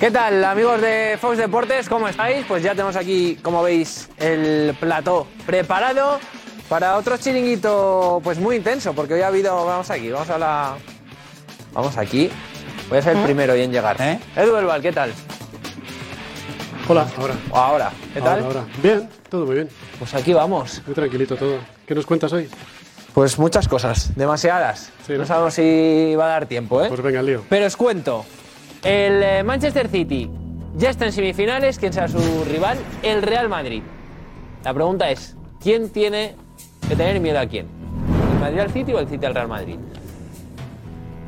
¿Qué tal, amigos de Fox Deportes? ¿Cómo estáis? Pues ya tenemos aquí, como veis, el plató preparado para otro chiringuito pues muy intenso, porque hoy ha habido... Vamos aquí, vamos a la... Vamos aquí. Voy a ser el primero hoy en llegar. ¿Eh? Edu Elbal, ¿qué tal? Hola, ahora. O ahora, ¿qué tal? Ahora, ahora. Bien, todo muy bien. Pues aquí vamos. Muy tranquilito todo. ¿Qué nos cuentas hoy? Pues muchas cosas, demasiadas. Sí, ¿no? ¿no? sabemos si va a dar tiempo, ¿eh? Pues venga, el lío. Pero os cuento. El eh, Manchester City ya está en semifinales, quién será su rival, el Real Madrid. La pregunta es, ¿quién tiene que tener miedo a quién? ¿El Madrid al City o el City al Real Madrid?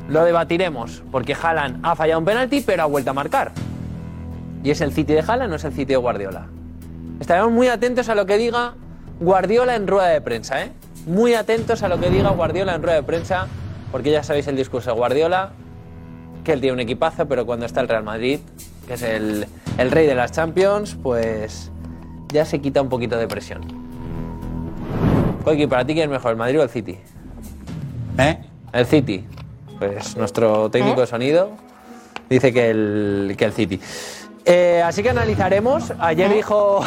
Lo debatiremos, porque Haaland ha fallado un penalti, pero ha vuelto a marcar. ¿Y es el City de Haaland o es el City de Guardiola? Estaremos muy atentos a lo que diga Guardiola en rueda de prensa, ¿eh? Muy atentos a lo que diga Guardiola en rueda de prensa, porque ya sabéis el discurso de Guardiola, que él tiene un equipazo, pero cuando está el Real Madrid, que es el, el rey de las Champions, pues ya se quita un poquito de presión. Koiki, ¿para ti quién es mejor, el Madrid o el City? ¿Eh? El City. Pues nuestro técnico de sonido dice que el, que el City. Eh, así que analizaremos. Ayer dijo.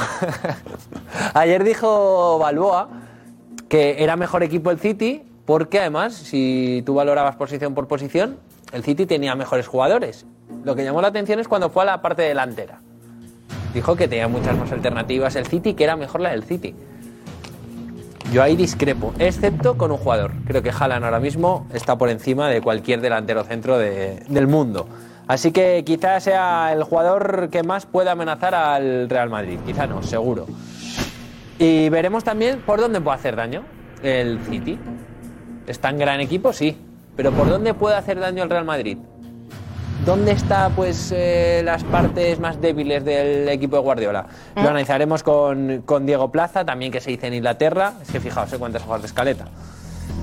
ayer dijo Balboa que era mejor equipo el City, porque además, si tú valorabas posición por posición, el City tenía mejores jugadores. Lo que llamó la atención es cuando fue a la parte delantera. Dijo que tenía muchas más alternativas el City, que era mejor la del City. Yo ahí discrepo, excepto con un jugador. Creo que Haaland ahora mismo está por encima de cualquier delantero centro de- del mundo. Así que quizás sea el jugador que más pueda amenazar al Real Madrid. Quizá no, seguro. Y veremos también por dónde puede hacer daño el City. ¿Es tan gran equipo? Sí. Pero ¿por dónde puede hacer daño el Real Madrid? ¿Dónde está pues eh, las partes más débiles del equipo de Guardiola? Lo analizaremos con, con Diego Plaza, también que se dice en Inglaterra. Es que fijaos, ¿eh? cuántas hojas de escaleta.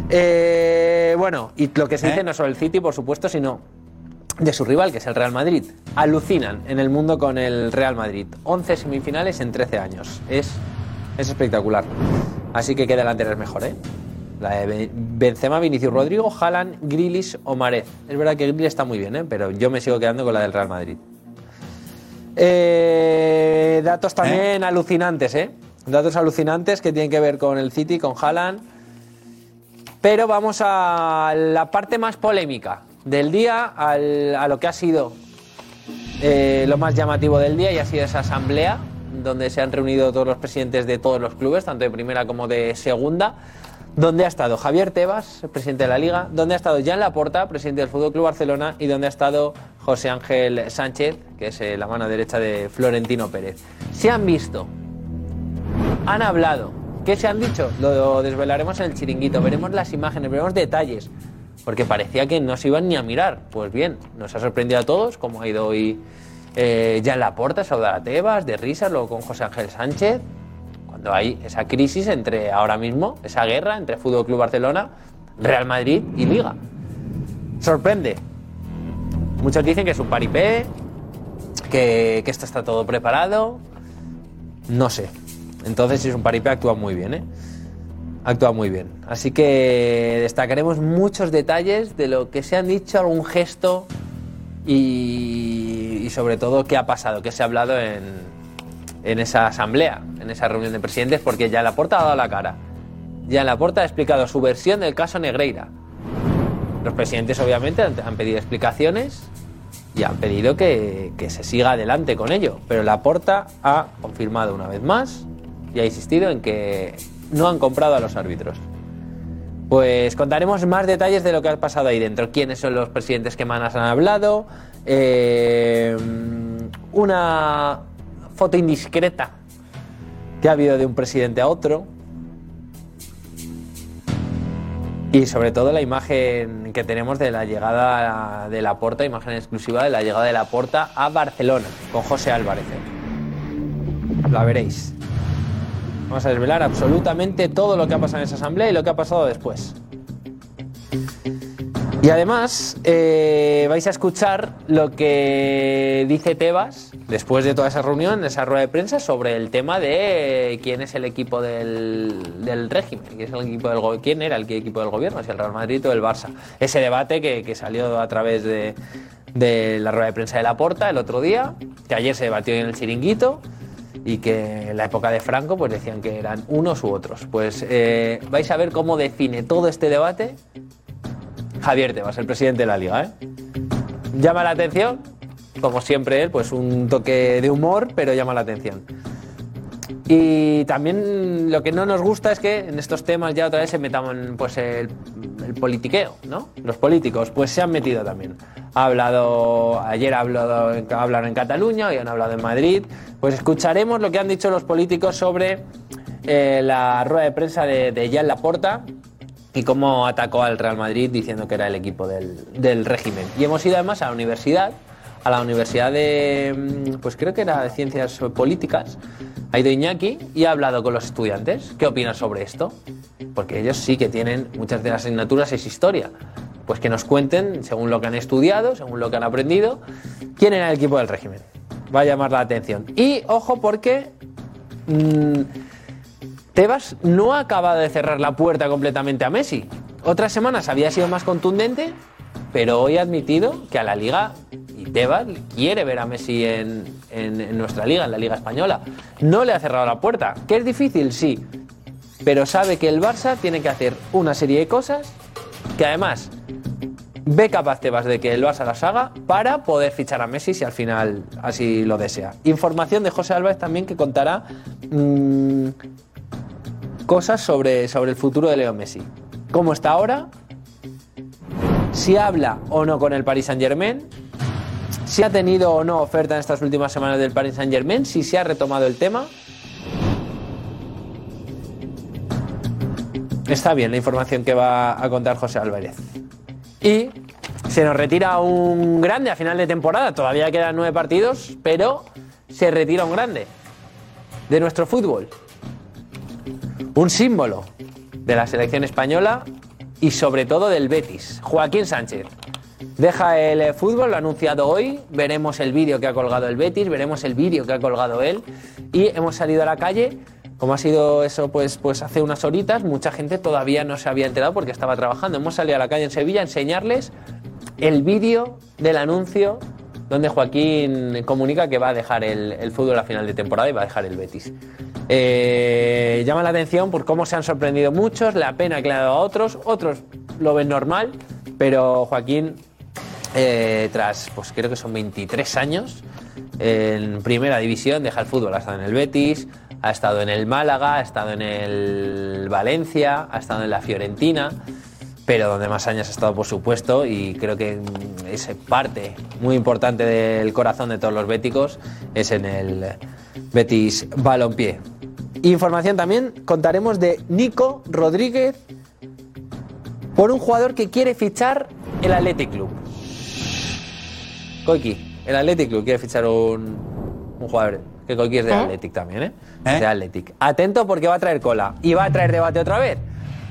Eh, bueno, y lo que se dice no solo el City, por supuesto, sino de su rival, que es el Real Madrid. Alucinan en el mundo con el Real Madrid. 11 semifinales en 13 años. Es, es espectacular. Así que qué delantera es mejor, ¿eh? La de Ben- Benzema, Vinicius Rodrigo, Haaland, Grilis o Marez. Es verdad que Grilis está muy bien, ¿eh? pero yo me sigo quedando con la del Real Madrid. Eh, datos también alucinantes, ¿eh? Datos alucinantes que tienen que ver con el City, con Haaland. Pero vamos a la parte más polémica del día, al- a lo que ha sido eh, lo más llamativo del día y ha sido esa asamblea donde se han reunido todos los presidentes de todos los clubes, tanto de primera como de segunda, donde ha estado Javier Tebas, presidente de la Liga, donde ha estado Jan Laporta, presidente del Fútbol Club Barcelona, y donde ha estado José Ángel Sánchez, que es eh, la mano derecha de Florentino Pérez. Se han visto han hablado. ¿Qué se han dicho? Lo, lo desvelaremos en el chiringuito. Veremos las imágenes, veremos detalles. Porque parecía que no se iban ni a mirar. Pues bien, nos ha sorprendido a todos cómo ha ido hoy eh, ya en la puerta, saludar a Tebas, de risas, luego con José Ángel Sánchez. Cuando hay esa crisis entre ahora mismo, esa guerra entre Fútbol Club Barcelona, Real Madrid y Liga. Sorprende. Muchos dicen que es un paripé, que, que esto está todo preparado. No sé. Entonces, si es un paripé, actúa muy bien, ¿eh? Actúa muy bien. Así que destacaremos muchos detalles de lo que se han dicho, algún gesto y, y sobre todo qué ha pasado, qué se ha hablado en, en esa asamblea, en esa reunión de presidentes, porque ya Laporta ha dado la cara. Ya Laporta ha explicado su versión del caso Negreira. Los presidentes, obviamente, han- han pedido explicaciones y han pedido que, que se siga adelante con ello. Pero Laporta ha confirmado una vez más y ha insistido en que no han comprado a los árbitros. Pues contaremos más detalles de lo que ha pasado ahí dentro. ¿Quiénes son los presidentes que más han hablado? eh, una foto indiscreta que ha habido de un presidente a otro. Y sobre todo la imagen que tenemos de la llegada de la Porta, imagen exclusiva de la llegada de la Porta a Barcelona con José Álvarez. La veréis. Vamos a desvelar absolutamente todo lo que ha pasado en esa asamblea y lo que ha pasado después. Y además eh, vais a escuchar lo que dice Tebas después de toda esa reunión, esa rueda de prensa, sobre el tema de eh, quién es el equipo del, del régimen, quién, es el equipo del go- quién era el equipo del gobierno, si el Real Madrid o el Barça. Ese debate que, que salió a través de, de la rueda de prensa de la Porta el otro día, que ayer se debatió en el chiringuito y que en la época de Franco pues decían que eran unos u otros. Pues eh, vais a ver cómo define todo este debate Javier Tebas, el presidente de la liga. ¿eh? Llama la atención, como siempre él, pues un toque de humor, pero llama la atención. Y también lo que no nos gusta es que en estos temas ya otra vez se metan pues el, el politiqueo, ¿no? Los políticos, pues se han metido también. Ha hablado, ayer ha hablado, hablaron en Cataluña, hoy han hablado en Madrid. Pues escucharemos lo que han dicho los políticos sobre eh, la rueda de prensa de, de Jean Laporta y cómo atacó al Real Madrid diciendo que era el equipo del, del régimen. Y hemos ido además a la universidad, a la universidad de, mm, pues creo que era de ciencias políticas, ha ido Iñaki y ha hablado con los estudiantes. ¿Qué opinan sobre esto? Porque ellos sí que tienen, muchas de las asignaturas es historia. Pues que nos cuenten, según lo que han estudiado, según lo que han aprendido, quién era el equipo del régimen. Va a llamar la atención. Y ojo porque... mm, Tebas no ha acabado de cerrar la puerta completamente a Messi. Otras semanas había sido más contundente, pero hoy ha admitido que a la liga y Tebas quiere ver a Messi en, en- en nuestra liga, en la liga española. No le ha cerrado la puerta. ¿Que es difícil? Sí. Pero sabe que el Barça tiene que hacer una serie de cosas que además ve capaz Tebas de que el Barça las haga para poder fichar a Messi si al final así lo desea. Información de José Álvarez también que contará mm, cosas sobre, sobre el futuro de Leo Messi. ¿Cómo está ahora? Si habla o no con el Paris Saint Germain. Si ha tenido o no oferta en estas últimas semanas del Paris Saint Germain. Si se ha retomado el tema. Está bien la información que va a contar José Álvarez. Y se nos retira un grande a final de temporada. Todavía quedan nueve partidos, pero se retira un grande de nuestro fútbol un símbolo de la selección española y sobre todo del Betis, Joaquín Sánchez. Deja el eh, fútbol, lo ha anunciado hoy, veremos el vídeo que ha colgado el Betis, veremos el vídeo que ha colgado él y hemos salido a la calle. Como ha sido eso pues, pues hace unas horitas, mucha gente todavía no se había enterado porque estaba trabajando. Hemos salido a la calle en Sevilla a enseñarles el vídeo del anuncio donde Joaquín comunica que va a dejar el, el fútbol a final de temporada y va a dejar el Betis. Eh, llama la atención por cómo se han sorprendido muchos, la pena que le ha dado a otros, otros lo ven normal, pero Joaquín, eh, tras, pues creo que son 23 años, en primera división, deja el fútbol, ha estado en el Betis, ha estado en el Málaga, ha estado en el Valencia, ha estado en la Fiorentina pero donde más años ha estado, por supuesto, y creo que mm, es parte muy importante del corazón de todos los béticos, es en el Betis Balompié. Información también, contaremos de Nico Rodríguez por un jugador que quiere fichar el Athletic Club. Koiki, el Athletic Club quiere fichar un, un jugador. Que Koiki es de Athletic también, ¿eh? Es de Athletic. Atento porque va a traer cola. Y va a traer debate otra vez.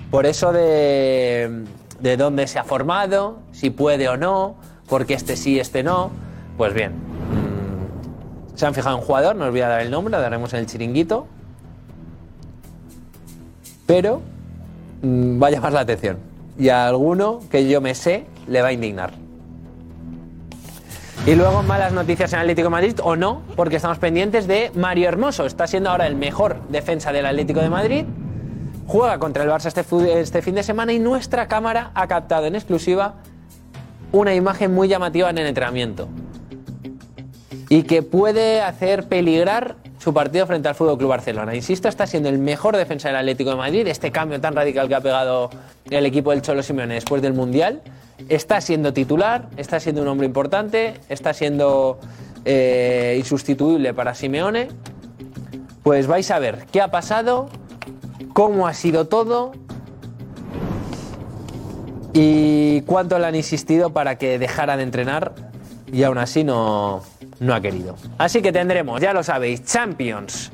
Por eso de, de dónde se ha formado, si puede o no, porque este sí, este no. Pues bien, mm, se han fijado en un jugador, no os voy a dar el nombre, lo daremos en el chiringuito. Pero mm, va a llamar la atención. Y a alguno que yo me sé le va a indignar. Y luego malas noticias en Atlético de Madrid, o no, porque estamos pendientes de Mario Hermoso. Está siendo ahora el mejor defensa del Atlético de Madrid. Juega contra el Barça este, fu- este fin de semana y nuestra cámara ha captado en exclusiva una imagen muy llamativa en el entrenamiento. Y que puede hacer peligrar su partido frente al Fútbol Club Barcelona. Insisto, está siendo el mejor defensa del Atlético de Madrid. Este cambio tan radical que ha pegado el equipo del Cholo Simeone después del Mundial. Está siendo titular, está siendo un hombre importante, está siendo eh, insustituible para Simeone. Pues vais a ver qué ha pasado, cómo ha sido todo y cuánto le han insistido para que dejara de entrenar y aún así no, no ha querido. Así que tendremos, ya lo sabéis, Champions,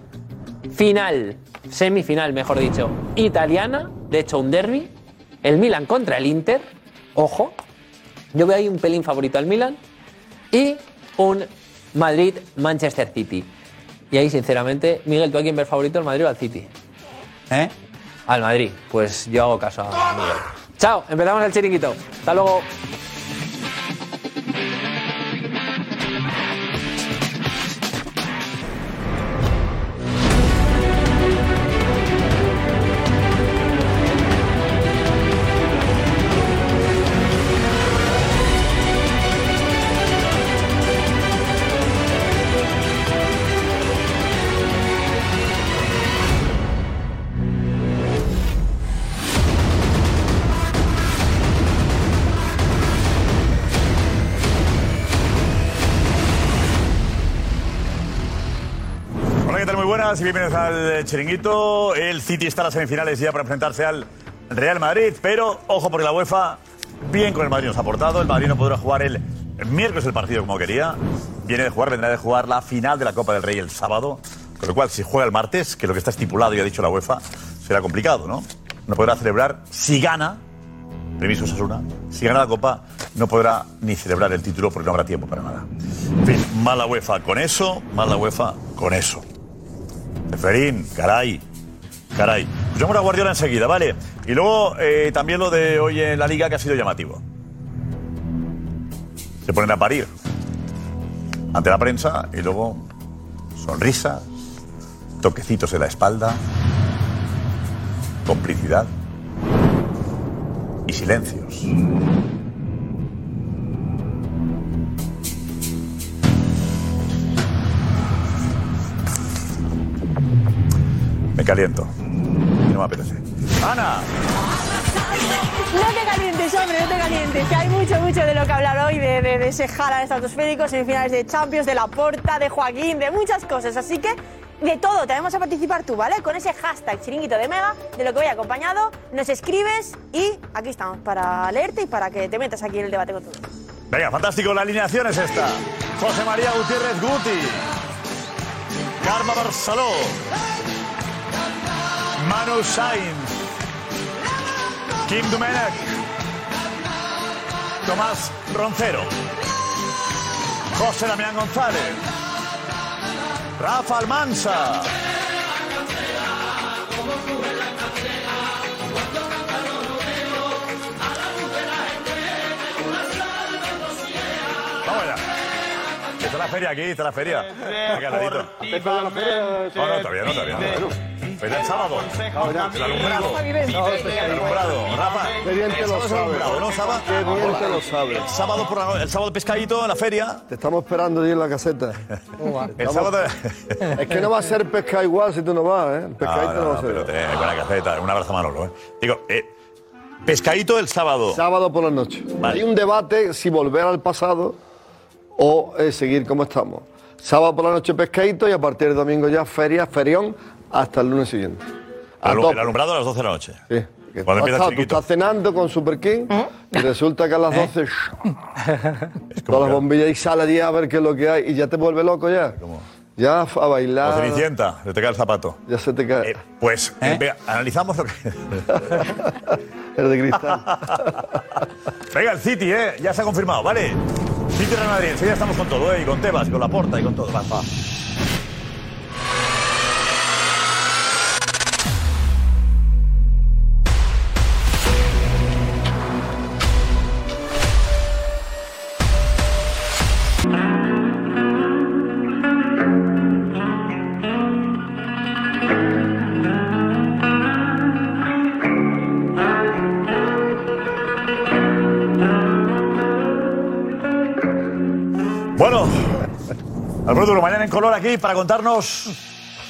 final, semifinal, mejor dicho, italiana, de hecho un derby, el Milan contra el Inter, ojo, yo veo ahí un pelín favorito al Milan y un Madrid-Manchester City. Y ahí, sinceramente, Miguel, ¿tú a quién ves favorito, al Madrid o al City? ¿Eh? Al Madrid. Pues yo hago caso a Miguel. Chao, empezamos el chiringuito. Hasta luego. buenas y bienvenidos al eh, Chiringuito. El City está en las semifinales ya para enfrentarse al Real Madrid, pero ojo porque la UEFA bien con el Madrid nos ha aportado. El Madrid no podrá jugar el miércoles el partido como quería. Viene de jugar, vendrá de jugar la final de la Copa del Rey el sábado. Con lo cual, si juega el martes, que es lo que está estipulado y ha dicho la UEFA, será complicado, ¿no? No podrá celebrar si gana, permiso Sasuna, si gana la Copa, no podrá ni celebrar el título porque no habrá tiempo para nada. En fin, mala UEFA con eso, mala UEFA con eso. Ferín, caray, caray. Pues llamo a Guardiola enseguida, ¿vale? Y luego eh, también lo de hoy en la Liga que ha sido llamativo. Se ponen a parir ante la prensa y luego sonrisas, toquecitos en la espalda, complicidad y silencios. Me caliento. No me apetece. Ana. No te calientes, hombre, no te calientes, que hay mucho, mucho de lo que hablar hoy, de, de, de ese jalan estratosférico, semifinales de Champions, de la Porta, de Joaquín, de muchas cosas, así que de todo, te vamos a participar tú, ¿vale? Con ese hashtag chiringuito de mega, de lo que voy acompañado, nos escribes y aquí estamos para leerte y para que te metas aquí en el debate con todos. Venga, fantástico. La alineación es esta. José María Gutiérrez Guti. Karma Barceló. Manu Sainz. Kim Dumenek. Tomás Roncero. José Damián González. Rafa Almansa. Vamos allá. Que Está la feria aquí, está la feria. Eh, Aquí al ladito. No, no, todavía no, todavía no. Feria el sábado. El alumbrado. El alumbrado. Rafa. El sábado es el alumbrado, ¿no, Saba? El sábado por la noche, el sábado pescadito en la feria. Te estamos esperando allí en la caseta. El sábado. Es que no va a ser pesca igual si tú no vas, ¿eh? El pescadito No, no, va no, a no, ser. pero te- con la caseta. Un abrazo a Manolo, ¿eh? Digo, eh, pescadito el sábado. Sábado por la noche. Vale. Hay un debate si volver al pasado o eh, seguir como estamos. Sábado por la noche pescadito y a partir del domingo ya feria, ferión, hasta el lunes siguiente. A El tope. alumbrado a las 12 de la noche. Sí. Que Cuando tú empieza estás- tú chiquito. estás cenando con Super King y resulta que a las 12 todas las bombillas y sale allí a ver qué es lo que hay y ya te vuelve loco ya. Ya a O bailar. Cenicienta, le te cae el zapato. Ya se te cae. Eh, pues, venga, analizamos lo que. El de cristal. Venga, el City, ¿eh? Ya se ha confirmado, ¿vale? City Real Madrid, enseguida estamos con todo, ¿eh? Y con Tebas, y con la porta y con todo. Va, va. Bueno, Alfredo Duro, mañana en color aquí para contarnos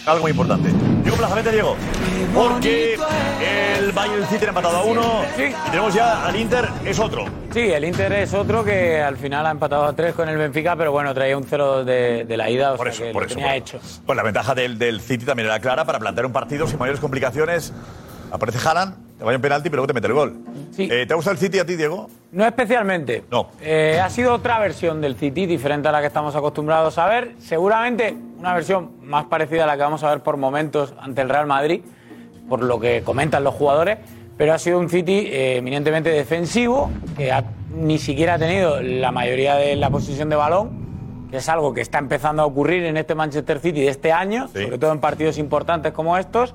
algo muy importante. Diego Plazamente, Diego. Porque el Bayern y el City han empatado a uno. Y tenemos ya al Inter, es otro. Sí, el Inter es otro que al final ha empatado a tres con el Benfica, pero bueno, traía un 0 de, de la ida, o Por sea eso, que por lo eso. tenía por hecho. eso. Pues la ventaja del, del City también era clara para plantear un partido sin mayores complicaciones. Aparece Haaland, te vaya un penalti, pero luego te mete el gol. Eh, ¿Te gusta el City a ti, Diego? No especialmente. No. Eh, ha sido otra versión del City, diferente a la que estamos acostumbrados a ver. Seguramente una versión más parecida a la que vamos a ver por momentos ante el Real Madrid, por lo que comentan los jugadores. Pero ha sido un City eh, eminentemente defensivo, que ha- ni siquiera ha tenido la mayoría de la posición de balón, que es algo que está empezando a ocurrir en este Manchester City de este año, sobre todo en partidos importantes como estos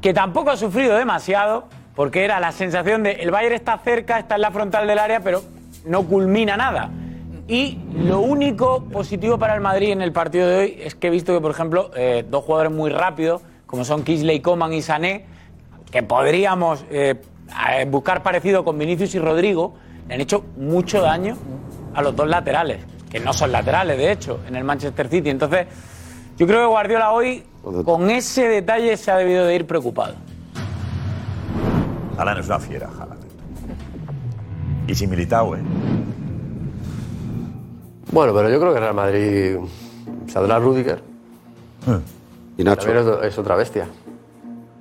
que tampoco ha sufrido demasiado, porque era la sensación de el Bayern está cerca, está en la frontal del área, pero no culmina nada. Y lo único positivo para el Madrid en el partido de hoy es que he visto que, por ejemplo, eh, dos jugadores muy rápidos, como son Kisley Coman y Sané, que podríamos eh, eh, buscar parecido con Vinicius y Rodrigo, le han hecho mucho daño a los dos laterales, que no son laterales, de hecho, en el Manchester City. Entonces, yo creo que Guardiola hoy, con ese detalle, se ha debido de ir preocupado. Haaland es una fiera, Haaland. Y sin Militao, ¿eh? Bueno, pero yo creo que Real Madrid saldrá Rudiger. Y Nacho. es otra bestia.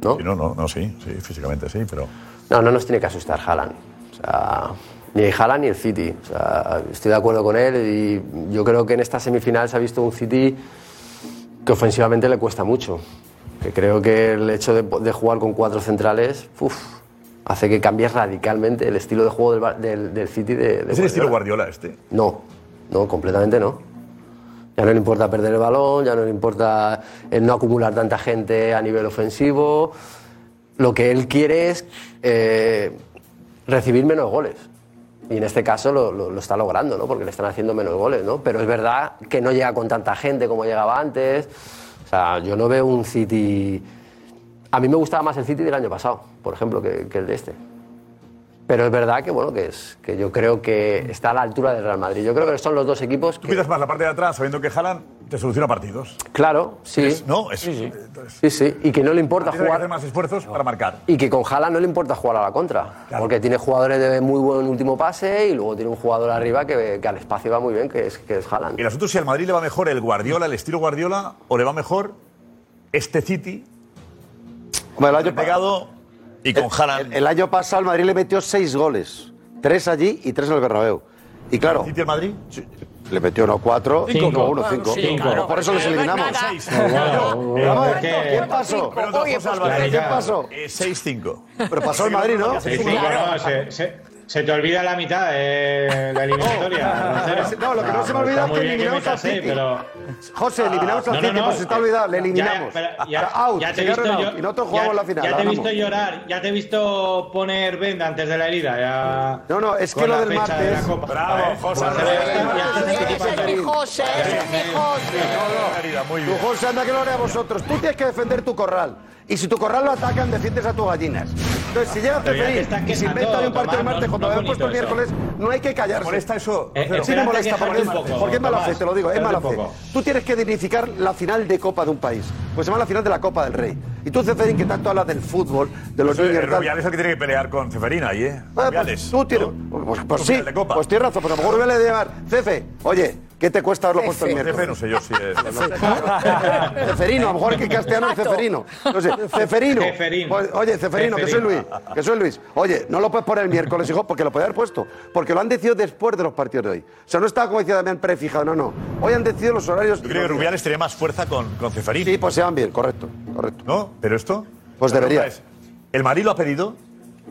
¿No? no, no, sí, sí, físicamente sí, pero. No, no nos tiene que asustar Haaland. O sea, ni Haaland ni el City. O sea, estoy de acuerdo con él y yo creo que en esta semifinal se ha visto un City que ofensivamente le cuesta mucho. Que creo que el hecho de, de jugar con cuatro centrales uf, hace que cambie radicalmente el estilo de juego del, Bar- del- del City. De, de ¿Es el estilo Guardiola. Guardiola este? No, no, completamente no. Ya no le importa perder el balón, ya no le importa el no acumular tanta gente a nivel ofensivo. Lo que él quiere es eh, recibir menos goles. Y en este caso lo, lo- lo está logrando, ¿no? Porque le están haciendo menos goles, ¿no? Pero es verdad que no llega con tanta gente como llegaba antes. O sea, yo no veo un City... A mí me gustaba más el City del año pasado, por ejemplo, que, que el de este. Pero es verdad que, bueno, que, es, que yo creo que está a la altura del Real Madrid. Yo creo que son los dos equipos Tú que... cuidas más la parte de atrás, sabiendo que Haaland te soluciona partidos. Claro, sí. no, es, sí, sí. Sí, sí, y que no le importa Tiene que hacer jugar... más esfuerzos para marcar. Y que con Jala no le importa jugar a la contra, porque tiene jugadores de muy buen último pase y luego tiene un jugador arriba que, que al espacio va muy bien, que es, que es Haaland. El asunto es si al Madrid le va mejor el Guardiola, el estilo Guardiola, o le va mejor este City. Hombre, el año pegado y con Haaland. El, el año pasado el Madrid le metió seis goles. Tres allí y tres en el Bernabéu. Y claro. ¿City el Madrid? Le metió uno cuatro, Cinco. cinco, uno, cinco. Sí, claro. Por eso les Pero no es eliminamos. nada. Vamos a ver, Vamos a ver, ¿qué- ¿Qué pasó? Pero no, Oye, José pues, Álvarez, ¿Qué pasó? Eh, 6-5. Pero pasó el Madrid, ¿no? Sí, sí, claro, se, se- se te olvida la mitad eh, la eliminatoria. Oh. Ah, No, lo que no se me olvida es que eliminamos al City. José, eliminamos al No, no, City, no, pues se está eh, olvidado, le ya, eliminamos. pero ya- Out, ya te se he quedaron visto out. yo- y nosotros jugamos ya- la final. Ya te he ganamos. visto llorar, ya te he visto poner venda antes de la herida. ya- No, no, es que con lo la del fecha de la martes. Copa. Pues Bravo, José. este José, Tú, José, anda que lo haré a vosotros. Tú tienes que defender tu corral. Y si tu corral lo atacan, defiendes a tus gallinas. Entonces, si llegas a Pero ya te feliz estás y se quejando, inventa hoy un partido el Tomás, martes no- cuando no habían es puesto el bonito miércoles, no hay que callarse. ¿Molesta eso? Eh, sí me espérate molesta, que porque, espérate un poco, porque es mala Tomás, fe, te lo digo, es espérate mala un fe. poco. Tú tienes que dignificar la final de Copa de un país. Pues se llama la final de la Copa del Rey. Y tú, Ceferín, que tanto hablas del fútbol, de Pues, los eh, niños Pues, y eh, El tal. Rubiales es el que tiene que pelear con Ceferina ahí, ¿eh? Ah, Rubiales. pues tú tienes. Pues, pues sí, pues tienes razón. Pues a lo mejor voy a llamar. Cefe, oye, ¿qué te cuesta haberlo puesto el Cefe, miércoles? no sé yo si es. Ceferino, a lo mejor que en castellano es Ceferino. No sé, Ceferino. Ceferino. Pues, Oye, Ceferino, que soy Luis. Ceferino. Que soy Luis. Oye, no lo puedes poner el miércoles, hijo, porque lo podía haber puesto. Porque lo han decidido después de los partidos de hoy. O sea, no estaba como decía Damián prefijado, no, no. Hoy han decidido los horarios. Yo creo que Rubiales tenía más fuerza con, con Ceferín. pues, Sí, pues se van bien, correcto, correcto. ¿No? ¿Pero esto? Pues La pregunta debería. es, ¿El Madrid lo ha pedido?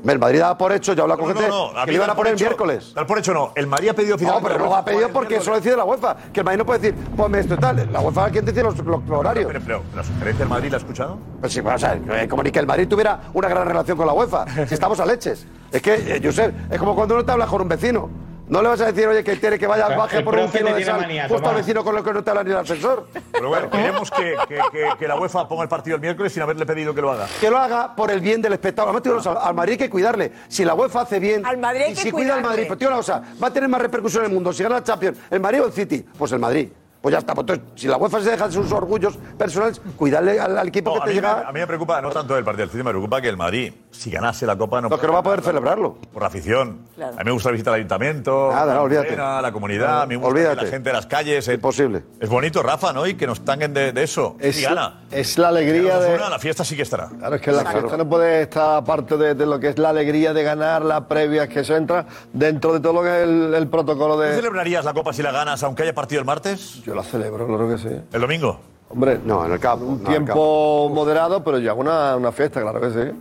El Madrid daba por hecho, yo hablaba con No, no, gente no, a que mí le iban dar a poner el por hecho- miércoles. Dar por hecho no. El Madrid ha pedido No, oficialmente. pero no lo ha pedido porque eso lo decide la UEFA. Que el Madrid no puede decir, ponme esto y tal. La UEFA, ¿quién decide los, los- los horarios? Pero, pero, ¿la sugerencia del Madrid la ha escuchado? Pues sí, bueno, o sea, eh, como ni que el Madrid tuviera una gran relación con la UEFA. Si estamos a leches. Es que, eh, Josep, es como cuando uno te hablas con un vecino. No le vas a decir, oye, que tiene que vaya al Claro, baje el por un profe kilo te de tiene sal. manía, justo al Tomás. vecino con el que no te habla ni el ascensor. Pero bueno, queremos que, que- que- que la UEFA ponga el partido el miércoles sin haberle pedido que lo haga. Que lo haga por el bien del espectador. Además, tío, una cosa, al Madrid hay que cuidarle. Si la UEFA hace bien. Al Madrid hay y que si cuida al cuidarle. Madrid. Pues, tío, una cosa, va a tener más repercusión en el mundo. Si gana la Champions, el Madrid o el City, pues el Madrid. Pues ya está. Pues, entonces, si la UEFA se deja sus orgullos personales, cuidarle al, al equipo No, que a, te mí, me- llega. a mí me preocupa no tanto el partido del City, me preocupa que el Madrid, si ganase la Copa, no, Lo que no va a poder celebrarlo. por afición. A mí me gusta visitar el ayuntamiento, Nada, no, la olvídate. arena, la comunidad, me gusta Olvídate. que la gente de las calles. eh. Imposible. Es bonito, Rafa, ¿no? Y que nos tanguen de, de eso. Es, y gana. es la alegría de. La fiesta sí que estará. Claro, es que la fiesta no puede estar aparte de, de lo que es la alegría de ganar, las previas que eso entra dentro de todo lo que es el, el protocolo ¿Tú de. celebrarías la Copa si la ganas, aunque haya partido el martes? Yo la celebro, claro que sí. ¿El domingo? Hombre, No, en el campo. un no, en el campo. tiempo moderado, pero yo hago una, una fiesta, claro que sí.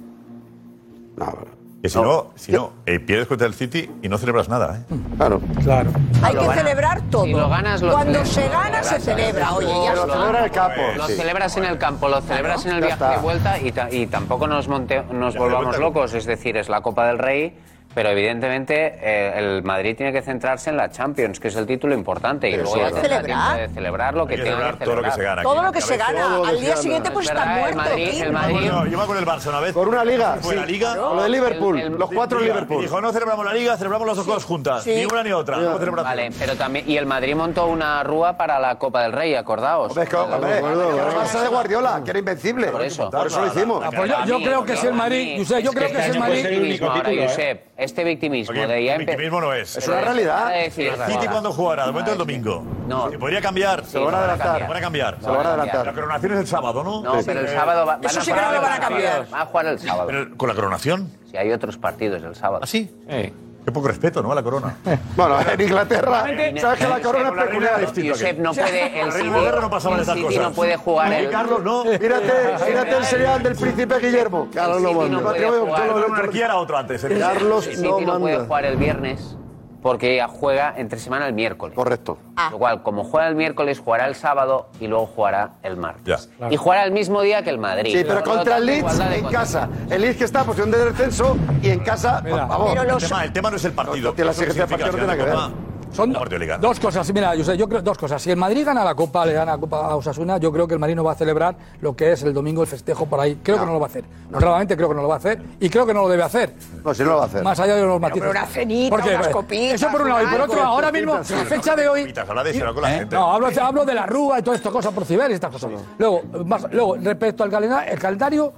No, Que si no, si no eh, pierdes contra el City y no celebras nada, ¿eh? claro. Claro. Hay que celebrar todo. Si lo ganas, lo Cuando celebras. se gana, se celebra. Oye, ya Pero está. celebra el campo. Lo sí. celebras en el campo, lo celebras en el Ya viaje está. de vuelta y, ta- y tampoco nos, monte- nos de volvamos vuelta. locos. Es decir, es la Copa del Rey, pero evidentemente eh, el Madrid tiene que centrarse en la Champions, que es el título importante. Y luego ya claro. tendrá Celebrar. tiempo de celebrar lo que Hay que tenga celebrar que todo lo que se celebrar. gana. Todo aquí. lo que se todo lo gana. que Al se día gana. siguiente, pues Es está verdad, ¿eh? el muerto. Madrid- Kim. el Madrid- Bueno, yo me acuerdo del Barça una vez. Por una liga. Fue sí. la liga. Con Lo de Liverpool. El- el- los cuatro Y Liverpool. Dijo, no celebramos la liga, celebramos las dos cosas juntas. Sí. Ni una ni otra. No celebración. Vale, pero también. Y el Madrid montó una rúa para la Copa del Rey, acordaos. Hombre, es que, hombre, me acuerdo, que me el acuerdo. Barça de Guardiola, que era invencible. Por eso. lo hicimos. La- la- Pero yo- a Pues yo mí, creo que es el a Madrid, mí, Josep, yo creo es que es este el año Madrid. fue el único ahora, título, ¿eh? Josep. este victimismo Porque de ya el empe- victimismo no es. Pero nada de decir, ¿El City nada. cuándo jugará? De momento el domingo. No. Se podría cambiar. Sí, Se lo van a adelantar. Se van a cambiar. Se lo van a adelantar. La coronación es el sábado, ¿no? No, pero el sábado va, van a jugar los partidos. Van a jugar el sábado. Pero, ¿Con la coronación? Si hay otros partidos el sábado. ¿Ah, sí? Qué poco respeto, ¿no? A la corona. Bueno, en Inglaterra, Realmente, ¿sabes que la corona Josep, es peculiar? Josep, no puede, el En City, Inglaterra no pasaban el estas City cosas. no puede jugar Ni ¿eh? el... Carlos, no. Mírate, mírate el serial del príncipe Guillermo. Carlos no manda. Yo lo- yo lo- La monarquía era otro antes. ¿eh? el City no, puede jugar el viernes porque ella juega entre semana el miércoles. Correcto. Ah. Lo cual, como juega el miércoles, jugará el sábado y luego jugará el martes. Claro. Y jugará el mismo día que el Madrid. Sí, pero Por lo contra tanto, el Leeds igualdad de en condiciones. casa. El Leeds que está en posición de descenso y en casa, por favor. el, tema, el tema no es el partido. Tiene la Eso siguiente significa partido no tiene que nada que la ver. Copa- Son Partido de Liga. Dos cosas, mira, Josep, yo creo dos cosas. Si el Madrid gana la Copa, le gana la Copa a Osasuna, yo creo que el Madrid no va a celebrar lo que es el domingo el festejo por ahí. Creo que no lo va a hacer. Realmente creo que no lo va a hacer y creo que no lo debe hacer. No, si no lo va a hacer. Más allá de los matices. una cenita, Porque, unas eh, copitas, Eso por un lado. Y por algo, otro, ahora mismo, copitas, a sí. fecha de hoy. Copitas, habla de eso, habla con la gente. ¿Eh? No, hablo, hablo de la rúa y todas estas cosas por ciber y estas cosas. Luego, más- luego respecto al calendario, el calendario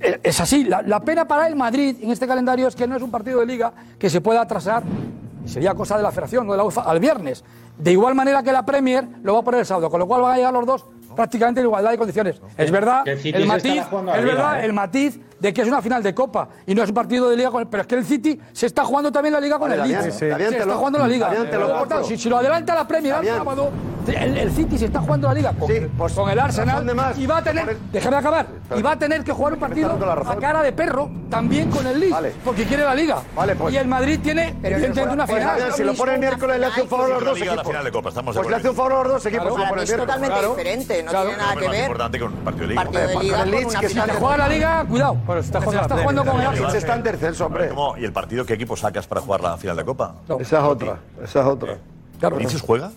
eh, es así. La, la pena para el Madrid en este calendario es que no es un partido de liga que se pueda atrasar, sería cosa de la federación o de la UEFA, al viernes. De igual manera que la Premier lo va a poner el sábado, con lo cual van a llegar los dos prácticamente en igualdad de condiciones. Es verdad, Que el City el se matiz, estará jugando a es la liga, verdad, ¿eh? el matiz de que es una final de Copa y no es un partido de liga con el- pero es que el City se está jugando también la liga con Vale, el Damián, Leeds sí. se Damián, te está lo- jugando la liga Damián, te lo Por tanto, compro. si, si lo adelanta la Premier al Damián. sábado el, el City se está jugando la liga con, con el razón de Arsenal más. y va a tener déjame acabar y va a tener que jugar un partido dando la razón. a cara de perro también con el Leeds porque quiere la liga pues. y el Madrid tiene evidentemente una Pues, final Damián, si lo pone el miércoles, le hace un favor a los Pero dos liga a la equipos. final de Copa, estamos de Pues le acuerdo. hace un favor a los dos equipos. Para mí es totalmente diferente, no tiene nada que Es más ver. importante que un partido de liga. Partido de liga con una si final te de juega la Copa. liga cuidado se la está jugando con el Arsenal está en tercero, hombre. ¿Y el partido qué equipo sacas para jugar la final de Copa? Esa es otra, esa es otra. ¿Vinicius juega?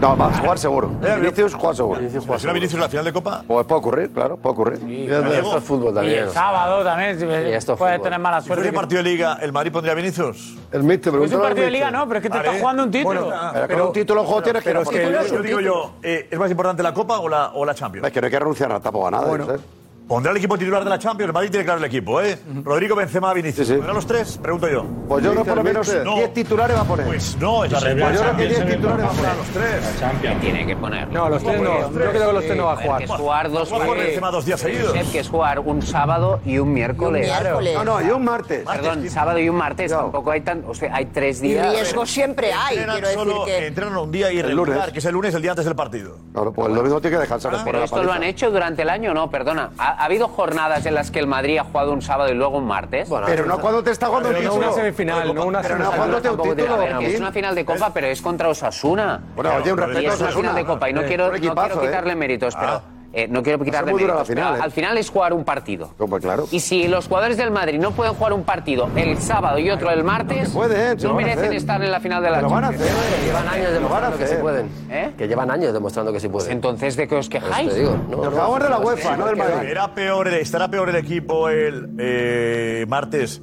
No, va a jugar seguro. Vinicius juega seguro. ¿Pero ¿Será Vinicius la final de Copa? Pues puede ocurrir, claro, puede ocurrir. Esto es fútbol Y el sábado también, si esto es puede fútbol. tener mala Si fuera suerte. un partido de liga, ¿el Madrid pondría a Vinicius? El míster, Es un partido de liga, no, pero es que te Vale. estás jugando un título. Bueno, ah, Pero con un título en juego tienes que Pero ir es a que por yo, ello. yo digo yo, eh, ¿es más importante la Copa o la, o la Champions? Es que no hay que renunciar a tampoco a nada. Bueno. ¿sabes? ¿Pondrá el equipo titular de la Champions? El Madrid tiene claro el equipo, ¿eh? Rodrigo Benzema, Vinicius. Sí, sí. ¿Pondrá los tres? Pregunto yo. Pues yo creo por lo menos No. 10 titulares va a poner. Pues no, es la Pues regla. yo creo que 10 Champions. ¿eh? titulares va a poner. tres. Que tiene que poner. No, los tres no. Yo creo que los tres no va a Joder, jugar. Que es jugar dos, Va a jugar Benzema dos días seguidos. Josep, que es jugar un sábado y un miércoles. miércoles. No, no, y un martes. Perdón, sábado y un martes. Tampoco hay tan. O sea, hay tres Y días. riesgo siempre hay, Entrenan quiero decir solo- que... Entrenan un día El irregular, lunes. que es el lunes, el día antes del partido. Claro, pues el domingo tiene que descansar. después de Pero la esto lo paliza. han hecho durante Ah, el año, no, perdona. ¿Ha, ha habido jornadas en las que el Madrid ha jugado un sábado y luego un martes? Pero no cuando te está jugando un Pero no título. una semifinal, no una Pero no Tampoco jugándote un te- título. a ver, que es Joaquín. una final de Copa, pero es contra Osasuna. Bueno, oye, un Y respeto es a una Osasuna. final de Copa. Y no Eh, quiero, un equipazo, no quiero eh. quitarle méritos, Ah. pero. eh, no quiero quitarle muy dura méritos. la pero final, eh. Al final es jugar un partido. No, pues claro. Y si los jugadores del Madrid no pueden jugar un partido el sábado y otro el martes, que pueden, se no lo van a merecen hacer. estar en la final de la Lo van a Champions. hacer. ¿eh? Llevan años Lo van a demostrando que se hacer. pueden. ¿Eh? Pues Que llevan años demostrando que se pueden. Entonces, ¿de qué os Por quejáis? eso te digo, no, Pues Nos no, vamos de la no, UEFA, no del Madrid. ¿Será peor, ¿Estará peor el equipo el eh, martes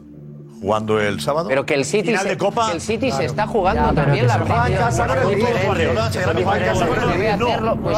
jugando el sábado? Pero que el City, Final se, de Copa. que el City se está jugando también la juega en casa con el Champions. Madrid. Guardiola, se llama Juan Guardiola. Debe hacerlo, pues,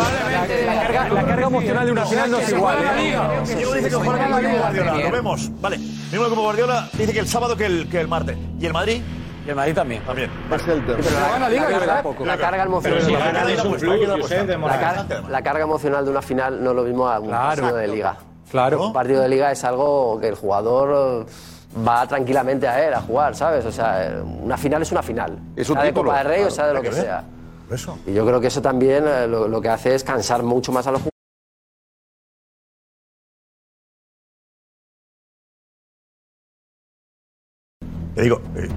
la carga, la carga emocional de una final no es igual ¿eh? Si Diego dice que juega el mismo Guardiola, lo vemos. Vale, mismo como Guardiola dice que el sábado que el, que el martes. ¿Y el Madrid? Y el Madrid también. También. Es el tema. Pero la- la carga- La carga Pero si emocional. ganas es un plus, Josep, de pues, La, moral. car- la carga emocional de una final no es lo mismo a un partido de liga. Un claro partido de liga es algo que el jugador eh, va tranquilamente a él a jugar, ¿sabes? O sea, eh, una final es una final. Es un sea de título, Copa del Rey claro, o sea de lo nada que, que ver. sea. Eso. Y yo creo que eso también eh, lo, lo que hace es cansar mucho más a los jugadores. Te digo, eh,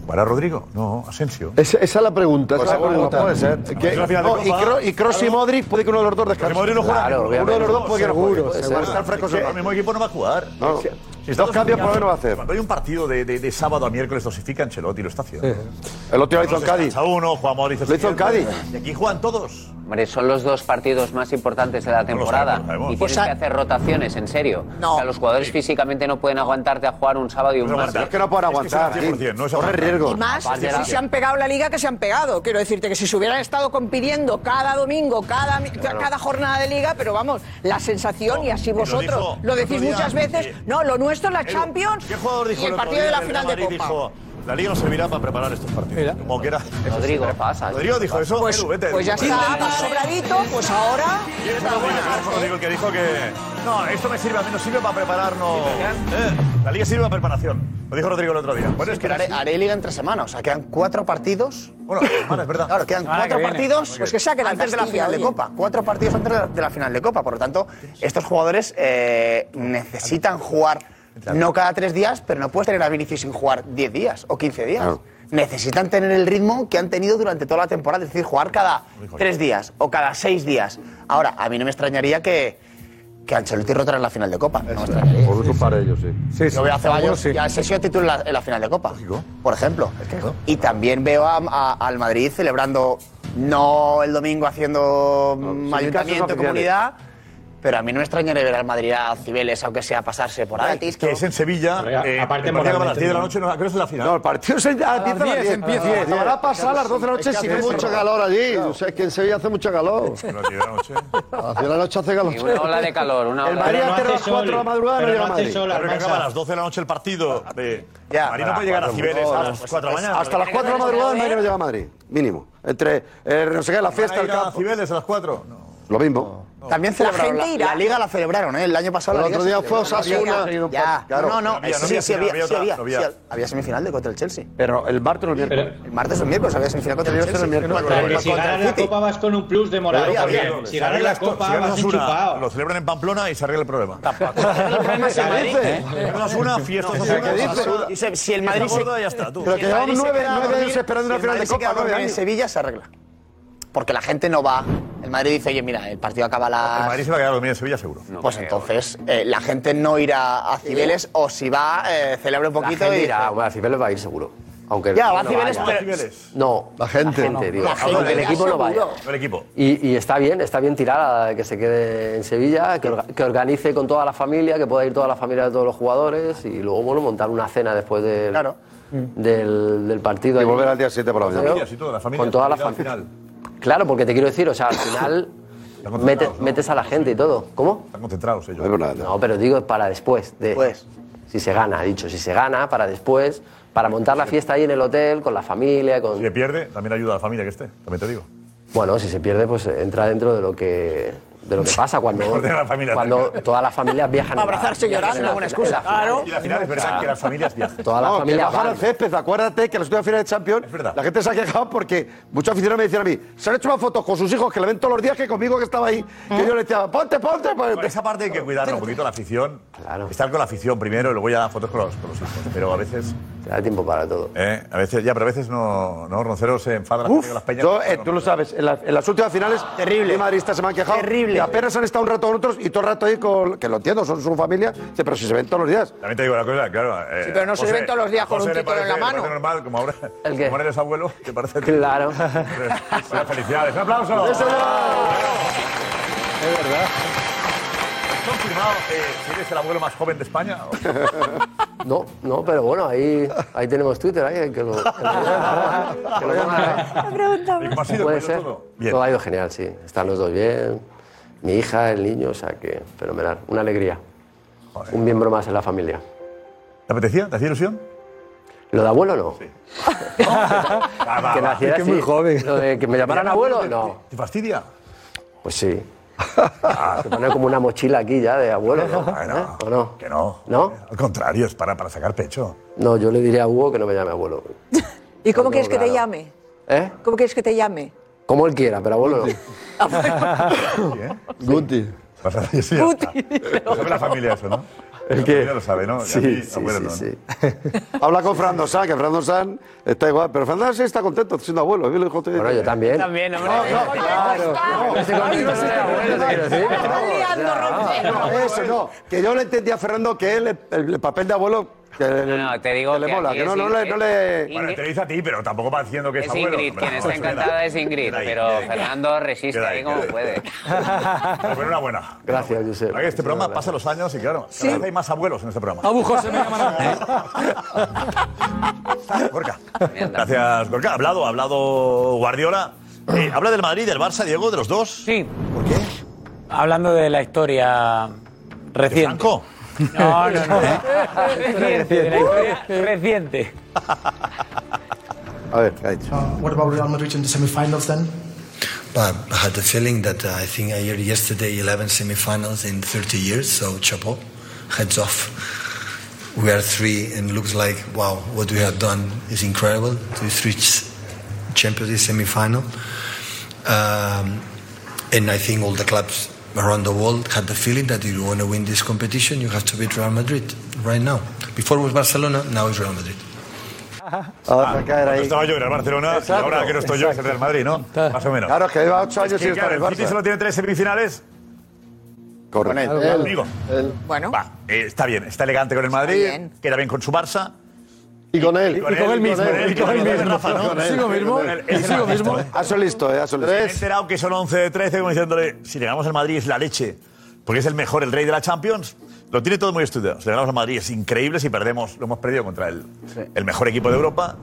¿jugará Rodrigo? No, Asensio. Esa, esa es la pregunta. esa es Pues la seguro, pregunta. puede ser. Que- Es la final de No, y Copa. Cro- y Cross y Modric puede que uno de los dos Porque descanse. Modric no juega. Claro, ninguno. Uno de los dos No, puede que no seguro. juegue. puede Puede ser. estar frescos Que en el el mismo equipo no va a jugar. No. Si- si Dos estamos- cambios por lo menos va a hacer. Cuando hay un partido de, de- de sábado a miércoles dosifica Ancelotti, lo está haciendo. El otro lo hizo en Cádiz. A uno, Juan Modric. Lo hizo en Cádiz. Y aquí juegan todos. Hombre, son los dos partidos más importantes de la temporada. sabemos, lo sabemos. Y Pues tienes que hacer rotaciones, en serio. O sea, los jugadores físicamente no pueden aguantarte a jugar un sábado y un No martes. Es que no pueden Es que se da aguantar. eh. 100%, no es Corre aguantar. riesgo. Y más, Aparte si la- se han pegado la liga que se han pegado. Quiero decirte que si se hubieran estado compitiendo cada domingo, cada, mi- cada jornada de liga, pero vamos, la sensación, y así y lo vosotros dijo lo decís el otro día, muchas veces, que- no, lo nuestro es la Edu, Champions ¿Qué jugador dijo y el otro partido día de la del final Real de Madrid? Copa. Dijo, La liga nos servirá para preparar estos partidos. Como quiera. Rodrigo, pasa. ¿eh? Rodrigo dijo eso. Pues, Edu, vete, pues ya Edu, está, vete. más sobradito, pues ahora. ¿Quién está Rodrigo? Fue Rodrigo el que dijo que. No, esto me sirve, a mí nos sirve para prepararnos. Eh, la liga sirve para preparación. Lo dijo Rodrigo el otro día. Bueno, es que. Pero haré, haré liga entre semana, o sea, quedan cuatro partidos. Bueno, es verdad. Claro, quedan Semana cuatro que viene. partidos Pues que saquen la Ah, antes de la Castilla, final de oye. Copa. Cuatro partidos antes de la, de la final de Copa. Por lo tanto, estos jugadores eh, necesitan jugar no cada tres días, pero no puedes tener a Vinicius sin jugar 10 días o 15 días. Necesitan tener el ritmo que han tenido durante toda la temporada, es decir, jugar cada tres días o cada seis días. Ahora, a mí no me extrañaría que, que Ancelotti rotara en la final de Copa. No me extrañaría. Por eso para ellos, sí. Yo veo a Ceballos y a Asensio titular en la, en la final de Copa, por ejemplo. Y también veo a- a- al Madrid celebrando, no el domingo haciendo mm, sin ayuntamiento, casos comunidad, pero a mí no me extrañaría ver al Madrid a Cibeles, aunque sea pasarse por ahí. Que es en Sevilla. eh, aparte el partido acaba a las moralmente, 10 de la ¿no? noche, no, ¿a qué hora es la final? No, el ah, partido es a las 10 de la 10, empieza. Habrá pasado a las 12 de la Es que noche sin hace mucho calor allí. Tú sabes que en Sevilla hace mucho calor. A las 10 de la noche. A las 10 de la noche hace calor. Y una ola de calor, una El ola de Madrid calor. antes de Pero no las 4 de hace sol, la madrugada no pero llega a no hace Madrid. sol, Pero que acaba a las 12 de la noche el partido. De... Madrid no Para puede llegar a cuatro, Cibeles no, a las 4 de la mañana. Hasta las 4 de la madrugada el Madrid no llega a Madrid, mínimo. Entre, eh, no sé qué, la fiesta, el a campo. Cibeles a las 4? Lo mismo. También celebraron la, gente irá. la liga la celebraron, ¿eh? El año pasado El la Liga otro día se fue celebró. Ya, Osasuna. Ya, Claro. no, no, No había, sí, no había sí, final, había, sí había otra, había, no había. sí había. Había semifinal de contra el Chelsea. Pero el martes o el miércoles. El martes o el miércoles había semifinal contra el Pero Chelsea. yo sé el miércoles. Contra el- Pero contra si el ganas la City. Copa vas con un plus de moral. Claro, también. bien. Si ganas la arreglas to- Copa, si ganas vas una, enchufado. Lo celebran en Pamplona y se arregla el problema. problema es el Madrid, ¿eh? Ganas una, fiesta. No, Osasuna, ¿qué dices? Osasuna. Josep, si el Madrid Fiesta se- gorda, ya está, tú. Pero que Si el llevamos Madrid se nueve- queda nueve dormido- años esperando si una el final de Madrid se Copa, queda nueve dormido años. Sevilla se arregla. Porque la gente no va. El Madrid dice, oye, mira, el partido acaba a las. El Madrid se va a quedar dormido en Sevilla seguro. Pues entonces, eh, la gente no irá a Cibeles o si va, eh, celebra un poquito gente y. irá, hombre, a Cibeles va a ir seguro. Aunque Ya, va a no Cibeles, vaya. pero- No, la gente. digo. La gente, aunque el equipo no vaya. seguro. El equipo. Y, y está bien, está bien tirada de que se quede en Sevilla, que, orga- que organice con toda la familia, que pueda ir toda la familia de todos los jugadores y luego, bueno, montar una cena después del, del, del partido. Y allí. volver al día 7 por la Con mañana. familias y todo, la familia, Con toda la familia. Claro, porque te quiero decir, o sea, al final metes, metes a la gente y todo. ¿Cómo? Están concentrados ellos. No, pero digo para después. De, Si se gana, he dicho, si se gana, para después, para montar la fiesta ahí en el hotel, con la familia, con... Si pierde, también ayuda a la familia que esté, también te digo. Bueno, si se pierde, pues entra dentro de lo que, de lo que pasa cuando, Mejor tener a la familia cuando todas las familias viajan. Abrazarse y llorar es una buena excusa. Claro. Y la final es verdad que las familias viajan. Toda la No, familia que bajan van. al césped. Acuérdate que en las últimas finales de Champions la gente se ha quejado porque muchos aficionados me decían a mí se han hecho más fotos con sus hijos que le ven todos los días que conmigo que estaba ahí. Que yo le decía, ponte, ponte, pues". ponte. Esa parte hay que cuidarla un poquito la afición. Estar con la afición primero y luego ya fotos con los, con los hijos. Pero a veces. Te da tiempo para todo. Eh, a veces, ya, pero a veces no. No, Roncero se enfada la gente Uf, con las peñas. yo, eh, tú lo sabes, en, la- en las últimas finales terrible. madridistas se me han quejado. Terrible. Y apenas han estado un rato con otros y todo el rato ahí con. Que lo entiendo, son su familia. sí, pero si se ven todos los días. También te digo la cosa, claro. eh, Sí, pero no se José- ven todos los días con José un le título en la parece- le mano. parece normal, como ahora. Como eres abuelo, te parece. Claro. felicidades. ¡Un aplauso! ¡Eso Es verdad. ¿Has confirmado eh, si eres el abuelo más joven de España? No, no, pero bueno, ahí, ahí tenemos Twitter, ahí, que lo, que lo- que lo ponga. Puede ser. Todo ha ido genial, sí. Están los dos bien. Mi hija, el niño, o sea que fenomenal. Una alegría. Un miembro más en la familia. ¿Te apetecía? ¿Te hacía ilusión? ¿Lo de abuelo no? Ah, que naciera así. Lo de que me llamaran abuelo, no. ¿Te fastidia? Pues sí. Ah. Se pone como una mochila aquí ya de abuelo, ¿no? ¿Eh? ¿O no? Que no. ¿No? Al contrario, es para, para sacar pecho. No, yo le diré a Hugo que no me llame abuelo. ¿Y cómo No, quieres que te claro. llame? ¿Eh? ¿Cómo quieres que te llame? Como él quiera, pero abuelo no. Guti. Lo sabe la familia eso, ¿no? ¿El qué? lo sabe, ¿no? Y a Sí, mí, sí, abuelo, sí, ¿no? Habla con Fran Dosan, que Fran Dosan está igual. Pero Fran Dosan sí está contento siendo abuelo. Bueno, yo también. También, hombre. claro. No, Estoy contento, no, no era abuelo, te quiero decir. Ah, No, eso no. Que yo le entendía a Fernando que él, el, el papel de abuelo. Que, no, te digo que le que mola. aquí Que no, es no, le, in- no eh, le. Ingrid- Bueno, Te lo dice a ti, pero tampoco va diciendo que es, Es abuelo. Ingrid, Hombre, Pues quien no, está eso queda. encantada es Ingrid, Queda ahí, pero queda ahí. Fernando resiste Queda ahí como queda puede. Pero bueno, una buena. Gracias, Josep. Porque Este programa pasa los años y claro, cada vez hay más abuelos en este programa. Abujo se me llamará. Gorka. Gracias, Gorka. Ha hablado, ha hablado Guardiola. Eh, habla del Madrid, del Barça, Diego, de los dos. Sí. ¿Por qué? Hablando de la historia reciente. No, no, no. reciente, de la historia reciente. A ver, ¿qué ha dicho? Uh, What about Real Madrid in the semifinals then? But I had the feeling that uh, I think I heard yesterday 11 semifinals in 30 years, so chapeau, heads off. We are three, and looks like wow, what we have done is incredible to reach Champions League semifinal. Um, and I think all the clubs around the world had the feeling that if you want to win this competition, you have to beat Real Madrid right now. Before was Barcelona, now it's Real Madrid. Ahora caer Ah, Cuando ahí. estaba yo en el Barcelona, y Exacto, ahora que no estoy yo es el Real Madrid, ¿no? Más o menos. Claro, es que lleva ocho Es años que, sin estar claro, en el el City Barça. solo tiene tres semifinales. Correcto. Con él. Él, él. Digo. Bueno. Va, eh, está bien, está elegante con el Madrid, queda bien con su Barça. Y con él. Y con él mismo. Y con él mismo. Rafa, ¿no? Consigo mismo. Y sigo mismo. Ah, son listo, eh. Ah, son Me he listo. enterado que son 11 de 13, como diciéndole, si le ganamos al Madrid es la leche, porque es el mejor, el rey de la Champions. Lo tiene todo muy estudiado. Si le ganamos al Madrid es increíble, si perdemos, lo hemos perdido contra el, el mejor equipo de Europa,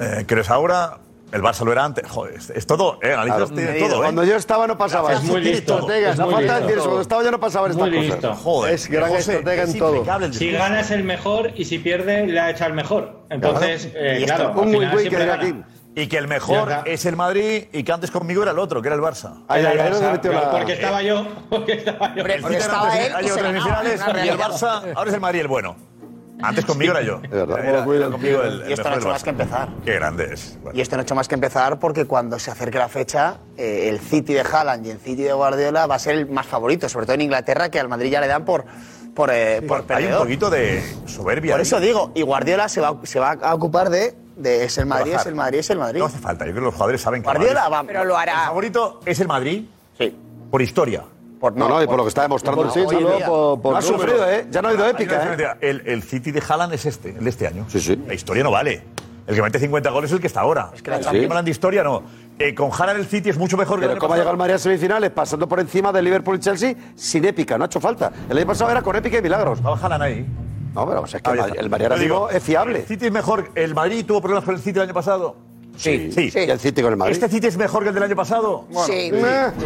eh, que lo es ahora, el Barça lo era antes. Joder, es, es todo, ¿eh? Analizas Claro, tiene medido. todo, ¿eh? Cuando yo estaba no pasaba. Es muy Tiene listo, estrategas, es la muy falta de listo. decir eso. Cuando estaba yo no pasaban estas Muy cosas. listo. Joder, es gran José, estratega es en todo. impecable el Si ganas el mejor y si pierde, la echa el mejor. Entonces, eh, Y esto, claro, al final siempre diga gana. Y que el Ya mejor está. es el Madrid y que antes conmigo era el otro, que era el Barça. Era el Barça, Porque estaba yo. Porque estaba yo. El City ganó tres- ha llegado tres semifinales y el Barça ahora es el Madrid el bueno. Antes conmigo era yo. Es verdad. Era, era conmigo el, el Y esto no ha mejor hecho del más Barça. que empezar. Qué grande es. Bueno, Y esto no ha hecho más que empezar porque cuando se acerque la fecha, eh, el City de Haaland y el City de Guardiola va a ser el más favorito, sobre todo en Inglaterra, que al Madrid ya le dan por, por, eh, por hay un perdedor. poquito de soberbia. Por ahí. eso digo, y Guardiola se va, se va a ocupar de, de es el Madrid, Trabajar. es el Madrid, es el Madrid. No hace falta. Yo creo que los jugadores saben que. el Guardiola Madrid- va. Pero lo hará. El favorito es el Madrid. Sí. Por historia. No, no, y por lo que está demostrando. Por sí, Hoy en luego día. por- por No ha números. sufrido, ¿eh? Ya no ha ido Hay épica, una ¿eh? diferencia. El, el City de Haaland es este, el de este año. La historia no vale. El que mete 50 goles es el que está ahora. Es que la que Champions- hablan de historia, no. Eh, con Haaland el City es mucho mejor que el Pero año cómo ha pasado. llegado el Madrid a semifinales pasando por encima del Liverpool y Chelsea sin épica, no ha hecho falta. El año pasado era con épica y milagros. Estaba Jalan ahí. No, pero o sea, es que Ah, el ya Madrid- está. el Madrid ahora Yo digo, mismo es fiable. El City es mejor. ¿El Madrid tuvo problemas con el City el año pasado? Sí. Sí. Y el City con el Madrid. ¿Este City es mejor que el del año pasado? Bueno, Sí. Sí.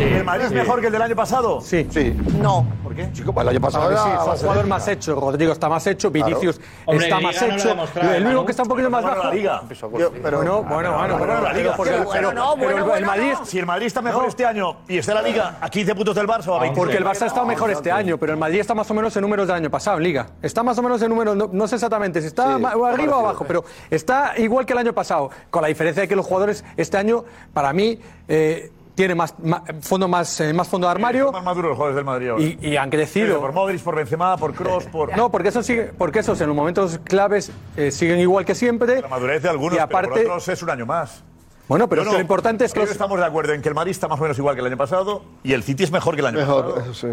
¿El Madrid es Sí. mejor que el del año pasado? Sí. Sí. No. ¿Por qué? Chico, pues el año pasado Ahora que sí, está fue un jugador más hecho. Rodrigo está más hecho, Claro. Vinicius Hombre, está Liga más no lo ha hecho. demostrado, el único Manu. que está un poquito más Bueno, bajo. la Liga. Yo- pero- bueno, bueno, bueno, Bueno, bueno, la Liga, porque- pero- pero- pero- pero el- pero el Madrid es- Si el Madrid está mejor este año y está en la Liga a 15 puntos del Barça o a 20. Ah, Porque el Barça ha estado mejor este año, pero el Madrid está más o menos en números del año pasado en Liga. Está más o menos en números, no, no sé exactamente si está ma- o arriba o abajo, pero está igual que el año pasado, con la diferencia de que los jugadores este año, para mí, eh, tiene más, ma- fondo más, eh, más fondo de armario. Son más maduros los jugadores del Madrid ahora. Y- y han crecido. Eh, Por Modric, por Benzema, por Kroos, por... No, porque eso sigue, porque esos en los momentos claves eh, siguen igual que siempre. La madurez de algunos, y pero aparte, por otros es un año más. bueno, Yo pero es que no. lo importante es que Yo los- estamos de acuerdo en que el Madrid está más o menos igual que el año pasado y el City es mejor que el año pasado. eso sí.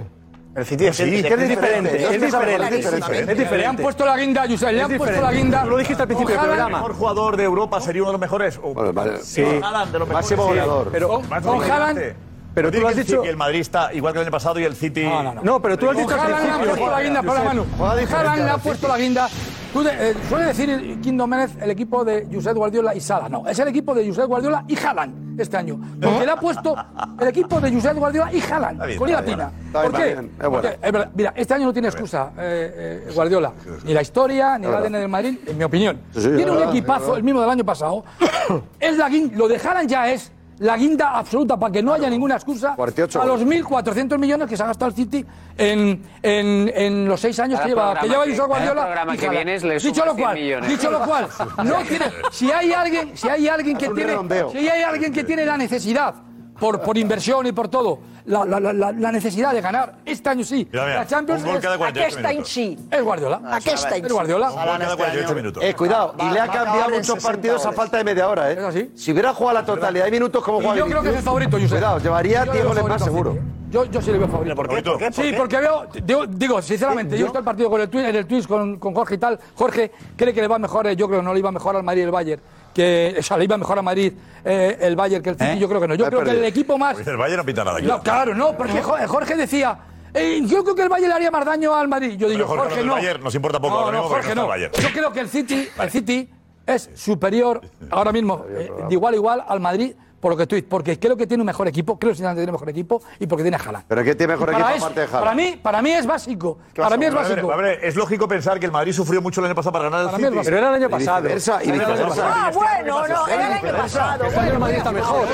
El City Sí, que es diferente, es diferente, es diferente. Le han puesto la guinda, Josep, Pues le Es han puesto la diferente. guinda. Tú lo dijiste al principio del Ojalá- El mejor jugador de Europa sería uno de los mejores. O- Sí. Haaland, de los mejores. Máximo Sí, goleador. Pero, Con- con Haaland- pero tú Decir lo has que el- dicho- que el Madrid está igual que el año pasado y el City. No, pero tú lo has dicho al Ojalá le ha principio. puesto la guinda para Josep, Manu. juega Ojalá diferente le ha ahora, puesto la guinda. Tú de- eh, suele decir Quinto Méndez el equipo de Josep Guardiola y Sala. No, es el equipo de Josep Guardiola y Haaland este año. Porque le ha puesto el equipo de Josep Guardiola y Está Haaland. bien, Con la está bien, pina. está bien, ¿Por qué? está bien, es Porque, bueno. es verdad, Mira, este año no tiene excusa eh, eh, Guardiola. Ni la historia, ni el Es verdad. ADN del Madrid, en mi opinión. Sí, sí, es Tiene un verdad, es equipazo, verdad. el mismo del año pasado. es la guin- Lo de Haaland ya es la guinda absoluta para que no haya ninguna excusa 48 a los 1.400 millones que se ha gastado el City en, en, en los seis años Cada que lleva, que programa lleva que- Josep Guardiola. cada programa y que Haaland. vienes le dicho sumas lo 100 cual, millones. dicho lo cual, no tiene- si hay alguien, si hay alguien que Un tiene, redondeo. si hay alguien que tiene la necesidad por, por inversión y por todo, la, la, la, la- la necesidad de ganar este año sí, Mira, mira, la Champions un gol es- cada 48 aquesta minutos. sí. Ah, Es Guardiola. aquesta en Es Guardiola. cada este 48 minutos. Eh, cuidado, y le ha cambiado muchos partidos a falta de media hora, ¿eh? Si hubiera jugado la totalidad de minutos como Y juega yo creo que es el Vinicius, favorito, Josep. Cuidado, llevaría Yo 10 veo goles más favorito seguro. Yo, yo sí le veo favorito. ¿Por qué? ¿Por qué? Sí, porque veo, digo, digo, sinceramente, yo estoy el partido con el Twin, en el Twins con, con Jorge y tal. Jorge cree que le va mejor, eh, yo creo que no le iba mejor al Madrid el Bayern. Que, o sea, le iba mejor a Madrid eh, el Bayern que el City, yo creo que no. Yo Me he creo que el perdido. equipo más... El Bayern no pinta nada aquí. No, claro, no, porque Jo- Jorge decía, "Eh, yo creo que el Bayern le haría más daño al Madrid. Yo digo, Pero Jorge, Jorge, no, no. del Bayern nos importa poco No, ahora no, mismo porque Jorge, no no. está el Bayern. Yo creo que el City, el City es superior ahora mismo, eh, de igual a igual, al Madrid por lo que tú dices, porque creo que tiene un mejor equipo, creo sinceramente que tiene mejor equipo y porque tiene Jala. ¿Pero qué tiene mejor equipo aparte de Haaland? Para mí, para mí es básico. Para mí es A ver, básico. a ver, es lógico pensar que el Madrid sufrió mucho el año pasado para ganar Para mí el City. es básico. Pero era el año Y pasado. viceversa, y Era el año viceversa. pasado. Ah, bueno, no, era el año Viceversa. pasado. Este año el Madrid está mejor.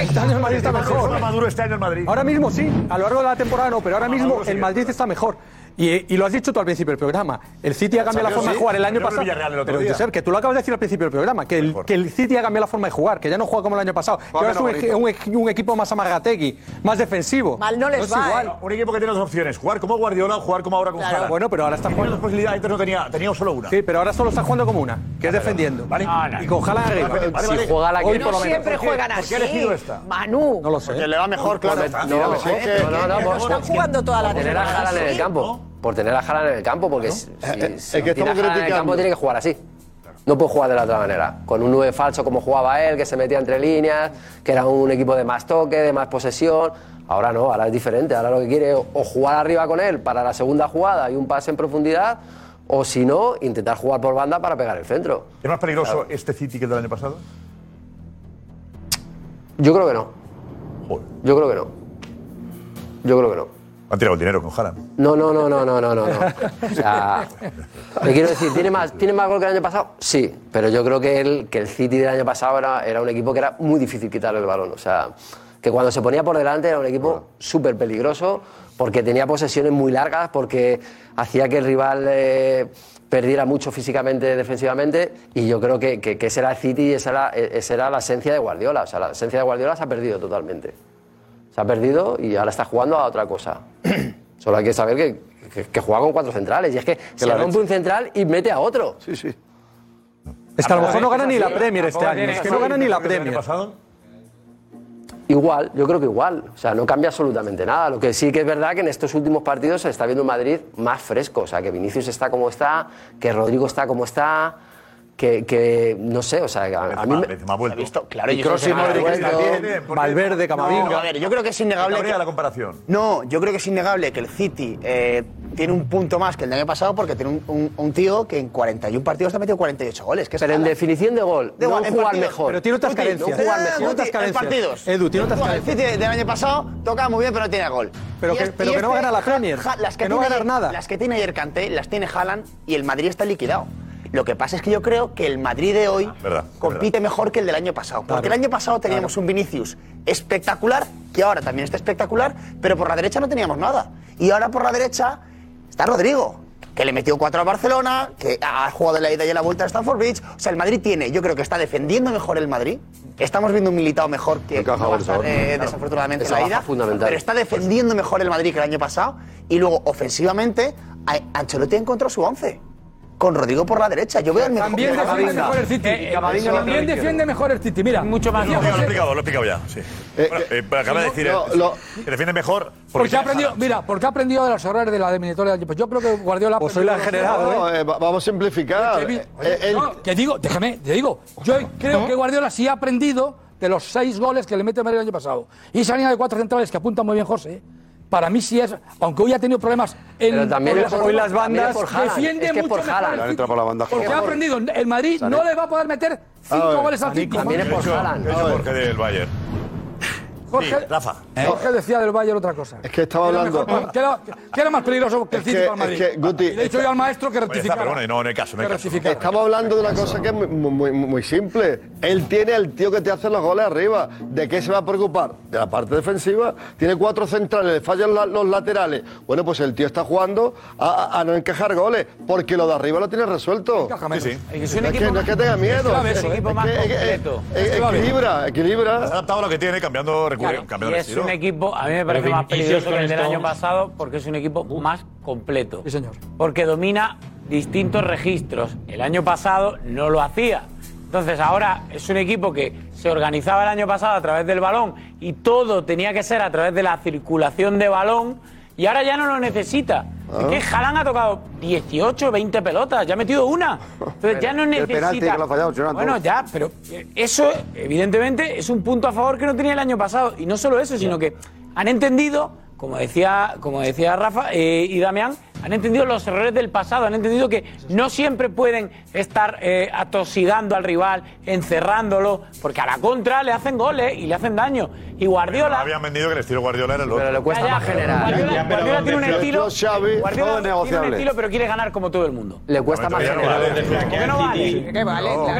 Este año el Madrid está mejor. Solo Maduro este año el Madrid. Ahora mismo sí, a lo largo de la temporada no, pero ahora mismo Maduro sí el que- Madrid está mejor. Y, y lo has dicho tú al principio del programa. El City ha cambiado Champions, la forma de sí. jugar el año Perdió con el pasado. Villarreal el otro Pero, día. Josep, que tú lo acabas de decir al principio del programa, que el, que el City ha cambiado la forma de jugar, que ya no juega como el año pasado, que ahora es un, menos bonito. un equi- un equipo más amargategui, más defensivo. es igual. Un equipo que tiene dos opciones, jugar como Guardiola o jugar como ahora con Jala. Bueno, pero ahora está jugando. dos posibilidades, antes no tenía, tenía solo una. Sí, pero ahora solo está jugando como una, que es defendiendo. Y con Haaland arriba. Vale, vale, vale. Hoy Hoy por lo menos. siempre ¿Por qué? juegan ¿Por así. qué ha elegido esta? Manu. No lo sé. le va mejor, claro. No, es que- no, no, no, por- Están jugando toda la Por tener a Haaland en el campo. Por tener a Haaland en el campo, porque si, si- si Eh, que no tiene a estamos Haaland en el criticando. campo tiene que jugar así. No puede jugar de la otra manera. Con un 9 falso como jugaba él, que se metía entre líneas, que era un equipo de más toque, de más posesión. Ahora no, ahora es diferente. Ahora lo que quiere es o jugar arriba con él para la segunda jugada y un pase en profundidad, o si no, intentar jugar por banda para pegar el centro. ¿Es más peligroso este City que el del año pasado? Yo creo que no. Yo creo que no. Yo creo que no. Han tirado el dinero con Haaland. No, no, no, no, no, no, no. no. O sea, te quiero decir, ¿tiene más, ¿tiene más gol que el año pasado? Sí, pero yo creo que el, que el City del año pasado era, era un equipo que era muy difícil quitarle el balón. O sea, que cuando se ponía por delante era un equipo súper peligroso porque tenía posesiones muy largas, porque hacía que el rival eh, perdiera mucho físicamente, defensivamente, y yo creo que, que, que ese era el City y esa era, esa era la esencia de Guardiola. O sea, la esencia de Guardiola se ha perdido totalmente. Se ha perdido y ahora está jugando a otra cosa. Solo hay que saber que, que- que juega con cuatro centrales. Y es que, se la rompe un central y mete a otro. Sí, sí. Es Ah, que a lo mejor no gana ni la Premier este año. Es que no gana ni la Premier. Igual, yo creo que igual. O sea, no cambia absolutamente nada. Lo que sí que es verdad que en estos últimos partidos se está viendo un Madrid más fresco. O sea, que Vinicius está como está, que Rodrigo está como está, que, que no sé, o sea, que a, a mí... me- Claro, Y yo Kroos y Modric también, ¿eh? Porque- Valverde, Camavinga. a ver, yo creo que es innegable. Me cabrea que- la comparación. No, yo creo que es innegable que el City eh, tiene un punto más que el del año pasado porque tiene un, un- un tío que en 41 partidos te ha metido 48 goles. Que es Pero en Haaland. definición de gol, Da no igual, en jugar partidos. mejor. Pero tiene otras Guti, carencias. No jugar Eh, mejor. Guti, en partidos. Edu, tiene otras Bueno, carencias. El City del año pasado tocaba muy bien, pero no tenía gol. Pero Y que- este- pero y que no va a este, ganar la Ja- Premier, Ja- las que no va a tiene ganar ayer- nada. Las que tiene ayer Kanté, las tiene Haaland y el Madrid está liquidado. Lo que pasa es que yo creo que el Madrid de hoy Ah, Verdad. compite mejor que el del año pasado. Porque el año pasado teníamos un Vinicius espectacular, que ahora también está espectacular, pero por la derecha no teníamos nada. Y ahora por la derecha está Rodrigo, que le metió cuatro al Barcelona, que ha jugado la ida y la vuelta a Stanford Bridge. O sea, el Madrid tiene, yo creo que está defendiendo mejor el Madrid. Estamos viendo un militado mejor que Encaja no va a Barça, estar, ¿no? eh, Claro. desafortunadamente en Esa la baja ida. fundamental. Pero está defendiendo mejor el Madrid que el año pasado. Y luego, ofensivamente, a- Ancelotti encontró su once. Con Rodrigo por la derecha. Yo veo el mejor. Eh, También defiende mejor el City. También defiende mejor el City. Mira, mucho Lo he explicado, lo he explicado, lo he explicado ya. Sí. Bueno, eh, pero acaba de no, decir no, eh, que defiende mejor porque, Porque ha tiene aprendido, Haaland. mira, porque ha aprendido de los errores de la eliminatoria del año. Pues yo creo que Guardiola. Pues No, eh, va- vamos a simplificar. Eh, él- que digo, déjame, te digo, yo creo que Guardiola sí ha aprendido de los seis goles que le mete Madrid el año pasado. Y esa línea de cuatro centrales que apunta muy bien José, para mí sí es, aunque hoy ha tenido problemas en Pero también con es por- también es por Haaland, defiende es que es mucho por mejor Haaland. el Han City, entrado por la banda porque Haaland. ha aprendido, el Madrid Sané. no le va a poder meter cinco goles al City. También es por Eso- Haaland. Eso porque del Bayern. Jorge- Sí, Rafa. Jorge decía del Bayern otra cosa. Es que estaba hablando- que, era, que era más peligroso que el Es City que- para el Madrid. es que, Guti, Y le he dicho yo al maestro que Oye, está, rectificara. pero bueno, no, no hay caso, no hay caso. Estamos hablando de una cosa que es muy, muy- muy simple. Él tiene al tío que te hace los goles arriba. ¿De qué se va a preocupar? De la parte defensiva. Tiene cuatro centrales, le fallan la- los laterales. Bueno, pues el tío está jugando a, a- a no encajar goles, porque lo de arriba lo tiene resuelto. Sí, sí. Es que- no es que tenga miedo. es que- es que- es- Equilibra, equilibra. Has adaptado lo que tiene, cambiando recursos, cambiando Y el es estilo. un equipo, a mí me parece Pero más Vinicius peligroso con que el del Stones. año pasado porque es un equipo más completo. Porque domina distintos registros. El año pasado no lo hacía. Entonces ahora es un equipo que se organizaba el año pasado a través del balón y todo tenía que ser a través de la circulación de balón y ahora ya no lo necesita. Es que Haaland ha tocado 18, 20 pelotas, ya ha metido una. Entonces ya no El necesita. penalti que lo ha fallado, Jonathan. Bueno, ya, pero eh, eso, evidentemente, es un punto a favor que no tenía el año pasado. Y no solo eso, sino que han entendido como decía, como decía Rafa eh, y Damián, han entendido los errores del pasado, han entendido que no siempre pueden estar eh, atosigando al rival, encerrándolo, porque a la contra le hacen goles y le hacen daño. Y Pero Guardiola habían vendido que el estilo Guardiola era el otro. Pero le cuesta Ya, ya, más generar. Guardiola- Ya, pero Guardiola donde tiene un Flo- estilo- Xavi, Guardiola tiene un estilo, pero quiere ganar como todo el mundo. Le cuesta más generar. ¿Por qué no vale? ¿Por qué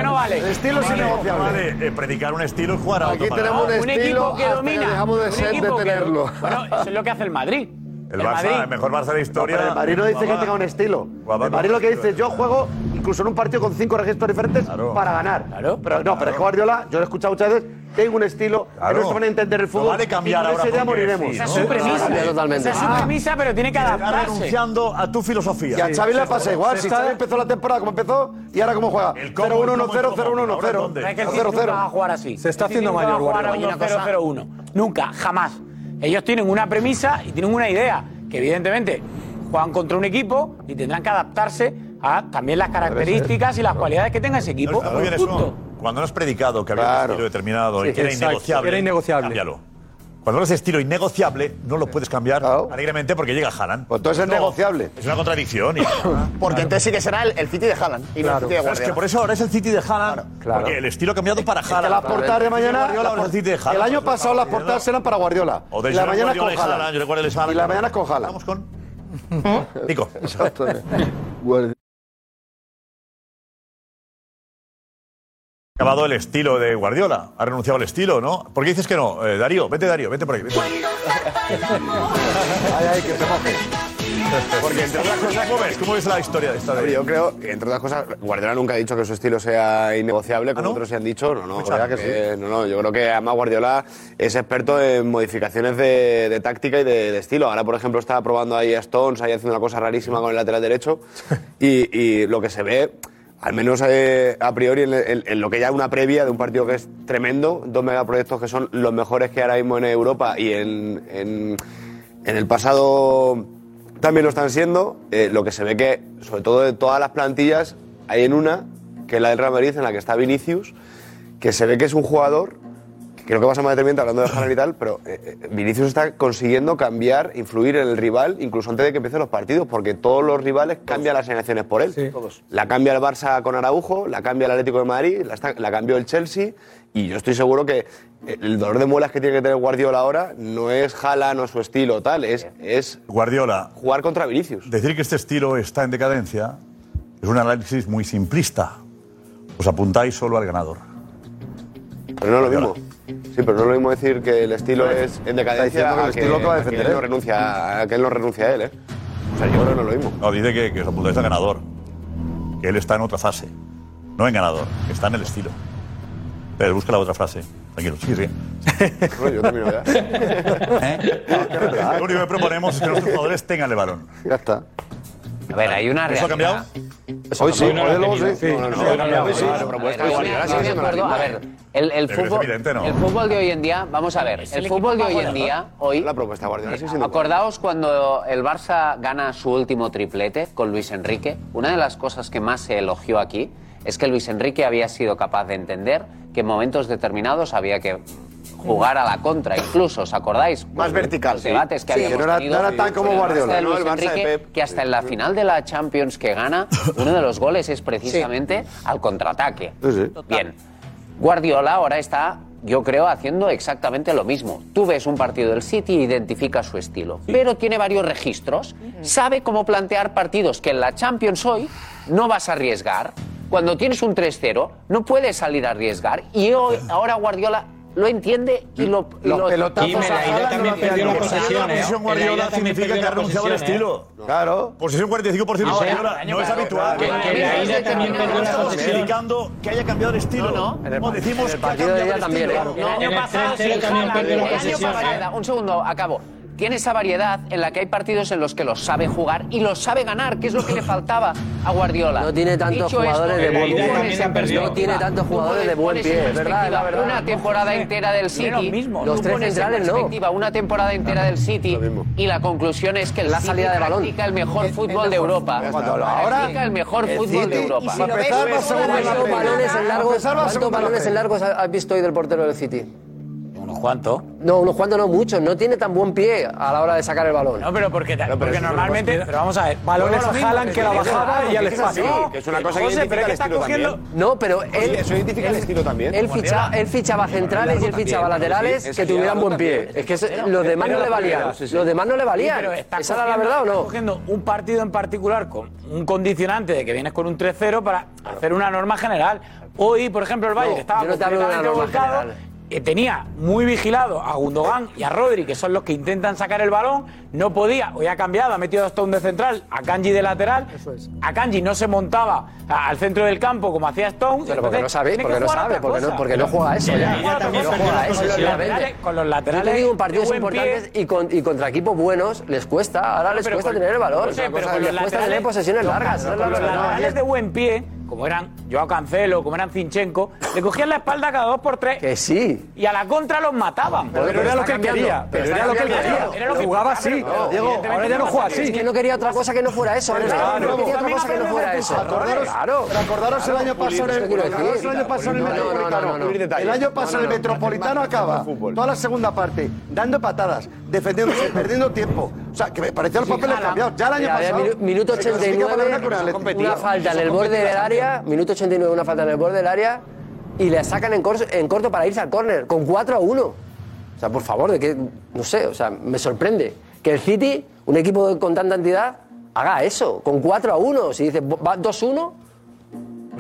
no vale? Vale, Vale, eh, predicar un estilo y jugar a otro. Aquí para tenemos un nada. estilo que hasta que domina, dejamos de un ser de equipo que- tenerlo. Bueno, eso es lo que hace el Madrid. El Barça, Madrid. el mejor Barça de la historia. Pero el Madrid no dice que Guapa. tenga un estilo. Guapa, el Madrid lo que guapa. dice, yo juego incluso en un partido con cinco registros diferentes para ganar. Pero no, pero es que Guardiola, yo lo he escuchado muchas veces, tengo un estilo, es Claro. nuestra manera de entender el No fútbol. vale cambiar y con ahora ese día porque moriremos. sí, Esa es su ¿no? premisa. Ah, cambia totalmente. Esa es su premisa, pero tiene que Está adaptarse. renunciando a tu filosofía. Y a Xavi le pasa igual, Se si está- Xavi empezó la temporada como empezó y ahora cómo juega. 0-1, 0-0, 0-1, 0-0. Es que el City nunca va a jugar así. Se está El City haciendo nunca mayor, va a jugar a Guardiola. un 0-0-1. Nunca, jamás. Ellos tienen una premisa y tienen una idea, que evidentemente juegan contra un equipo y tendrán que adaptarse a también las características y las cualidades que tenga ese equipo. Está muy bien eso. Punto. Cuando no has predicado que había un estilo determinado y Sí, que era exacto, innegociable, que era innegociable. cámbialo. Cuando eres estilo innegociable, no lo puedes cambiar alegremente porque llega Haaland. Pues entonces es negociable. Es una contradicción. Y... Porque entonces sí que será el, el City de Haaland y no el City de Claro, es Guardiola. que por eso ahora es el City de Haaland. Claro. Porque el estilo ha cambiado para Es que Haaland. las portadas de mañana. Guardiola las ahora es el City de por- el Haaland. año pasado las portadas eran para Guardiola. O de y la Gerard mañana es Guardiola con y Haaland. Haaland, yo recuerdo el Haaland. Y la mañana es con Haaland. Vamos con. Nico. Exacto. Guardi- Ha acabado el estilo de Guardiola. Ha renunciado al estilo, ¿no? ¿Por qué dices que no? Eh, Darío, vete, Darío, vete por ahí. vete. Ay, ay, que se moje. Porque entre otras cosas, ¿cómo ves? ¿Cómo ves la historia de esta Hombre, Yo creo, entre otras cosas, Guardiola nunca ha dicho que su estilo sea innegociable, como otros se han dicho. Ah, No, no, Escucha, creo que que- no, no, yo creo que además Guardiola es experto en modificaciones de, de táctica y de, de estilo. Ahora, por ejemplo, está probando ahí a Stones, ahí haciendo una cosa rarísima con el lateral derecho. Y, y lo que se ve, al menos eh, a priori, en, en- en lo que ya una previa de un partido que es tremendo, dos megaproyectos que son los mejores que ahora mismo en Europa y en- en, en el pasado también lo están siendo. eh, lo que se ve que, sobre todo de todas las plantillas, hay en una, que es la del Real Madrid, en la que está Vinicius, que se ve que es un jugador, que creo que va a ser más determinante hablando de Haaland y tal, pero eh, eh, Vinicius está consiguiendo cambiar, influir en el rival, incluso antes de que empiecen los partidos, porque todos los rivales cambian las alineaciones por él. Todos. La cambia el Barça con Araujo, la cambia el Atlético de Madrid, la, está- la cambió el Chelsea, y yo estoy seguro que eh, el dolor de muelas que tiene que tener Guardiola ahora no es Haaland o su estilo tal, es, es Guardiola. jugar contra Vinicius. Decir que este estilo está en decadencia es un análisis muy simplista. Os apuntáis solo al ganador. Pero no es lo mismo. Sí, pero no es lo mismo decir que el estilo es en decadencia diciendo que el a que, estilo que va a a que defender ¿eh? él no él. renuncia, a que él no renuncia a él, ¿eh? O sea, yo creo que no es lo mismo. No, dice que, que os apuntáis al ganador. Que él está en otra fase. No en ganador, está en el estilo. Pero busca la otra frase. Tranquilo, sí, sí. yo termino ya. Lo único que proponemos es que nuestros jugadores tengan el balón. Ya está. A ver, hay una ¿Eso ha realidad. cambiado? Hoy no sí, lo hoy ha luego tenido. sí. No, no, no, Eso ha hoy cambiado. sí. Claro, Propuesta pero igual, sí, gracias, sí, de sí, me acuerdo. lo A ver, entiendo. el, el Pero es fútbol, evidente, ¿no? el fútbol de hoy en día, vamos a ver, el, el fútbol de equipo hoy más en goleador. día, hoy, La propuesta de Guardiola, sí, sin duda. acordaos cuando el Barça gana su último triplete con Luis Enrique, una de las cosas que más se elogió aquí es que Luis Enrique había sido capaz de entender que en momentos determinados había que jugar a la contra, incluso, ¿os acordáis? Más vertical. Los debates que Sí, habíamos no era- tenido no era tan con como el Barça Guardiola, de ¿no? Luis El Barça de Enrique, Pep. que hasta en la final de la Champions que gana, uno de los goles es precisamente al contraataque. Bien. Guardiola ahora está, yo creo, haciendo exactamente lo mismo. Tú ves un partido del City e identificas su estilo, pero tiene varios registros. Sabe cómo plantear partidos que en la Champions hoy no vas a arriesgar. Cuando tienes un 3-0, no puedes salir a arriesgar. Y hoy- ahora Guardiola lo entiende y lo... y lo- pelotazos Y Melaída a también Haaland no perdió la Porque posesión, la ¿eh? posesión Melaída Guardiola también significa que perdió ha la renunciado al posesión, estilo. ¿eh? Claro. Posesión 45% de Ahora, Guardiola. el año No es pasado, habitual. que- que Melaída Estamos también perdió la posesión. criticando que haya cambiado el estilo. No, no. decimos que ha partido de cambiado ella el también, estilo. ¿eh? El año pasado sí, Haaland, el año pasado- Un segundo, acabo. Tiene esa variedad en la que hay partidos en los que los sabe jugar y los sabe ganar, que es lo que le faltaba a Guardiola. No tiene tantos Dicho jugadores esto, de buen tú pie. pones en No perspectiva- tiene tantos tú jugadores de buen pones en pie, es verdad, es la perspectiva Una verdad. temporada entera del Sí, City. lo mismo. tú Los tres pones en centrales no. perspectiva Una temporada entera del City y la conclusión es que el La City salida de balón. practica el mejor fútbol de mejor Europa. fútbol. Cuando habla ahora, Practica el mejor el fútbol de City, Europa. y si lo ves, Para empezar, va segundo en la Cuántos ¿Cuántos balones en largos, largos- ¿cuántos balones en largos has visto hoy del portero del City? Unos cuantos. No, unos cuantos no muchos. No tiene tan buen pie a la hora de sacar el balón. No, pero porque, porque normalmente. Pero vamos a ver. Balones vuelvo a lo mismo, jalan que la es bajada verdad, y al que es así, espacio. que es una cosa que José, identifica pero el que está estilo también. cogiendo. No, pero Oye, él. eso identifica el estilo también. Él, ficha- él fichaba centrales y él También, fichaba laterales sí, eso que ya tuvieran lo buen también. pie. Es que ese- Pero- los demás pero no le la prioridad, valían. sí, sí. Los demás no le Sí, valían. pero está ¿Esa era la cogiendo- verdad o está no? cogiendo un partido en particular con un condicionante de que vienes con un 3-0 para hacer una norma general. Hoy, por ejemplo, el Valle, No, que estaba yo no te hablo de una completamente norma volcado, general. eh, tenía muy vigilado a Gundogan y a Rodri, que son los que intentan sacar el balón, no podía, hoy ha cambiado, ha metido a Stone de central, a Kanji de lateral, a Kanji no se montaba a- al centro del campo como hacía Stone. Pero porque no sabe, sabéis, porque no sabe, porque no, porque no juega a eso ya. Porque no juega a Ah, eso, obviamente. Con los Yo laterales. te digo, en partidos de buen pie, importantes y, con- y contra equipos buenos les cuesta, ahora No, les pero cuesta con- tener el valor. no sé, pero Les con los cuesta tener laterales- posesiones no, largas. pero esa es con la los verdad. laterales de buen pie, como eran Joao Cancelo, como eran Zinchenko, le cogían la espalda cada dos por tres. Que sí. Y a la contra los mataban. Pero era lo que él quería, pero era lo que él quería. Era lo que Jugaba así. Es que no quería otra cosa que no fuera eso. Claro, ¿verdad? claro. No quería otra También cosa que no aprende fuera de eso. tus errores. Claro. Pero acordaros el año Pulir, pasado en el, eso quiero acordaros decir. el año pasado en el No, no, no, no, Metropolitano. no, no. El año pasado el Metropolitano acaba toda la segunda parte dando patadas, defendiéndose, perdiendo tiempo. O sea, que me parecían los Sí, papeles jala. cambiados. Ya el año Mira, a ver, pasado. minu- Minuto se clasifica para una con el 89, Atlético. una falta en el borde del área, minuto 89, una falta en el borde del área y le sacan en corto, en corto para irse al córner, con 4 a 1. O sea, por favor, de que, no sé, o sea, me sorprende que el City, un equipo con tanta entidad, haga eso, con 4 a 1. Si dices, va 2 1,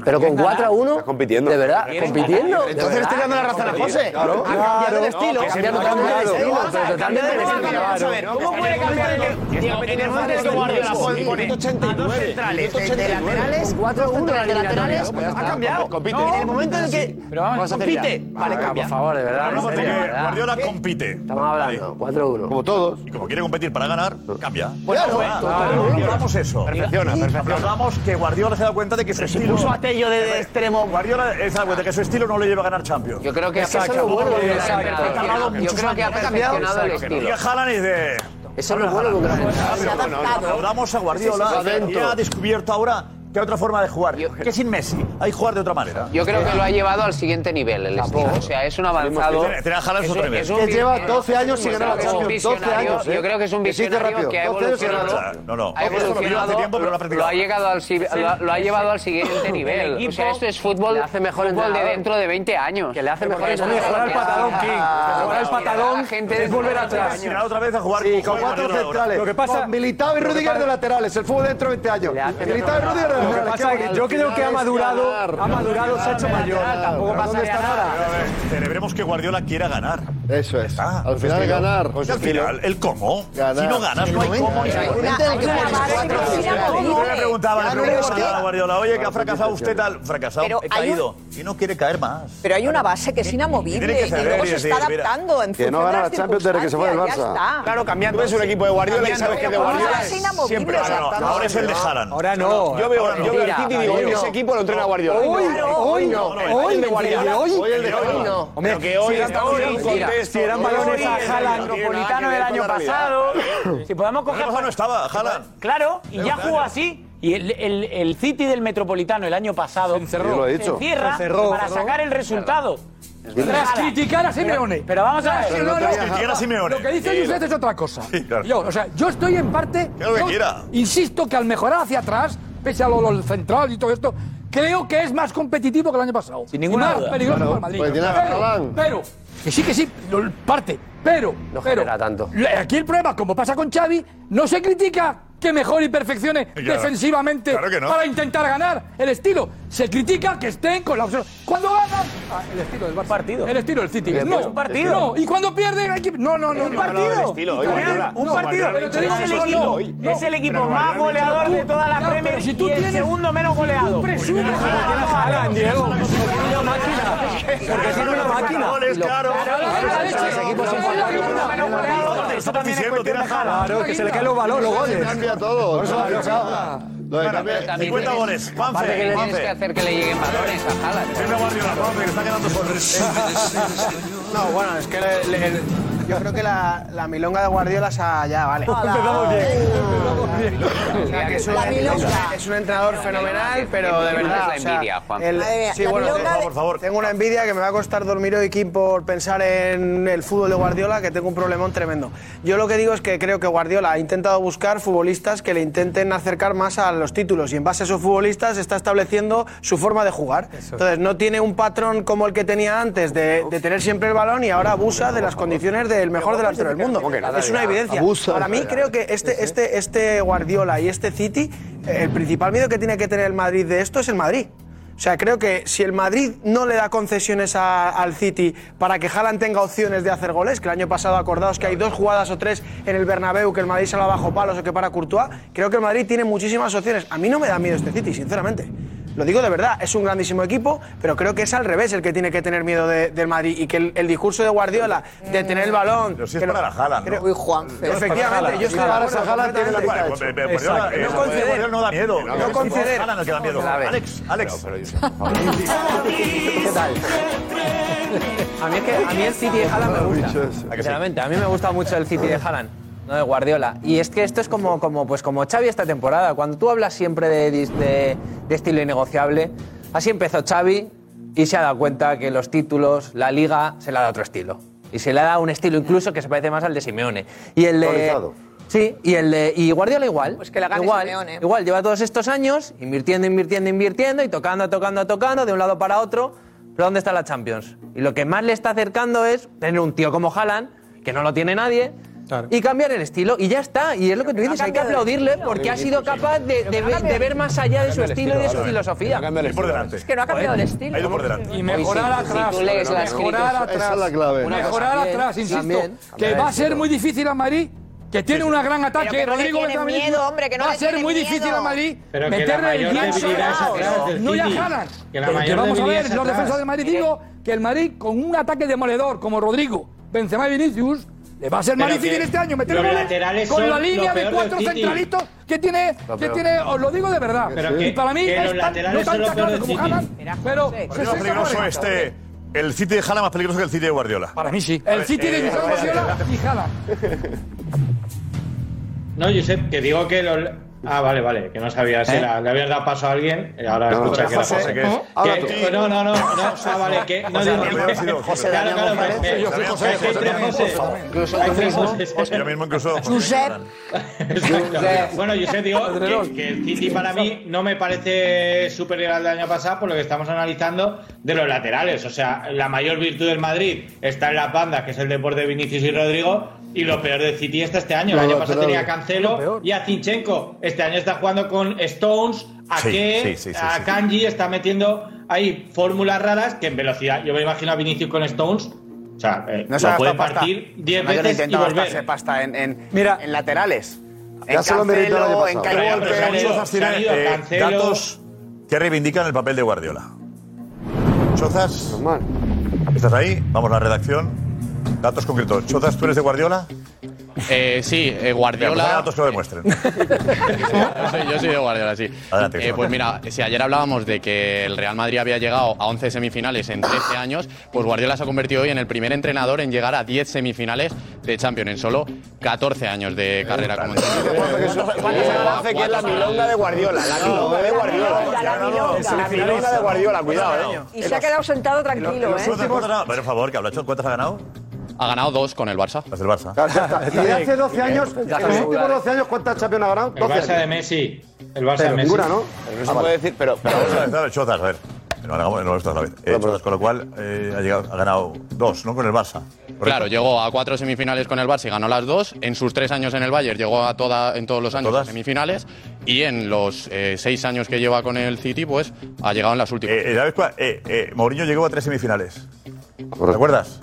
pero con 4 a 1, Estás compitiendo. de verdad, Quieres compitiendo. ganar. Entonces estoy dando la razón a José. Claro, Ha cambiado el No, estilo. que ha cambiado Claro. totalmente el estilo, Vamos a pero ver, totalmente el cambiar el estilo. estilo. Vamos a ver, ¿cómo puede cambiar el- Digo, en el momento que Guardiola pone- pone a dos centrales, de- de laterales, cuatro centrales de laterales, ha cambiado. No, en el momento en el que Pero vamos, compite, vale, Venga, cambia. Por favor, de verdad. en Hablamos de serio, de que verdad. Guardiola compite. Estamos hablando, 4-1. Como todos. Y como quiere competir para ganar, cambia. Bueno, Claro, bueno, claro, claro. hablamos eso. Perfecciona, Y perfecciona. Hablamos que Guardiola se da cuenta de que su estilo. puso a Tello de- de extremo. Guardiola se da cuenta de que su estilo no le lleva a ganar Champions. Yo creo que ha perfeccionado- Yo creo que ha perfeccionado el estilo. Y a Haaland y de. Ah, Eso es lo bueno de un gran Se ha adaptado. Hablamos Sí, a sí, Guardiola sí, sí. y ha descubierto ahora que hay otra forma de jugar. Que sin Messi hay jugar de otra manera. Yo creo que lo ha llevado al siguiente nivel el estilo. O sea, es un avanzado. Tiene- tiene a Haaland es otro nivel. un Que visionario. lleva 12 años sin Yo ganar la creo que es un Champions, 12 visionario. años, ¿eh? Yo creo que es un Que sí, que visionario rápido, que ha 12 años sin ganar. evolucionado. No, no. Ha Eso lo vio evolucionado, hace tiempo, pero lo ha practicado. ha llegado al si- lo ha- lo ha Sí. llevado al siguiente nivel. El O sea, equipo esto es fútbol, le hace mejor fútbol de entrenador. dentro de 20 años. Que le hace mejor entrenador. entrenador. Mejorar el patadón, Ah, King. Mejorar el la patadón gente es volver de- atrás. Será otra vez a jugar Sí, como con cuatro Guardiola ahora. centrales. Lo que pasa- Con Militao y lo que Rudiger pasa- de laterales. El fútbol dentro de 20 años. Militao y Rudiger de Lo que laterales. pasa es que yo creo que ha madurado, ha madurado, se ha hecho mayor. Tampoco pasa está Pero a ver, Celebremos que Guardiola quiera ganar. Ah, Eso es. Al Su final estilo. ganar. Y pues al final, el cómo. Si no ganas, El no hay momento, cómo. ni el se puede. momento en el que pones cuatro centrales. Yo le preguntaba, Ya le no le preguntaba queda. a Guardiola, oye, que ha fracasado usted tal. Fracasado, Pero he hay un- caído. Y no quiere caer más. Pero hay una base que es tiene inamovible que y que saber luego y se está decir, mira, adaptando en que función de no gana las la Champions desde que se fue del circunstancias, Barça. Ya está. Claro, cambiando es un equipo de Guardiola y sabes que es de Guardiola Es inamovible, siempre. o sea, No, no, está- ahora es el de Haaland. Ahora no. Yo veo, Ahora no. yo veo al Mira, City y digo, Darío. hoy ese equipo lo entrena Guardiola. Hoy, hoy no, hoy el de no, Guardiola. Hoy hoy, el de hoy no. Guardiola. Hombre, Pero que hoy si eran estamos en un balones- contexto. mira, si eran Hoy balones a el de Haaland, Guardiola. Metropolitano del año pasado. Si podemos coger. pasado no estaba, Haaland. Claro, y Pero ya claro. jugó así. Y el, el- el City del Metropolitano el año pasado se Yo lo he dicho. cierra Se cerró. para sacar el resultado. verdad. Tras criticar a Simeone. Pero, pero vamos a ver. Pero no, no, no. Criticar a Simeone. Lo que dice Sí, Josep no. es otra cosa. claro. yo, o sea, yo estoy en parte. Que lo que yo quiera. Insisto que al mejorar hacia atrás, pese a lo, lo central y todo esto, creo que es más competitivo que el año pasado. Sin ninguna más duda. peligroso Claro, para el Madrid. pues tiene a pero, Haaland. pero, que sí, que sí, lo- parte. Pero, No pero, genera tanto. le- aquí el problema, como pasa con Xavi, no se critica que mejore y perfeccione Claro. defensivamente Claro que no. para intentar ganar el estilo. Se critica que estén con la opción. Cuando ganan, ah, el estilo del Barça. Partido. El estilo del City. Es No, un partido. No, y cuando pierden hay que... No, no, no. Un partido. Y Italiano, Guardiola. Un partido. No, Guardiola Pero te digo no que el hizo equipo eso, no. es el equipo Pero más Guardiola no hizo goleador eso. de toda la Claro, Premier pero si tú y el tienes- segundo menos goleado. presumes- Pero Haaland, Haaland, Diego. Una máquina. Porque tiene una máquina. Goles, claro. Los equipos son goleadores. Menos goleador. Eso también es cuestión de Haaland. Claro, que se le caen los balones, los goles. Cambia todo. Bueno, cambia- pero también 50 tienes- goles. Juanfe, aparte que le tienes Juanfe. que hacer que le lleguen balones a Haaland. Siempre Guardiola, Juanfe, que está quedando sorprendido. No, bueno, es que le- le- yo creo que la, la milonga de Guardiola se ha ya, vale. Hola. Empezamos bien. O sea, que es, un, La milonga. es un entrenador fenomenal, pero de verdad. Es la envidia, Juan. Madre mía, sí, la bueno, milonga tengo, de- Por favor. tengo una envidia que me va a costar dormir hoy, Kim, por pensar en el fútbol de Guardiola, que tengo un problemón tremendo. Yo lo que digo es que creo que Guardiola ha intentado buscar futbolistas que le intenten acercar más a los títulos y en base a esos futbolistas está estableciendo su forma de jugar. Entonces, no tiene un patrón como el que tenía antes de, de tener siempre el balón y ahora abusa de las condiciones del mejor delantero del mundo. Es una evidencia. Abusa. Para mí, creo que este, este, este Guardiola y este City, eh, el principal miedo que tiene que tener el Madrid de esto es el Madrid. O sea, creo que si el Madrid no le da concesiones a- al City para que Haaland tenga opciones de hacer goles, que el año pasado acordaos que hay dos jugadas o tres en el Bernabéu que el Madrid salva bajo palos o que para Courtois, creo que el Madrid tiene muchísimas opciones. A mí no me da miedo este City, sinceramente. Lo digo de verdad, es un grandísimo equipo, pero creo que es al revés el que tiene que tener miedo de- del Madrid y que el, el discurso de Guardiola de tener el balón. Pero si es para Haaland, ¿no? Uy, Efectivamente, yo estoy de acuerdo completamente. No conceder. eh, No da miedo. No conceder. Haaland es el que da miedo. Alex, Alex. ¿Qué tal? A mí, es que, a mí el City de Haaland me gusta. Sinceramente, a mí me gusta mucho el City de Haaland, no de Guardiola. Y es que esto es como, como, pues como Xavi esta temporada. Cuando tú hablas siempre de, dis- de- de estilo innegociable, así empezó Xavi y se ha dado cuenta que los títulos, la liga, se le ha dado otro estilo. Y se le ha dado un estilo incluso que se parece más al de Simeone. Y el de, Actualizado. Sí, y el de- y Guardiola igual. Pues que la gane igual, Simeone. Igual, lleva todos estos años invirtiendo, invirtiendo, invirtiendo y tocando, tocando, tocando de un lado para otro. Pero ¿dónde está la Champions? Y lo que más le está acercando es tener un tío como Haaland, que no lo tiene nadie. Y cambiar el estilo, y ya está. Y es lo que tú dices, hay que aplaudirle porque ha sido capaz de, de ver- de ver más allá de su estilo y de su filosofía. Y por delante. Es que no ha cambiado el estilo. Ha ido por delante. Y mejorar atrás. mejorar atrás. Mejorar atrás, insisto. Que va a ser muy difícil a Madrid. Que tiene un gran ataque, Pero que no le Rodrigo tiene Bentancur, miedo, hombre, que no Va a le ser tiene muy miedo. difícil a Madrid Pero que la meterle el mayor lienzo. debilidad es atrás del no ya City. jalan. Que Que, la mayor vamos a debilidad ver, es los atrás. defensores de Madrid digo que el Madrid con un ataque demoledor como Rodrigo, Benzema y Vinicius, le va a ser más Pero que difícil este año meter los goles laterales con son la lo línea de peor cuatro del City. centralitos que tiene, Lo que peor. tiene, os lo digo de verdad. Pero y que- para mí que los es tan, no tan laterales son lo peor claro del como City. Haaland, pero ¿Por qué más 60 peligroso goles. este? El City de Haaland más peligroso que el City de Guardiola. Para mí sí. A El ver, City de eh, Gonzalo Guardiola y Haaland. No, Josep, que digo que los. Ah, vale, vale, que no sabía si ¿Eh? era- le habías dado paso a alguien. eh, Ahora No, no, escucha no, que era José, José. que- ¿eh? Ahora que- tú. que- no, no, no, no. José, Ah, vale, que. No, José, digo- Daniel González, sí, José. Claro, claro, Daniel González. eh, Yo soy hay José, tres José, José. José, por favor. Incluso Hay tú tres mismo. José. Yo mismo incluso. Josep. Exacto. Bueno, Josep, digo que, que el City para mí no me parece superior al del año pasado por lo que estamos analizando de los laterales. O sea, la mayor virtud del Madrid está en las bandas, que es el deporte de Vinicius y Rodrigo, y lo peor del City está este año. El Los año pasado tenía a laterales. Cancelo y a Zinchenko. Este año está jugando con Stones, a Sí, Ke, sí, sí, sí, a sí. Kanji, está metiendo ahí fórmulas raras que en velocidad. Yo me imagino a Vinicius con Stones. O sea, eh, No se lo ha pueden gastado pasta. partir 10 Mayor veces y intenta gastarse volver. pasta en, en, en laterales. Ya En se lo meritó el año Cancelo, en pasado. Pero Kai ya, Walker. pero se han ido, Muchos se han tienen, ido, eh, Cancelo. Datos que reivindican el papel de Guardiola. Chozas. Normal. ¿Estás ahí? Vamos a la redacción. Datos concretos. Chozas, ¿tú eres de Guardiola? Eh, sí, eh, Mira, pues hay Guardiola. datos que lo demuestren. Yo soy, yo soy de Guardiola, sí. Eh, pues mira, si ayer hablábamos de que el Real Madrid había llegado a 11 semifinales en 13 años, pues Guardiola se ha convertido hoy en el primer entrenador en llegar a 10 semifinales de Champions en solo 14 años Eh, de carrera como entrenador. Hace que es la milonga de Guardiola. La milonga de Guardiola. La milonga de Guardiola, cuidado, eh. Y se ha quedado sentado tranquilo, ¿eh? Ah, Por favor, que habla Chot, ¿cuántas ha ganado? Ha ganado dos con el Barça. Las del Barça. Y de hace 12 años, en los últimos 12 años, ¿cuántas Champions ha ganado? El 12 Barça de años. Messi. El Pero Barça de Messi. ninguna, ¿no? Ah, vale. puede decir, pero. vamos a ver, a ver, Chozas, a ver. No hagamos- no lo estás a la vez. Eh, Chozas, con lo cual eh, ha, llegado, ha ganado dos, ¿no? Con el Barça. Claro, llegó a cuatro semifinales con el Barça y ganó las dos. En sus tres años en el Bayern llegó a toda, en todos los años a semifinales. Y en los eh, seis años que lleva con el City, pues ha llegado en las últimas. Eh, ¿Sabes cuál? Eh, eh, Mourinho llegó a tres semifinales. ¿Te acuerdas?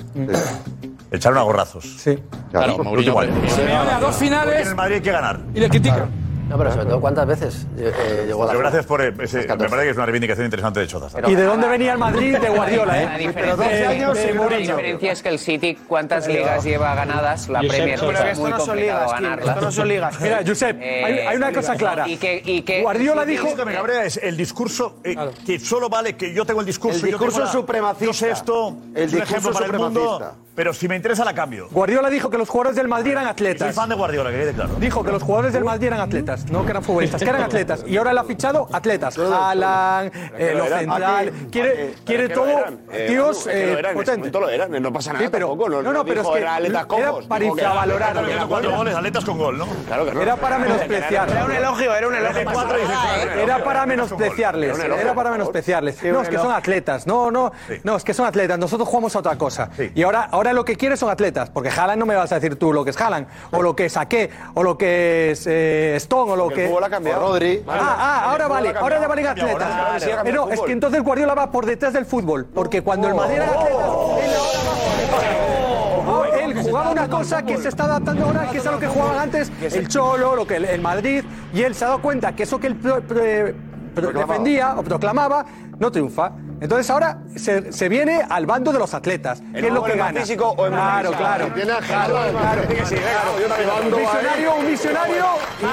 Echaron a gorrazos. Sí. Claro, Mourinho- Mourinho. Simeone a dos finales. En el Madrid hay que ganar. Y le critican. No, pero sobre todo, ¿cuántas veces eh, eh, llegó a la Pero final? gracias por eh, ese. Me parece que es una reivindicación interesante de Chozas. Pero- ¿Y de dónde venía el Madrid de Guardiola, eh? La diferencia, la diferencia es que el City, ¿cuántas Pero- ligas lleva ganadas? La Josep, Premier pero que es esto muy no son complicado ligas, Kim, ganarlas. esto no son ligas. Mira, Josep, hay- hay una cosa clara. Y que, y que Guardiola dijo que me cabrea es el discurso eh, que solo vale que yo tengo el discurso El y yo tengo discurso la- supremacista. yo sé esto El es un discurso ejemplo para el mundo supremacista. pero si me interesa la cambio Guardiola dijo que los jugadores del Madrid eran soy atletas. fan de Guardiola que quede claro Dijo que los jugadores del Madrid eran atletas, no que eran futbolistas, que eran atletas. Y ahora le ha fichado atletas. Alan, que lo lo eran. central, Aquí- quiere, aquí- quiere es que lo todo, eran. Eh, Manu, tíos es que lo eh, eran, en ese potentes. momento lo eran, no pasa nada Sí, pero, tampoco, no- no, no, no pero dijo, es que era atletas era cojos, para dijo que era infravalorar. atletas, lo que cuatro era. goles atletas con gol no Claro que no. Era para menospreciar. Era un elogio, era un elogio. Era para menospreciarles. Era un elogio, Era para por favor. menospreciarles. Sí, No, un es que elogio. son atletas. No, no, no, es que son atletas. Nosotros jugamos a otra cosa. Y ahora, ahora lo que quieres son atletas. Porque Jalan no me vas a decir tú lo que es Jalan, o lo que es Saqué, o lo que es eh, Stone, o lo El que. fútbol ha cambiado. O Rodri. Ah, ah, El ahora fútbol vale. ha cambiado. Ahora ya valen Ha cambiado, atletas. ahora sí, ha cambiado el Pero es fútbol. que entonces Guardiola va por detrás del fútbol. Porque cuando el Madrid era atleta, él jugaba una cosa que se está adaptando ahora, que es a lo que jugaban antes el Cholo, lo que el, el Madrid, y él se ha dado cuenta que eso que él pro- pre- pro- defendía o proclamaba no triunfa. Entonces ahora se, se viene al bando de los atletas, que es lo fútbol que es más gana. físico o es más claro, mental? claro. Tiene a claro, Gerard, claro. tiene que ser Gerard, yo también Un mando a él. visionario, un visionario, y-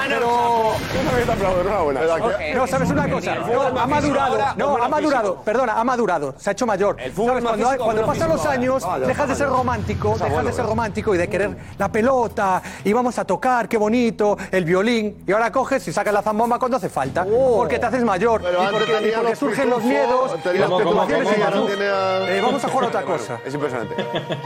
pero no, ¿sabes una cosa? No, ha madurado. No, ha madurado. Perdona, ha madurado. Se ha hecho mayor. ¿Sabes? más Cuando, físico, cuando menos pasan los físico. años, Vale, dejas de vale. ser romántico, Es dejas abuelo, de ser ya. romántico y de querer la pelota, y vamos a tocar, qué bonito, el violín. Y ahora coges y sacas la zambomba cuando hace falta. Porque te haces mayor. Pero y antes porque, y tenía porque los surgen los pitufos, miedos y tenía las los pitufos, preocupaciones. y ahora ya no. tiene a- Eh, Vamos a jugar a otra cosa. Es impresionante.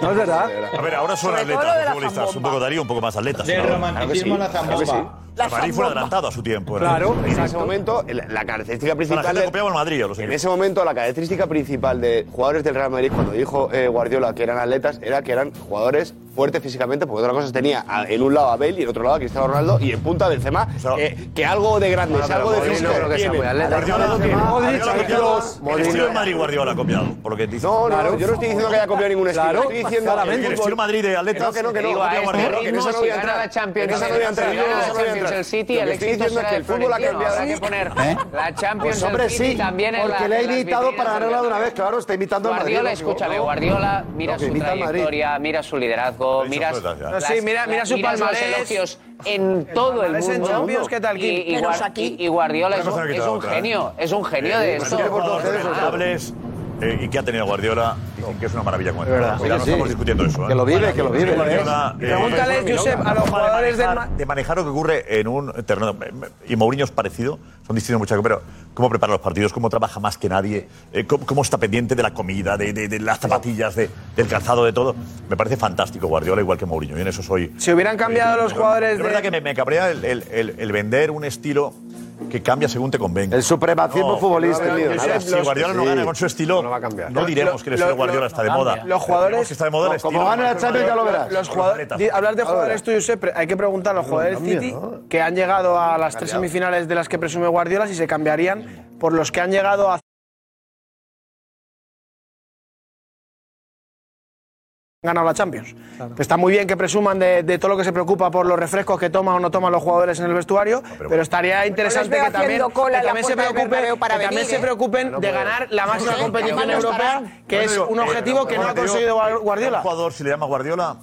No es verdad. a ver ahora son Sobre todo atletas lo los de la futbolistas un zambomba. poco Darío un poco más atletas Del ¿no? romanticismo Claro que a la sí, claro zambomba. que sí. La El Madrid fue zambomba. adelantado a su tiempo ¿no? En ese momento, la, la característica principal. gente del- copiaba al Madrid, a los en ese momento, la característica principal de jugadores del Real Madrid, cuando dijo eh, Guardiola que eran atletas, era que eran jugadores fuertes físicamente, porque otra cosa es tenía a- en un lado a Bale y en otro lado a Cristiano Ronaldo y en punta a Benzema, que, que algo de grandes, Bueno, pero algo de Modric no físico. creo que sea tienen. muy atleta. Guardiola no tiene. Modric, Guardiola ha copiado- Kroos, El Modric. estilo de Madrid Guardiola ha copiado por lo que dice No, no, yo no estoy diciendo que haya copiado ningún estilo. Claro, estoy diciendo claramente. El estilo Madrid de atletas. Que no, que no, que Digo, no. a copia eh, este Guardiola, que en ritmo, esa no si voy a gana entrar. la Champions, en esa no voy a entrar. Si gana la en esa no voy a Champions entrar. el City, Lo que el estoy éxito diciendo es será que del el fútbol ha florentino. cambiado. Habrá que poner la Champions Pues hombre, del City sí, también en porque la- le en he las imitado vitrinas para del ganar una Bernabéu. vez, claro, está imitando al Madrid. Guardiola, lógico, escúchale, ¿no? Guardiola, mira No, que su imita al Madrid. trayectoria, mira su liderazgo, Lo he dicho mira, todas ya. las- No, sí, mira- mira su mira los palmarés. elogios en todo el palmarés en mundo. Champions, ¿qué tal, Kim? Y, y Menos Guar- aquí. y- y Guardiola Una es cosa un, que es queda un otra, ¿eh? genio, es un genio Eh, de esto. cualquier jugador de rentables, eh, y que ha tenido Guardiola, dicen que es una maravilla como Es verdad. Mira, no Sí, sí. estamos discutiendo eso. ¿eh? Que lo vive, que lo vive. Guardiola, eh, Pregúntale, Josep, a los jugadores del Ma- de manejar lo que ocurre en un terreno. Y Mourinho es parecido, son distintos muchachos, pero cómo prepara los partidos, cómo trabaja más que nadie, eh, cómo, cómo está pendiente de la comida, de, de- de las zapatillas, de- del calzado, de todo. Me parece fantástico Guardiola, igual que Mourinho, y en eso soy. Eh, Si hubieran cambiado los jugadores Es de- verdad que me, me cabrea el, el- el- el vender un estilo que cambia según te convenga. El supremacismo futbolista, tío. Nada. Si Guardiola no Sí. gana con su estilo, no, Lo- diremos que el lo- estilo lo- Guardiola está de cambia. moda. Los jugadores. Diremos que está de moda el No, estilo. Como van a la Champions, ya lo verás. Los Los jugadores, atletas. di- hablar de Ahora. jugadores tuyos, siempre hay que preguntar a los jugadores cambia, City que han llegado a las tres Cambiado. semifinales de las que presume Guardiola si se cambiarían por los que han llegado a. han ganado la Champions. Que Está muy bien que presuman de, de todo lo que se preocupa por los refrescos que toman o no toman los jugadores en el vestuario, pero, estaría interesante veo que también, haciendo cola que en la también se puerta del preocupe- Bernabéu para que también venir, se ¿eh? preocupen No de puede. ganar la máxima Sí, competición además no europea, estarán. que es un objetivo que no ha conseguido Guardiola. eh, Un jugador, si le llama Guardiola,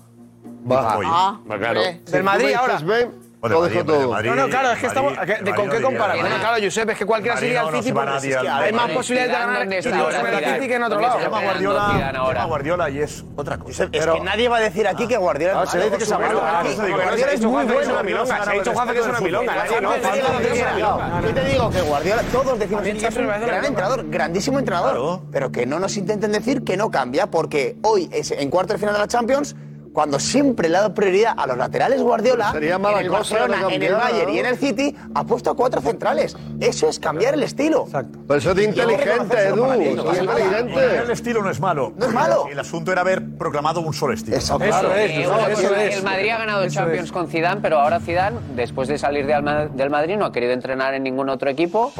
Baja. Oye, Ah, va, claro. hombre. Del Madrid ahora. Bueno, Lo dejo Madrid, todo. Madrid, No, no, claro, es que Madrid, estamos. ¿a qué- ¿De Madrid con qué no compara? llega. Bueno, claro, Josep, es que cualquiera Madrid sería no, al no City se va porque nadie es que al hay más Madrid. posibilidades de Zidane, ganar ¿dónde el está City ahora? Zidane. que en otro ¿Dónde lado. está Zidane ahora? Llama Guardiola y es otra cosa. Es que nadie va a decir aquí que Guardiola Ah, se le dice que es malo. malo, claro, Aquí, eso digo. Guardiola es Se ha dicho muy Juanfe que es bueno. una milonga, Se ha dicho Juanfe que es una milonga. Nadie, no, Juanfe Nadie dice que es una milonga. Yo te digo que Guardiola, todos decimos que es un parece una gran milonga. entrenador, grandísimo entrenador, pero que no nos intenten decir que no cambia, porque hoy es en cuarto de final de la Champions. Cuando siempre le ha dado prioridad a los laterales Guardiola, Pero sería mala en el cosa Barcelona, no en el cambiar, Bayern ¿no? y en el City, ha puesto a cuatro centrales. Eso es cambiar el estilo. Exacto. Pero eso es de inteligente, Edu. eso es inteligente. El estilo no es malo. No es malo. El asunto era haber proclamado un solo estilo. Claro, eh, el- El Madrid ha ganado el Champions con Zidane, pero ahora Zidane, después de salir de Alma- del Madrid, no ha querido entrenar en ningún otro equipo.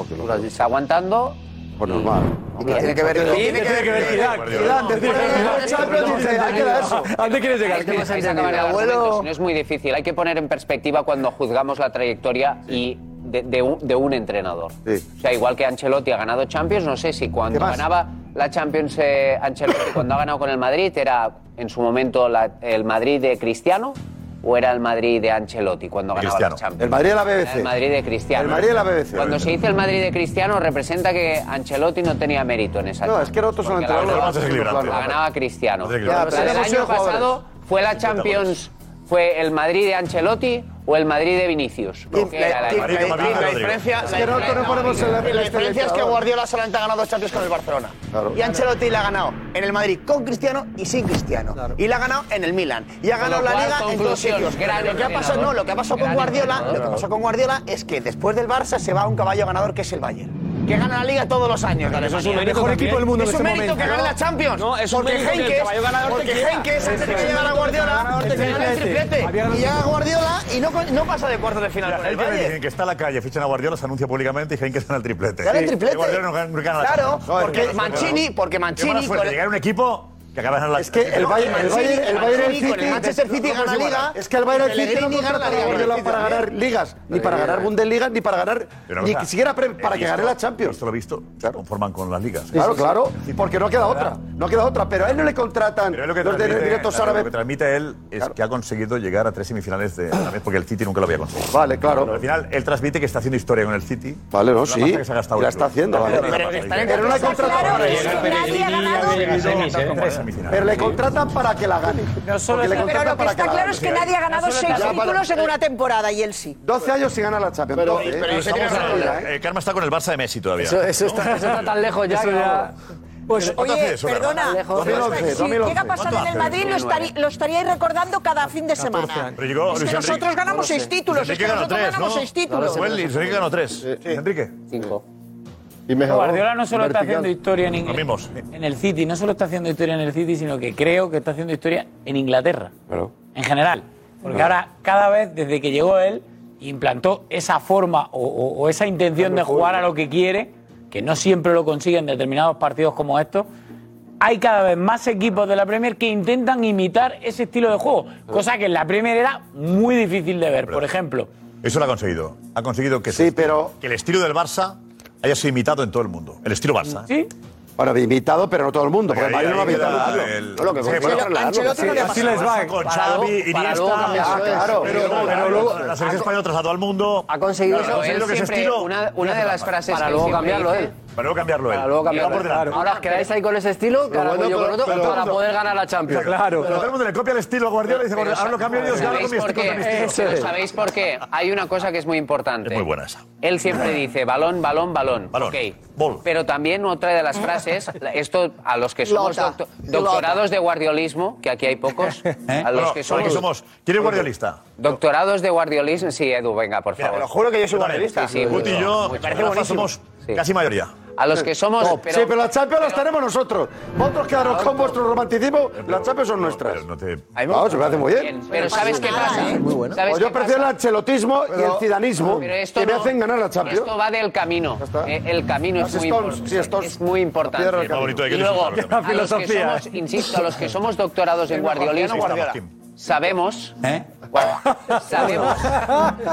Está aguantando. Pues normal. y- tiene que ver- Pero- tiene que ver- ¿A dónde quieres llegar? ¿Qué más han tenido? No es muy difícil. Hay que poner en perspectiva cuando juzgamos la trayectoria y de, de un, de un entrenador. O sea, igual que Ancelotti ha ganado Champions, no sé si cuando más? ganaba la Champions eh, Ancelotti, cuando ha ganado con el Madrid, era en su momento la- el Madrid de Cristiano o era el Madrid de Ancelotti cuando ganaba Cristiano. la Champions. El Madrid de la Era BBC. El Madrid de Cristiano. ¿eh? El Madrid de la BBC. Cuando se dice el Madrid de Cristiano, representa que Ancelotti no tenía mérito en esa No, es que el otro otros es un entrenador más desequilibrante. La ganaba Cristiano. Más desequilibrante. O sea, Ya, el pero año tenemos seis pasado jugadores. fue la Champions, fue el Madrid de Ancelotti o el Madrid de Vinicius. ¿Qué era La- la- la- la- la diferencia- la diferencia- la diferencia es que Guardiola solamente ha ganado dos Champions con el Barcelona. Claro. Y Ancelotti la ha ganado en el Madrid con Cristiano y sin Cristiano. Y la ha ganado en el Milan. Y ha Con ganado lo la cual, Liga en todos conclusión, sitios. gran Lo que ha pasado, entrenador. no, lo que ha pasado con Gran Guardiola, entrenador. lo que pasó con Guardiola es que después del Barça se va a un caballo ganador que es el Bayern. Que gana la Liga todos los años. de eso es Alemania. un mérito El mejor también. equipo del mundo en Es un este mérito que momento. gane la Champions. No, es un porque mérito que el Henkes- caballo ganador te Porque queda. Henkes, antes de que Eso es. llegara Guardiola, El te gana el triplete. triplete. Había ganado Y llega el- Guardiola y no, no pasa de cuartos de final con el El que me Bayern. dicen que está en la calle, fichan a Guardiola, se anuncia públicamente y dicen que gana el triplete. Gana el Sí. triplete. Que Guardiola no gana, no gana la Claro, Champions. porque Qué mala suerte, Mancini- ¿no? porque Mancini Qué mala suerte, con el- llegar a un equipo que acaba de ganar la Es que el Bayern, el Bayern, el Bayern, el con el Manchester City gana la Liga, Es que el Bayern el el City no Pellegrini gana contrata la a Liga. Guardiola para ¿eh? ganar ligas, ni para ganar Bundesliga, ni para ganar, Pero una ni cosa, siquiera pre- he para que visto- gane la Champions. Esto lo he visto, se conforman con las ligas. Claro, claro, porque no queda otra, no queda otra, pero a él no le contratan Pero es lo que los de transmite- directos claro, lo árabes. que transmite él es que ha conseguido llegar a tres semifinales de la vez porque el City nunca lo había conseguido. Vale, claro. Al final, él transmite que está haciendo historia con el City. Vale, no, La sí, pasta que se ha gastado la el está club. haciendo, vale. La Pero- pasta pero- que- pero no la contrata Claro, para es eso. que Nadie ha ganado. Tres semifinales. ¿eh? Pero le contratan para que la gane. No solo Pero lo que está claro es que nadie ha ganado seis títulos en una temporada y él sí. 12 años sin ganar la Champions. Pero- doce, ¿eh? pero Estamos en el- eh, Karma está con el Barça de Messi todavía. Eso- eso está- ¿No? eso está tan lejos ya Eso que Pues, Oye, perdona, si llega a pasar en el Madrid lo, estari- lo estaríais recordando cada fin de semana. Pero llegó es Luis que Enrique. nosotros ganamos Luis seis títulos, es Enrique que ganó nosotros tres, ganamos ¿no? seis títulos. Fue Luis Enrique ganó tres. Enrique. Cinco. Y mejoró. Guardiola no solo está Vertical. haciendo historia en, Ing- en el City, no solo está haciendo historia en el City, sino que creo que está haciendo historia en Inglaterra, en general. Porque Claro. ahora, cada vez desde que llegó él, implantó esa forma o, o- o esa intención de jugar a lo que quiere, que no siempre lo consigue en determinados partidos como estos. Hay cada vez más equipos de la Premier que intentan imitar ese estilo de juego, cosa que en la Premier era muy difícil de ver. Por ejemplo, Eso lo ha conseguido. Ha conseguido que, su- que el estilo del Barça haya sido imitado en todo el mundo. El estilo Barça. Sí. Bueno, invitado, pero no todo el mundo, porque el Bayern no ha invitado a Ahí, ahí, Carlo. el- Todo lo Sí, que consigue bueno, es hablar, Ancelotti ¿no? no le ha Sí, pasado así les nada. va. Con Xavi, Iniesta, Ah, claro. Pero, Pero- pero luego la selección ha- española trasladó al mundo. Ha conseguido eso. Claro, Él lo que ese siempre- estilo. una- una de las frases Para que luego siempre cambiarlo dice- él. Para luego cambiarlo él. Para luego cambiarlo. Va por delante. Ahora os quedáis ahí con ese estilo, que Pero ahora voy bueno, yo con pero- otro, pero- para pero- poder ganar la Champions. Pero todo el mundo le copia el estilo a Guardiola y dice, Pero- ahora lo cambio y os gano con mi ¿Sabéis por estilo. con mi qué? estilo". Eso, ¿Sabéis por qué? Hay una cosa que es muy importante. Es muy buena esa. Él siempre dice balón, balón, balón. Balón. Pero también otra de las frases, la- esto a los que somos Lota. docto- doctorados Lota. de guardiolismo, que aquí hay pocos, ¿Eh? a los No, que no, somos. aquí somos- ¿Quién es guardiolismo? Doctorados de guardiolismo, sí, Edu, venga, por favor. te lo juro que yo soy Vale, guardiolista. Sí, sí, Guti y mucho, yo, mucho. Rafa, somos casi mayoría. A los que somos, No, pero- sí, pero las Champions las tenemos nosotros. Vosotros quedaros con vuestro romanticismo, las Champions son nuestras. Vamos, se me hace muy bien. Pero ¿sabes qué Ah, pasa? Muy bueno. Pues yo prefiero el ancelotismo y el zidanismo Pero que esto me no- hacen ganar la Champions. Esto va del camino. Eh, El camino Las es muy, Stones, impor- sí, Stones. es muy importante. Piedra del Qué bonito, hay que y luego, disfrutarlo también. a los que Filosofía, somos, ¿eh? insisto, a los que somos doctorados en Sí, mejor, guardiolismo, Cristiano sabemos, guau, sabemos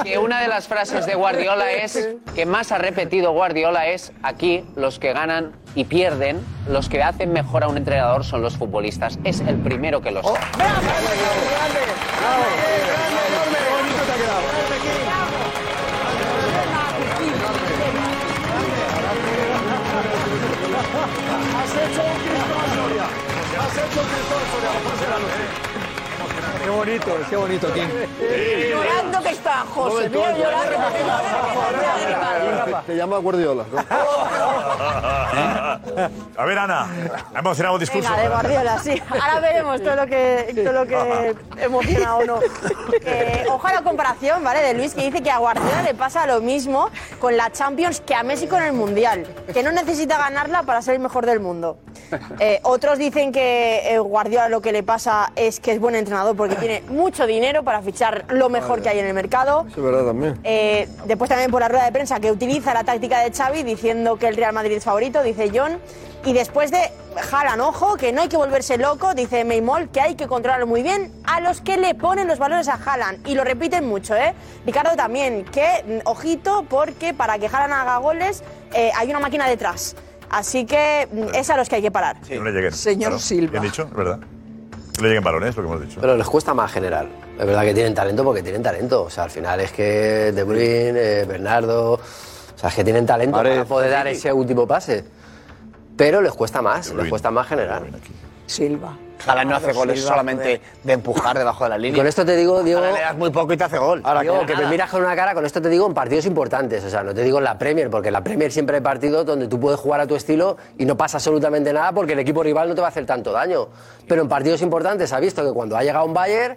que una de las frases de Guardiola es que más ha repetido Guardiola es aquí los que ganan y pierden, los que hacen mejor a un entrenador son los futbolistas. Es el primero que los Oh. sabe. Has hecho un Cristóbal Soria. Has hecho un Cristóbal Soria. Qué bonito, qué bonito, Kim. Llorando que está, José. Mira, llorando. Te llama Guardiola. ¿no? A ver, Ana, ha emocionado el discurso. Venga, de Guardiola, sí. Ahora veremos todo lo que, todo lo que emociona o no. Eh, ojo a la comparación, ¿vale? De Luis, que dice que a Guardiola le pasa lo mismo con la Champions que a México en el Mundial. Que no necesita ganarla para ser el mejor del mundo. Eh, otros dicen que eh, Guardiola lo que le pasa es que es buen entrenador porque tiene mucho dinero para fichar lo mejor que hay en el mercado. Eso es verdad también. Eh, después también por la rueda de prensa que utiliza la táctica de Xavi diciendo que el Real Madrid es favorito, dice John. Y después de jalan, ojo, que no hay que volverse loco, dice Meymol, que hay que controlar muy bien a los que le ponen los valores a Jalan. Y lo repiten mucho, ¿eh? Ricardo también, que mm, ojito, porque para que Jalan haga goles eh, hay una máquina detrás. Así que mm, es a los que hay que parar. Que no le lleguen. Señor Silva. Bien dicho, es verdad. Que le lleguen balones, lo que hemos dicho. Pero les cuesta más generar. Es verdad que tienen talento porque tienen talento. O sea, al final es que De Bruyne, eh, Bernardo, o sea, es que tienen talento Paredes, para poder dar ese último pase. Pero les cuesta más, les cuesta más generar. Silva. Ojalá no hace goles Silva, solamente de empujar debajo de la línea. Y con esto te digo, Diego- Ahora le das muy poco y te hace gol. Diego, que me miras con una cara, con esto te digo en partidos importantes, o sea, no te digo en la Premier, porque en la Premier siempre hay partidos donde tú puedes jugar a tu estilo y no pasa absolutamente nada porque el equipo rival no te va a hacer tanto daño. Pero en partidos importantes ha visto que cuando ha llegado un Bayern,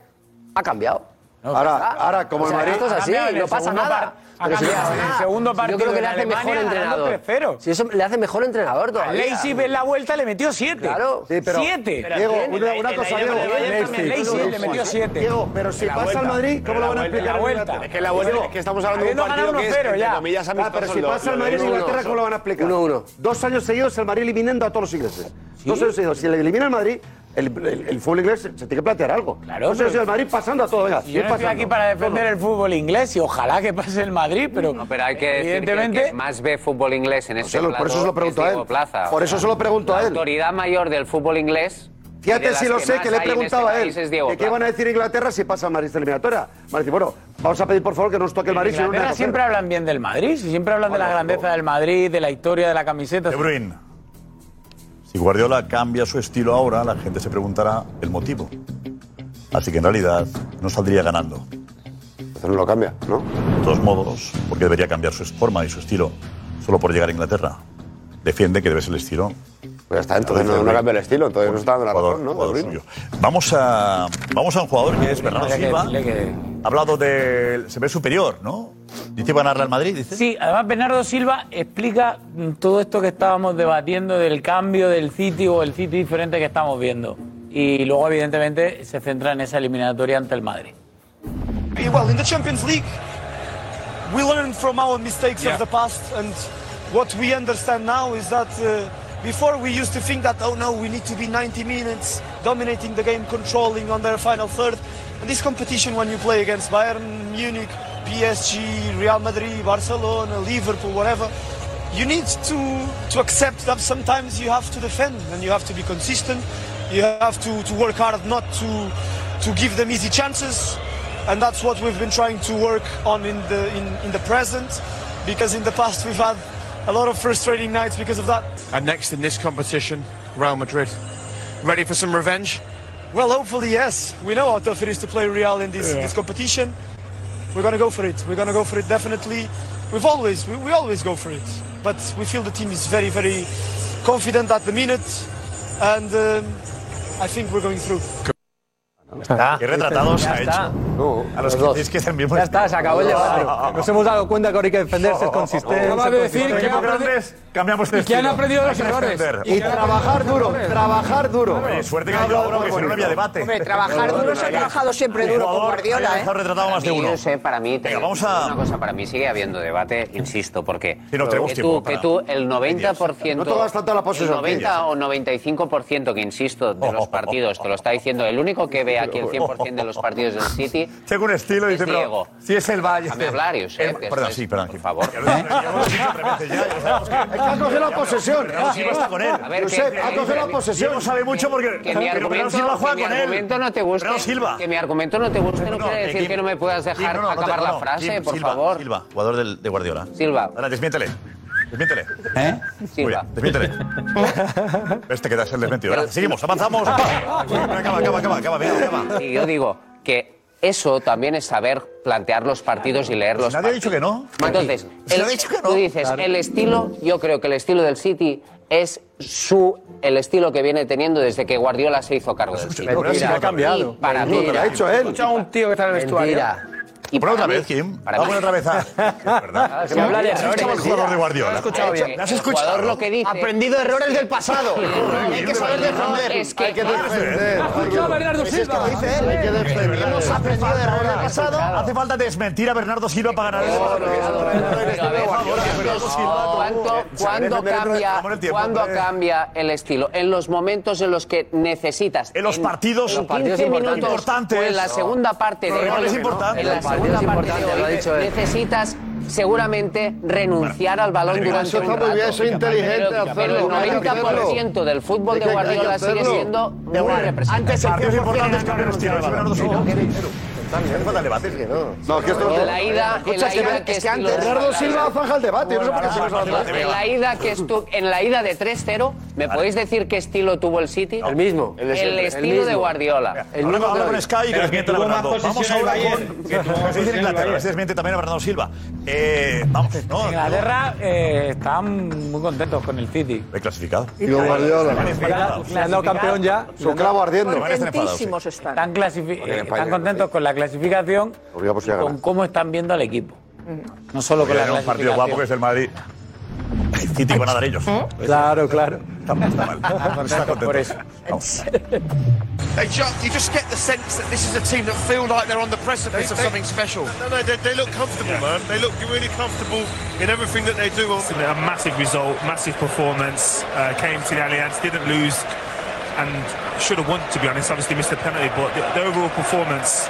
ha cambiado. Ahora, ahora, como O sea, el Madrid. esto es así, Ha cambiado en el no pasa segundo nada. par- ha Pero si no cambiado pasa en el nada. segundo Yo partido creo que en le hace mejor Alemania ganando entrenador. Si eso le hace mejor entrenador Al todavía. Leipzig en la vuelta le metió 7. Claro. Sí, pero- Siete. pero Diego, ¿quién? una, En una la- cosa, en la- Diego. en la- en la- en la- Leipzig le metió siete. Diego, pero si En la pasa al vuelta. Madrid, ¿cómo En lo la van a vuelta, en la explicar? en vuelta. Es que la vuelta, Diego, es que estamos hablando de un habiendo partido ganado que es, 1-0 entre ya. comillas, Ah, amistoso. pero si Lo- pasa lo el Madrid de en Inglaterra, amistoso. ¿cómo lo van a explicar? 1-1. Dos años seguidos el Madrid eliminando a todos los ingleses. Dos años seguidos. Si le elimina el Madrid, el, el- el fútbol inglés se, se tiene que plantear algo. Claro, Dos años pero- el Madrid pasando a todos. Venga, Yo ir no estoy pasando. aquí para defender el fútbol inglés y ojalá que pase el Madrid, pero, No, pero hay que evidentemente decir que el que más ve fútbol inglés en este sé, por plato eso se lo pregunto es a Diego él. Plaza. Por eso se lo pregunto la a él. autoridad mayor del fútbol inglés. y de Fíjate las si lo sé, más que le he hay en este preguntado a él. país es Diego ¿De qué Plaza. van a decir Inglaterra si pasa el Madrid esta eliminatoria? Van a decir, bueno, vamos a pedir por favor que no nos toque el En Madrid. si no, no Inglaterra nos siempre hablan bien del Madrid, si siempre hablan de la grandeza del Madrid, de la historia, de la camiseta. De Bruyne. Si Guardiola cambia su estilo ahora, la gente se preguntará el motivo. Así que en realidad no saldría ganando. Pero no lo cambia, ¿no? De todos modos, porque debería cambiar su forma y su estilo solo por llegar a Inglaterra. Defiende que debe ser el estilo. Pues ya está, entonces no, no cambia el estilo, entonces no está dando la razón, ¿no? jugador suyo. Vamos a, vamos a un jugador que es Bernardo Dile que- Silva. dile que- Ha hablado del. Se ve superior, ¿no? Dice que va a ganarle al Madrid, dice. Sí, además Bernardo Silva explica mm, todo esto que estábamos debatiendo del cambio del City o el City diferente que estamos viendo. Y luego, evidentemente, se centra en esa eliminatoria ante el Madrid. be well in the Champions League. We learn from our mistakes Yeah. of the past, and what we understand now is that uh, before we used to think that oh no, we need to be 90 minutes dominating the game, controlling on their final third. And this competition, when you play against Bayern Munich, PSG, Real Madrid, Barcelona, Liverpool, whatever, you need to to accept that sometimes you have to defend and you have to be consistent. You have to, to work hard not to to give them easy chances and that's what we've been trying to work on in the in, in the present because in the past we've had a lot of frustrating nights because of that And next in this competition, Real Madrid. Ready for some revenge? well hopefully yes we know how tough it is to play real in this, Yeah. this competition we're gonna go for it we're gonna go for it definitely we've always we, we always go for it but we feel the team is very very confident at the minute and um, i think we're going through Qué retratados Ya ha está. hecho. a los, que decís que es el mismo Ya estilo. está, se acabó el debate. Nos hemos dado cuenta que ahora hay que defenderse, es consistente. Acaba de decir que equipos ha aprendido- cambiamos de y que han estilo. aprendido Hay los que errores. defender. Y trabajar duro, trabajar duro. Hombre, suerte que ha llegado ahora, porque si no, no había debate. Hombre, trabajar duro, se ha trabajado siempre duro con Guardiola, ¿eh? Para mí, No sé, para mí, te- una cosa, para mí sigue habiendo debate, insisto, porque no tenemos que, tiempo tú, que para- tú el 90%, No tomas tanto la posesión, el 90 o 95% que insisto de los partidos, te lo está diciendo, el único que ve aquí el 100% de los partidos del City Tengo un estilo y es dice, pero Diego. Si es el Valle. Déjame hablar, Josep, que Perdón, esto sí, perdón. Por favor. Es que ha cogido la posesión. Bernardo Silva está con él. A ver, Josep, que- ha cogido la que- posesión. No sabe mucho porque. Que mi pero Bernardo argumento, Silva que juega mi con él. argumento no te guste, Bernardo Silva. que mi argumento no te guste no, No, eh, quiere decir Kim- que no me puedas Kim, dejar no, no, no te- acabar no, la no, frase, Kim por Silva, favor. Silva, jugador del- de Guardiola. Silva. Ahora, desmiéntele. Desmiéntele. ¿Eh? Silva. Desmiéntele. este que te has el desmentido. ¿verdad? Seguimos, avanzamos. acaba, acaba, acaba, acaba. venga, acaba. Y yo digo que eso también es saber plantear los partidos y leerlos. Nadie ha dicho que no. Entonces, Si el- nadie ha dicho que no. tú dices, Claro. el estilo, yo creo que el estilo del City es su el estilo que viene teniendo desde que Guardiola Pues se hizo cargo del City. Pero sí, ha cambiado. Y Para mí, ¿eh? Lo ha hecho él. un tío que está en el vestuario. Mentira. Y Pon otra para mí- vez, Kim. para mí- Vamos otra vez a. ¿Verdad? Se habla de ¿Has escuchado el jugador de Guardiola? Lo he escuchado Eh, bien. ¿lo has El escuchado? jugador lo que dice. Aprendido errores del pasado. Hay que saber defender. Es que Hay que defender. Pues es que lo dice él. Hemos aprendido de errores del pasado. Hace falta desmentir a Bernardo Silva para ganar el ¿Cuándo, eh, cuándo cambia, cuándo cambia el estilo? En los momentos en los que necesitas. En los partidos en 15 importantes. minutos Importantes. o en la No. segunda parte Los de rivales hoy, importantes. en la Los segunda partidos parte de importantes, lo ha hoy, dicho él. necesitas seguramente renunciar al balón Pero durante eso un está muy rato. bien, eso es inteligente Pero hacerlo, El hay que 90% del fútbol Hay de que- hay que Guardiola sigue hacerlo. siendo De muy Guardiola. representativo. Partidos importantes cambian el estilo. Es Bernardo Silva. Hace falta debate. No, es que esto En la ida, en la ida que estilo- Bernardo Silva zanja el debate. Yo no sé por qué seguimos al debate. en la ida que estu- en la ida de 3-0, ¿me podéis decir qué estilo tuvo el City? El mismo. El, de siempre. El estilo mismo. de Guardiola. Habla, habla con Sky que Pero desmiente a tuvo más Bernardo. Vamos posesión ahora el Bayern. con. Que Que tuvo más como se dice posesión en el Inglaterra, Bayern. se desmiente también a Bernardo Silva. Eh, vamos, no. Inglaterra eh, están muy contentos con el City. Reclasificado. Y los Guardiola. Le han dado campeón ya. Su clavo ardiendo. Contentísimos están. Están, clasifi- Porque en España, están contentos con la clasificación Obliga por si y con cómo están viendo al equipo. No solo con la Era un partido clasificación. guapo que es el Madrid. El City van a dar ellos. Claro, claro. Está contento. Vamos. Hey, Chuck, you just get the sense that this is a team that feel like they're on the precipice of something special. No, no, they, they look comfortable, man. They look really comfortable in everything that they do. A massive result, massive performance. Uh, came to the Allianz, didn't lose, and should have won. To be honest, obviously missed the penalty, but the, the overall performance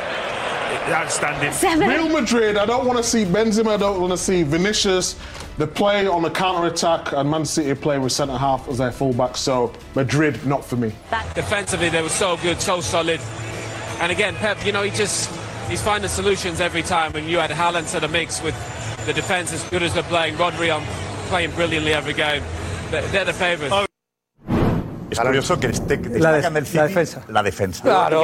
outstanding. Real Madrid, I don't want to see Benzema, I don't want to see Vinicius. They play on the counter attack, and Man City play with centre half as their fullback, so Madrid, not for me. Defensively, they were so good, so solid. And again, Pep, you know, he just he's finding solutions every time. And you had Haaland to the mix with the defence as good as they're playing. Rodri on playing brilliantly every game. They're, they're the favourites. Es curioso que esté que La destacan del City la defensa. Claro.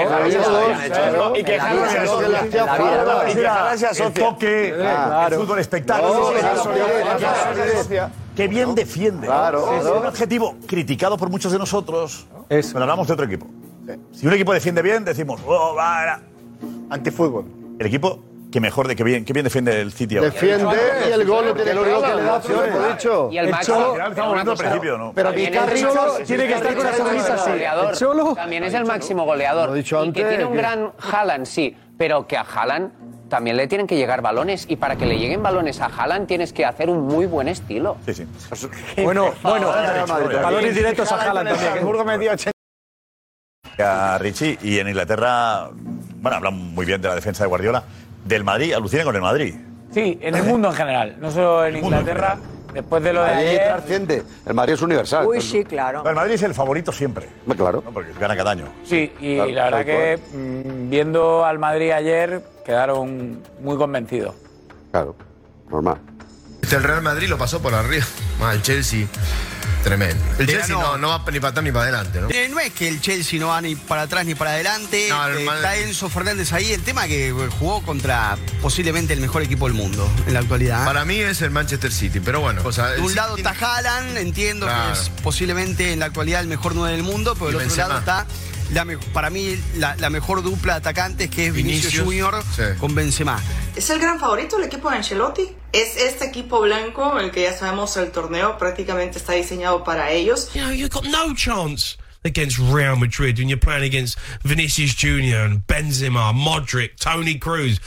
Y que Haaland se Claro. asocia, claro. La vida, lo que le Y que Haaland se asocia. hacía La falta. vida, la Y que vida. Haaland se El asocia. toque, Eh, claro. el fútbol espectáculo. No, Eso la es asocia, lo que la le hacía falta. Qué bien defiende. Claro. Sí, sí. Claro. un objetivo criticado por muchos de nosotros. Pero hablamos de otro equipo. Si un equipo defiende bien, decimos, oh, va, Antifútbol. El equipo que mejor, de, que, bien, que bien defiende el City ahora. Defiende y el gol le tiene lo único que le da, Porque lo he dicho. Y el macho. Al final estamos volviendo al principio, ¿no? Pero mi Carrillo tiene que estar con la sonrisa así. goleador. También es el máximo goleador. y que antes, tiene un que- gran Haaland, sí, pero que a Haaland también le tienen que llegar balones y para que le lleguen balones a Haaland tienes que hacer un muy buen estilo. Pues, Sí, sí. Bueno, bueno, balones directos a Haaland también. ¿eh? A Richie, y en Inglaterra, bueno, hablan muy bien de la defensa de Guardiola. Del Madrid, alucina con el Madrid. Sí, en el mundo en general, no solo en Inglaterra. Después de lo de Madrid es ayer, Trasciende. El Madrid es universal. Uy, entonces- sí, claro. El Madrid es el favorito siempre. Claro. ¿no? Porque gana cada año. Sí, y Claro, la verdad tal que mm, viendo al Madrid ayer quedaron muy convencidos. Claro, normal. El Real Madrid lo pasó por arriba. Ah, el Chelsea, tremendo. El Era Chelsea no. no, no va ni para atrás ni para adelante, ¿no? Eh, no es que el Chelsea no va ni para atrás ni para adelante. No, el eh, Madrid- está Enzo Fernández ahí. El tema que eh, jugó contra posiblemente el mejor equipo del mundo en la actualidad. Para mí es el Manchester City, pero bueno. O sea, de el un City lado está Haaland, entiendo Claro. que es posiblemente en la actualidad el mejor 9 del mundo, pero Y del otro Benzema. lado está la me- para mí la, la mejor dupla de atacantes que es Vinicius, Vinicius, Junior sí. con Benzema. ¿Es el gran favorito el equipo de Ancelotti? ¿Es este equipo blanco, el que ya sabemos el torneo prácticamente está diseñado para ellos? You know, you've got no chance against Real Madrid when you're playing against Vinicius Junior and Benzema, Modric, Tony Cruz,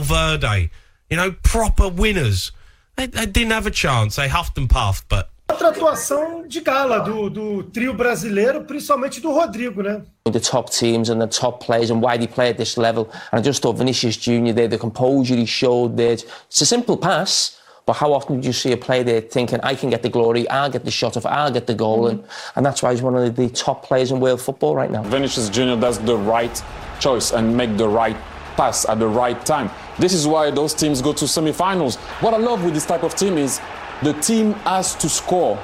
Valverde. You know, proper winners. They, they didn't have a chance. They huffed and puffed, but Outra atuação de gala do, do trio brasileiro, principalmente do Rodrigo, né? the top teams and the top players and why they play at this level. And I just thought Vinicius Junior there, the composure he showed there. It's a simple pass, but how often do you see a player there thinking, I can get the glory, I'll get the shot off, I'll get the goal. And, and that's why he's one of the, the top players in world football right now. Vinicius Junior does the right choice and make the right pass at the right time. This is why those teams go to semifinals. What I love with this type of team is the team has to score.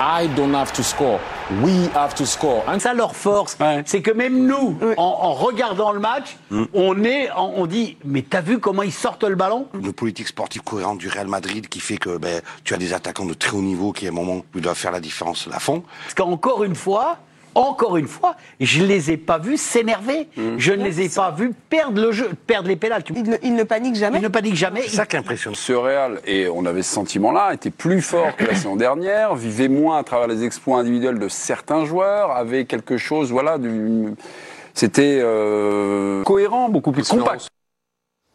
I don't have to score. We have to score. And Ça leur force, c'est que même nous, en, en regardant le match, Mm. on est, en- on dit, mais t'as vu comment ils sortent le ballon Une politique sportive cohérente du Real Madrid qui fait que ben, tu as des attaquants de très haut niveau qui, à un moment, ils doivent faire la différence à fond. Parce qu'encore une fois, encore une fois, je ne les ai pas vus s'énerver. Mm. Je ne les ai pas vus perdre le jeu, perdre les pénales. Ils ne, paniquent jamais Ils ne paniquent jamais. C'est ça qui impressionne. Ce Real, et on avait ce sentiment-là, était plus fort que la saison dernière, vivait moins à travers les exploits individuels de certains joueurs, avait quelque chose, voilà, du... c'était euh, cohérent, beaucoup plus compact.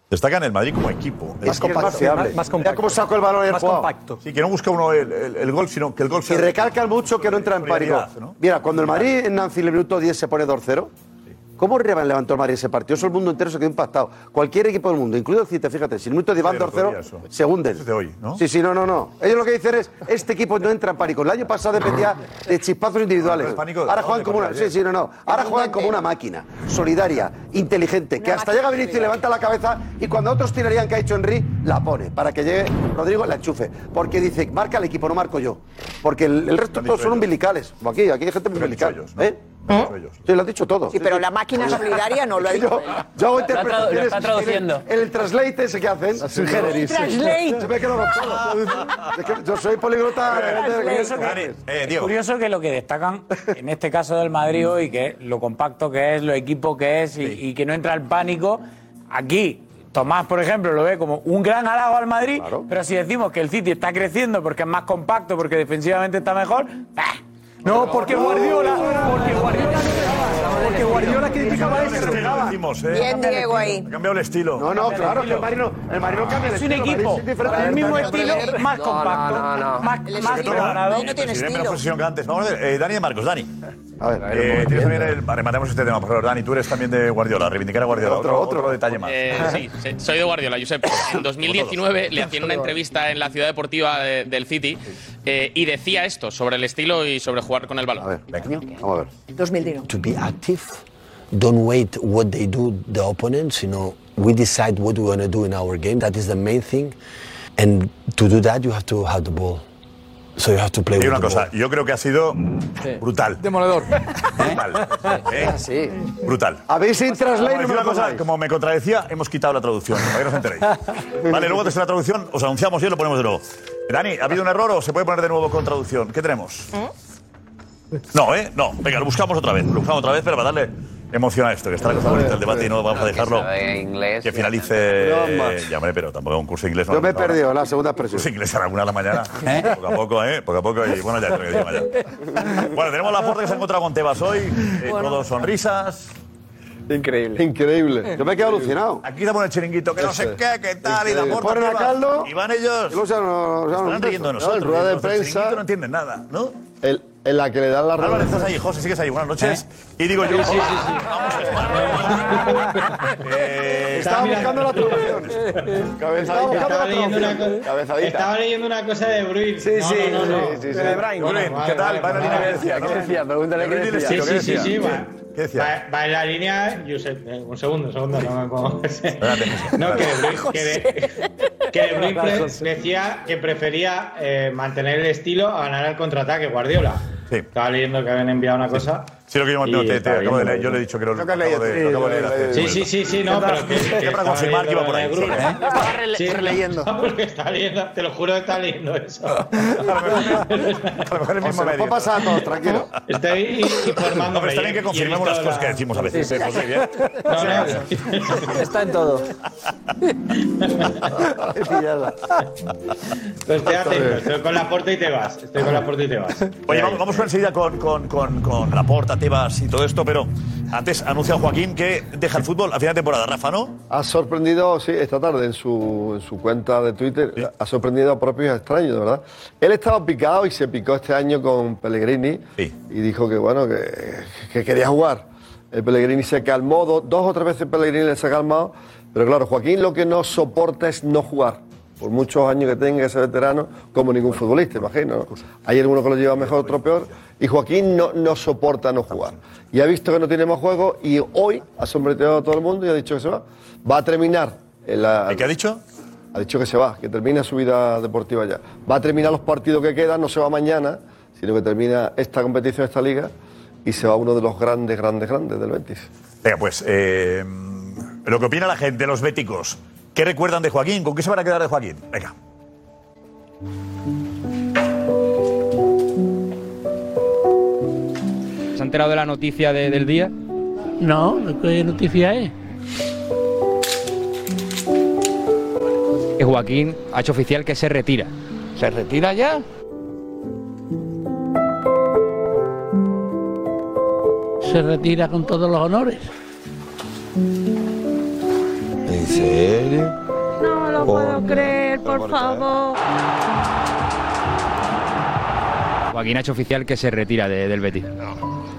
Destacan el Madrid como equipo. Es que es más fiable. Más- más compacto. Mira cómo sacó el balón el Más jugador. compacto. Sí, que no busca uno el, el- el gol, sino que el gol Y sea... recalcan mucho que no entra en pánico. Prioridad, ¿no? Mira, cuando el Madrid en Nancy el minuto 10 se pone 2-0, ¿cómo Revan levantó el Madrid ese partido? Eso el mundo entero se quedó impactado. Cualquier equipo del mundo, incluido el City, fíjate, si el minuto 10 van Pero todavía 2-0, se hunden. de hoy, ¿no? Sí, sí, no, no, no. Ellos lo que dicen es, este equipo no entra en pánico. El año pasado dependía de chispazos individuales. Pero el pánico, Ahora ¿dónde juegan como una... partió Sí, ayer? sí, no, no. Ahora juegan como una máquina, solidaria, inteligente, que hasta llega Vinicius y levanta la cabeza y cuando otros tirarían que ha hecho Henry, la pone, para que llegue Rodrigo y la enchufe. Porque dice, marca el equipo, no marco yo. Porque el, el resto todos son umbilicales. Como Aquí, aquí hay gente umbilical. ¿eh? Sí, lo has dicho todo. Sí, pero la máquina solidaria no lo ha dicho. Yo, yo hago Lo ha tradu- lo interpretaciones. está traduciendo. El, el translate ese que hacen. sí. generis. Translate. Se ve que no lo puedo. Es que Yo soy poliglota. eh, curioso, que, curioso que lo que destacan en este caso del Madrid hoy, que lo compacto que es, lo equipo que es y, y que no entra el pánico, aquí. Tomás, por ejemplo, lo ve como un gran halago al Madrid, pero si decimos que el City está creciendo porque es más compacto, porque defensivamente está mejor, ¡bah! no, porque Guardiola, porque Guardiola, porque Guardiola criticaba eso. Decimos, ¿eh? Bien, Diego, ahí. Ha cambiado el estilo. No, no, claro, que el Marino, el Marino cambia el Es un estilo. equipo, Madrid es diferente. con el mismo Madrid es estilo, diferente. más compacto, más- El más estilo- preparado. no, no tiene Presidente, estilo. mejor posición que antes. Vamos a ver, eh, Dani de Marcos, Dani. A ver, tienes también el, rematemos este tema, por favor, Dani. Tú eres también de Guardiola, reivindicar a Guardiola. Otro, otro, detalle más. Eh, sí, se- soy de Guardiola, Josep. En 2019 le hacían una entrevista en la ciudad deportiva de- del City eh, y decía esto sobre el estilo y sobre jugar con el balón. Vamos a ver. 2001. To be active, don't wait what they do, the opponents. You know, we decide what we want to do in our game. That is the main thing. And to do that, you have to have the ball. So you have to play Y with una the cosa, ball. yo creo que ha sido brutal. Demoledor. Brutal. ¿eh? Brutal. Habéis sin traslate, Como, no me decía una lo cosa, pongáis. como me contradecía, hemos quitado la traducción, para que no os enteréis. Vale, luego desde la traducción os anunciamos y lo ponemos de nuevo. Dani, ¿ha habido un error o se puede poner de nuevo con traducción? ¿Qué tenemos? No, ¿eh? No. Venga, lo buscamos otra vez. Lo buscamos otra vez, pero para darle emoción a esto, que está la cosa bonita el debate y no vamos a dejarlo que finalice. No, macho. Ya, hombre, pero tampoco es un curso de inglés. Yo me he Ahora, perdido la segunda expresión. Curso de inglés a la una de la mañana. Poco a poco, ¿eh? Poco a poco. Y bueno, ya creo que encima ya. Bueno, tenemos la puerta que se ha encontrado con Tebas hoy. eh, Todo sonrisas. Increíble. Increíble. Yo me he quedado alucinado. Aquí estamos en el chiringuito, que no Eso sé es. qué, qué tal, y la Increíble. morta. Ponen a qué va. caldo, Y van ellos. y luego se han- se han- Están riendo No, de nosotros. en rueda de riendo de nosotros. prensa- El chiringuito no entienden nada, ¿no? El- en la que le dan la Álvaro, rueda. ¿Eh? estás ahí, José, sigues ahí. Buenas noches. Y digo yo. Sí, sí, sí, Eh, Estaba buscando la traducción. Estaba buscando la traducción. Estaba leyendo una cosa de Bruin. Sí, No, sí, no, no, no. sí, sí, sí. De Bruyne. Bruin, Vale, ¿qué tal? vale, Va en la vale. línea de decía, ¿qué decía? Pregúntale qué decía. Sí, ¿Qué sí, sí, decía? sí. ¿Qué- va- va- Va en la línea. Josep, eh, un segundo, un segundo. No, me pongo- no que de Bruyne- que de- que de Bruyne pre- decía que prefería eh, mantener el estilo a ganar el contraataque, Guardiola. Estaba leyendo que habían enviado una cosa. Sí, lo que yo, Y no, te, te estaba acabo de viendo, leer, yo le he dicho que lo, lo acabo de, lo acabo de leer. Sí, sí, sí, sí, no, pero que, que Ya para estaba confirmar que iba por ahí. ¿eh? leyendo lo de Bruno. rele- Sí, releyendo. no, porque estaba leyendo, te lo juro que estaba leyendo eso. A lo mejor el mismo medio. pasando, tranquilo. Estoy informando. Hombre, está bien que confirmemos las cosas que decimos a veces. ¿eh, José? Bien. Está en todo. estoy atento, Pues, estoy con la puerta y te vas. Estoy con la puerta y te vas. Oye, vamos, vamos enseguida con, con, con, con Laporta, Tebas y todo esto, pero antes anuncia Joaquín que deja el fútbol a final de temporada, Rafa, ¿no? Ha sorprendido, sí, esta tarde en su, en su cuenta de Twitter, ha sorprendido a propios y extraños, de verdad. Él estaba picado y se picó este año con Pellegrini y dijo que, bueno, que, que quería jugar. El Pellegrini se calmó, do- dos o tres veces Pellegrini le se ha calmado, pero claro, Joaquín lo que no soporta es no jugar. Por muchos años que tenga ese veterano, como ningún futbolista, imagino. ¿no? Hay alguno que lo lleva mejor, otro peor. Y Joaquín no, no soporta no jugar. Y ha visto que no tiene más juego y hoy ha sombreteado a todo el mundo y ha dicho que se va. Va a terminar. en la- qué ha dicho? Ha dicho que se va, que termina su vida deportiva ya. Va a terminar los partidos que quedan, no se va mañana, sino que termina esta competición, esta liga, y se va uno de los grandes, grandes, grandes del Betis. Venga, pues eh, lo que opina la gente, los béticos. ¿Qué recuerdan de Joaquín? ¿Con qué se van a quedar de Joaquín? Venga. Se han enterado de la noticia de- del día? No, ¿qué noticia es? Que Joaquín ha hecho oficial que se retira. ¿Se retira ya? Se retira con todos los honores. ¿En serio? No lo Oh. puedo creer, por favor. Joaquín ha hecho oficial que se retira de- del Betis.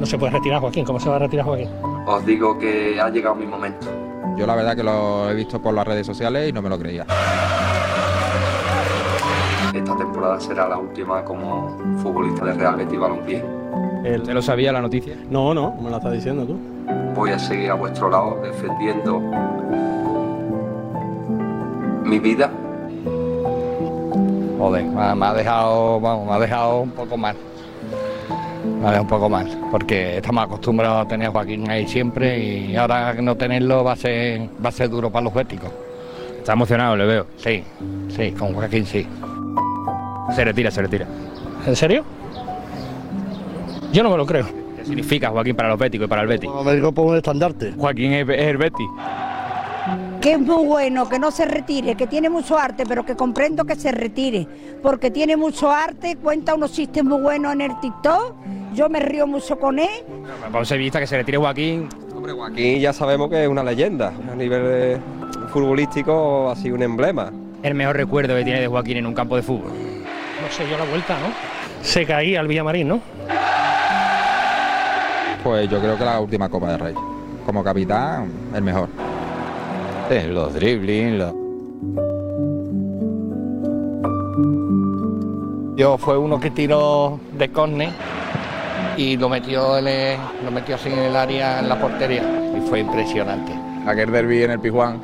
No se puede retirar Joaquín, ¿cómo se va a retirar Joaquín? Os digo que ha llegado mi momento. Yo la verdad que lo he visto por las redes sociales y no me lo creía. Esta temporada será la última como futbolista de Real Betis Balompié. ¿Usted lo sabía la noticia? No, no, me lo estás diciendo tú. Voy a seguir a vuestro lado defendiendo mi vida. Joder, me ha, me ha dejado, vamos, me ha dejado un poco mal. Me ha dejado un poco mal, porque estamos acostumbrados a tener a Joaquín ahí siempre y ahora no tenerlo va a ser, va a ser duro para los béticos. Está emocionado, le veo. Sí, sí, con Joaquín sí. Se retira, se retira. ¿En serio? Yo no me lo creo. ¿Qué significa Joaquín para los béticos y para el Betis? Me digo por un estandarte. Joaquín es, es el Betis. Que es muy bueno, que no se retire, que tiene mucho arte, pero que comprendo que se retire, porque tiene mucho arte, cuenta unos chistes muy buenos en el TikTok, yo me río mucho con él, Para un sevillista que se retire Joaquín. Hombre, Joaquín ya sabemos que es una leyenda. A nivel de- futbolístico ha sido un emblema. El mejor recuerdo que tiene de Joaquín en un campo de fútbol. No se dio la vuelta, ¿no? Se caía al Villamarín, ¿no? Pues yo creo que la última Copa de Rey. Como capitán, el mejor. Sí, los dribbling, los... Yo fue uno que tiró de córner y lo metió, en el- lo metió así en el área, en la portería. Y fue impresionante. Aquel derby en el Pijuán.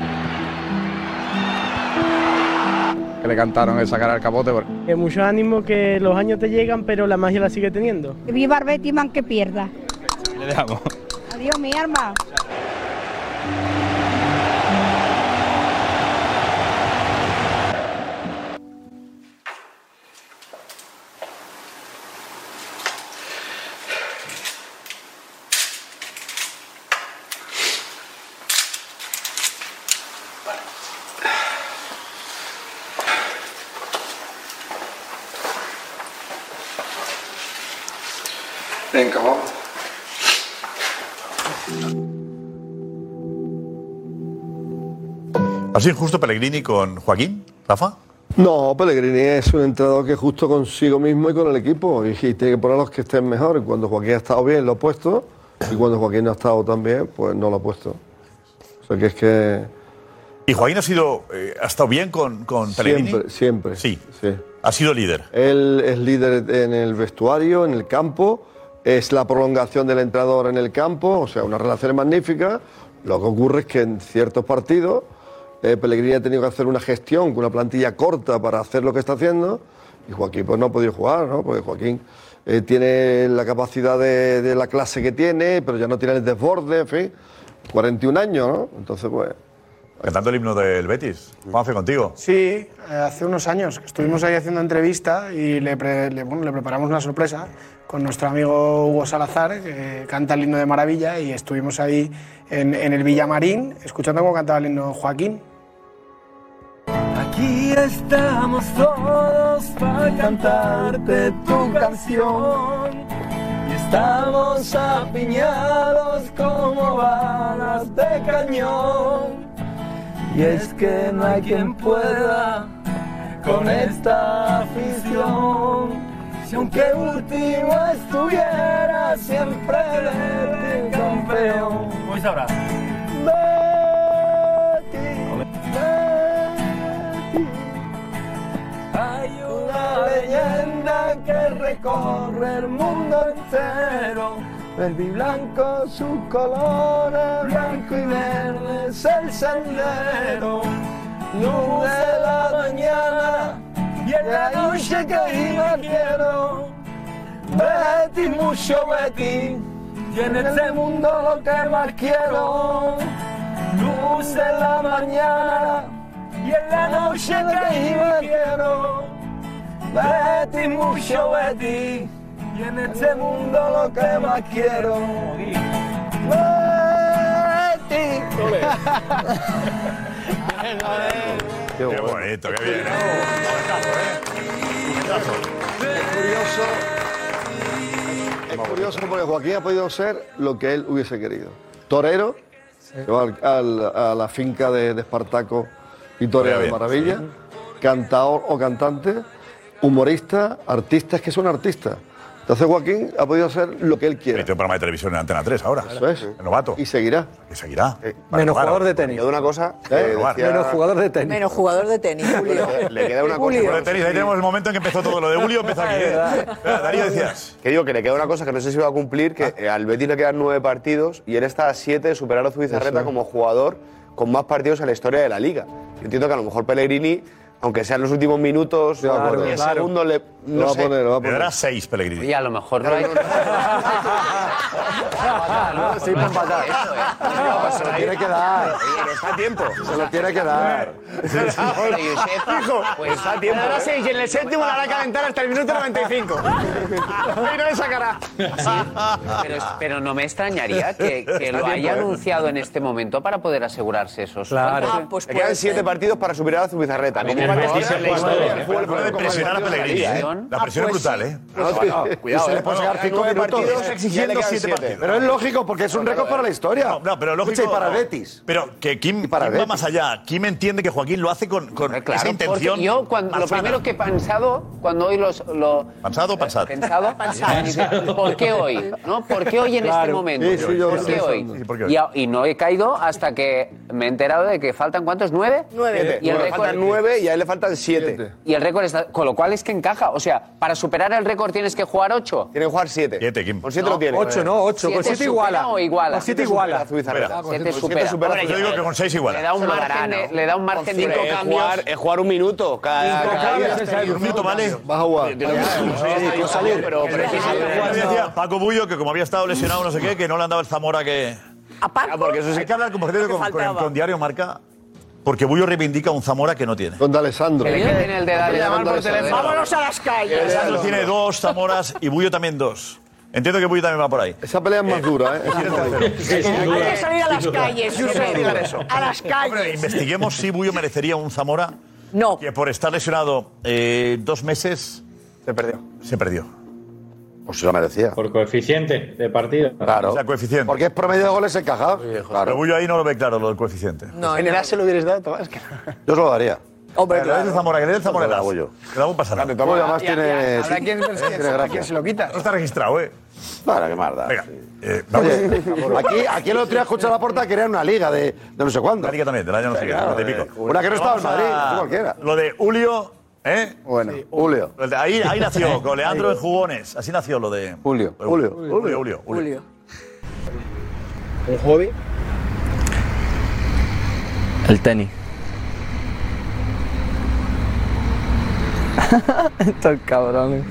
Que le cantaron esa cara al capote. porque- Que mucho ánimo, que los años te llegan, pero la magia la sigue teniendo. que viva el Betis, man, que pierda. Le dejamos. Adiós, mi arma. Venga, vamos. ¿Ha sido injusto Pellegrini con Joaquín, Rafa? No, Pellegrini es un entrenador que es justo consigo mismo y con el equipo. Y, y tiene que poner a los que estén mejor. Y cuando Joaquín ha estado bien, lo ha puesto. Y cuando Joaquín no ha estado tan bien, pues no lo ha puesto. O sea que es que. ¿Y Joaquín ha sido eh, ha estado bien con, con Pellegrini? Siempre, siempre. Sí. sí. Ha sido líder. Él es líder en el vestuario, en el campo, es la prolongación del entrenador en el campo, o sea, una relación magnífica. Lo que ocurre es que en ciertos partidos eh, Pellegrini ha tenido que hacer una gestión con una plantilla corta para hacer lo que está haciendo y Joaquín pues no ha podido jugar, ¿no? Porque Joaquín eh, tiene la capacidad de, de la clase que tiene, pero ya no tiene el desborde, en fin, 41 años, ¿no? Entonces, pues... Cantando el himno del Betis. Juanfe, contigo. Sí, eh, hace unos años que estuvimos ahí haciendo entrevista y le, pre- le- bueno, le preparamos una sorpresa con nuestro amigo Hugo Salazar, que canta el himno de maravilla, y estuvimos ahí en, en el Villamarín escuchando cómo cantaba el himno Joaquín. Aquí estamos todos para cantarte tu canción. Y estamos apiñados como balas de cañón. Y es que no hay quien pueda con esta afición. Si aunque último estuviera, siempre le campeón. Hoy sabrá. Hay una leyenda que recorre el mundo entero. Verde y blanco sus colores, blanco y verde es el sendero. Luz de la mañana y en la noche que yo quiero. Betty, mucho Betty, y en este mundo lo que más quiero. Luz de la mañana y en la noche que yo quiero. Betty, mucho Betty, Y en este mundo lo que más quiero es ti. Qué bonito, qué bien. curioso, es curioso porque Joaquín ha podido ser lo que él hubiese querido. Torero, se va al- al- a la finca de, de Espartaco y torea Torea de bien, maravilla. Cantador o cantante, humorista, artista, es que es un artista. Entonces Joaquín ha podido hacer lo que él quiere. Este programa de televisión en Antena 3 ahora. Eso es. El novato. Y seguirá. Y seguirá. Menos jugador de tenis. una cosa. ¿Eh? eh, Menos jugador de tenis. Menos jugador de tenis, Julio. Le queda una cosa. Jugador de tenis, ahí tenemos el momento en que empezó todo. Lo de Julio empezó aquí. ¿eh? Espera, Darío decías. Que digo que le queda una cosa que no sé si va a cumplir, que eh, al Betis le quedan nueve partidos y él está a siete de superar a Zubizarreta como jugador con más partidos en la historia de la Liga. Yo entiendo que a lo mejor Pellegrini, aunque sean los últimos minutos, va a los poner. 10 Claro. segundos, le, no sé. Le dará seis, Pellegrini. Y a lo mejor no hay- ¿eh? Sí, para empatar. Se lo tiene que dar. Está a tiempo. Se lo tiene que dar. Hijo, pues a tiempo. Ahora sí, y en el séptimo la hará calentar hasta el minuto 95. Y no le sacará. Pero, es- pero no me extrañaría que, que lo Está haya tiempo, ¿eh? anunciado en este momento para poder asegurarse esos. Ah, pues le quedan siete partidos para superar a Zubizarreta. También Como el jugador Betis de es la jugador, historia. ¿eh? Fue el Puede mejor presionar a jugador de la Pellegrini, liga, ¿eh? La presión es brutal, ¿eh? No, Cuidado, no, cuidado. y se le ¿eh? puede sacar Hay cinco nueve minutos. partidos Ya le exigiendo quedan siete siete. partidos. Pero es lógico, porque es un récord para la historia. No, no, pero lógico. Escucha, y para Betis. Pero que Kim, Kim va Betis. más allá. Kim entiende que Joaquín lo hace con, con Claro, esa porque intención. Yo, cuando, lo malsana. primero que he pensado, cuando hoy los. Lo, ¿Pensado o pensado? pensado, Pensado. ¿por qué hoy? ¿No? ¿Por qué hoy en este Claro. momento? Sí, sí, yo ¿Por, lo qué estoy hoy? pensando. Sí, ¿por qué hoy? Y, a- y no he caído hasta que me he enterado de que faltan cuántos, nueve. Siete. Y el Bueno, le récord faltan nueve y a él le faltan siete. Y el récord está. Con lo cual es que encaja. O sea, para superar el récord tienes que jugar ocho. Tiene que jugar siete. Siete, Kim. Con siete lo tiene. Ocho, no, ocho. Con siete iguala. supera o iguala. Con siete iguala. Zubizarreta. Con siete Con siete supera. supera. Hombre, yo digo que con seis iguala. Le da un Se lo margen dará, de- ¿no? le da un margen de- Con cinco es cambios. jugar- Es jugar un minuto cada Cinco cada cambios, día. es ahí, un minuto, ¿vale? Vas a jugar. Pero, pero es que sí, Yo decía Paco Bullo que como había estado lesionado no sé qué, que no le andaba el Zamora que... Paco? Ah, porque eso sí. Hay que hablar con, por cierto, Lo que con, con- faltaba. con Diario Marca, porque Bullo reivindica un Zamora que no tiene. Con D'Alessandro. Que le quiten el de Dale, llamar por teléfono. Vámonos a las calles. Alessandro tiene dos Zamoras y Bullo también dos. Entiendo que Bullo también va por ahí. Esa pelea es más dura, ¿eh? Hay que salir a las calles, Josep. A las Hombre, calles. investiguemos si Bullo merecería un Zamora que por estar lesionado eh, dos meses... Se perdió. Se perdió. Pues se lo merecía. Por coeficiente de partido. Claro. O sea, coeficiente. Porque es promedio de goles encajados. Pero Bullo ahí no lo ve claro, lo del coeficiente. en el A se lo hubieras dado, Tomás. Yo se lo daría. Hombre, que le des el Zamora, que le des el Zamora. Yo se lo das. hago yo. Que le hago un pasar. De todas maneras, además tiene. Ah, Habrá quien- tiene gracia. lo quita? No está registrado, ¿eh? Para, qué marda. Venga. eh, vamos. Oye, aquí, aquí el otro día escuché a la puerta que era una liga de, de no sé cuándo. La liga también, del año no sé qué, de pico. eh, Una que no estaba en Vamos Madrid, a- tú cualquiera. Lo de Julio, ¿eh? Bueno, Julio. Ahí, ahí nació, con Leandro en Jugones. Así nació lo de. Julio. Julio. Julio. Julio. Julio. ¿Un hobby? El tenis. Estos cabrones.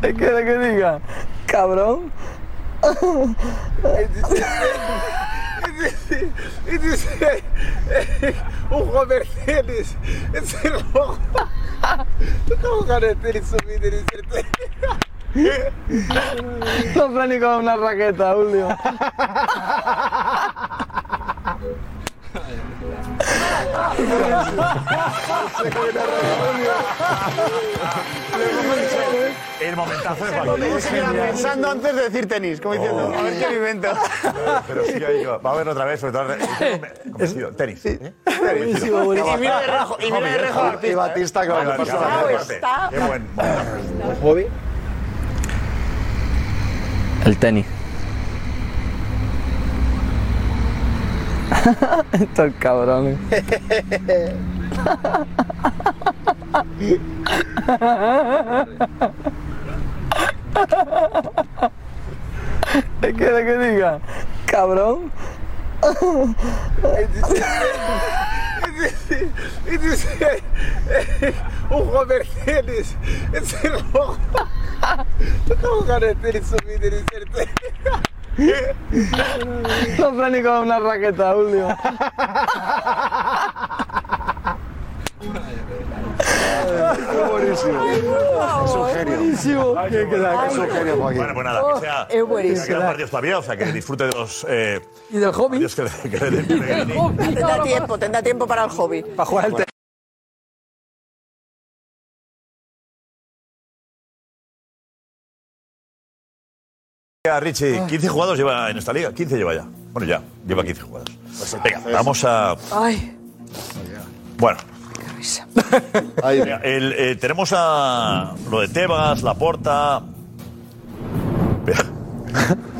¿Qué quiere que diga? Cabrón. un joven tenis. Es el ojo. Estamos jugando el tenis subido en Los ni con una raqueta, Julio. El momentazo de Lo tengo que ir pensando antes de decir tenis, como diciendo, a ver qué me invento. Pero sí, ahí va. Va a ver otra vez, sobre todo. Convencido. Tenis. ¿eh? Buenísimo, buenísimo. Y mira de rejo, y mira de rejo al Y Batista, Vale, claro. vale, pasa vale, nada. vale. Qué buen. ¿Un hobby? El tenis. Estos cabrones. ¿Qué quiere que diga? Cabrón. Y dice, un joven tenis. Es el ojo. Estamos jugando el tenis subido en No sé ni con una raqueta, Julio. Es buenísimo. Es un genio. Qué crack. Es un genio, Joaquín. Bueno, pues Oh, nada, que sea. Es buenísimo. que quedan partidos todavía, o sea, que disfrute de los. Eh, y del hobby. que le- que le den Pellegrini. Tendrá tiempo, tendrá tiempo para el hobby. Para jugar al tenis. Ya, Richie, 15 jugados lleva en esta liga. 15 lleva ya. Bueno, ya, lleva 15 jugados. Pues Venga, vamos a. Ay, Bueno. Venga, el, eh, tenemos a lo de Tebas, Laporta. Espera.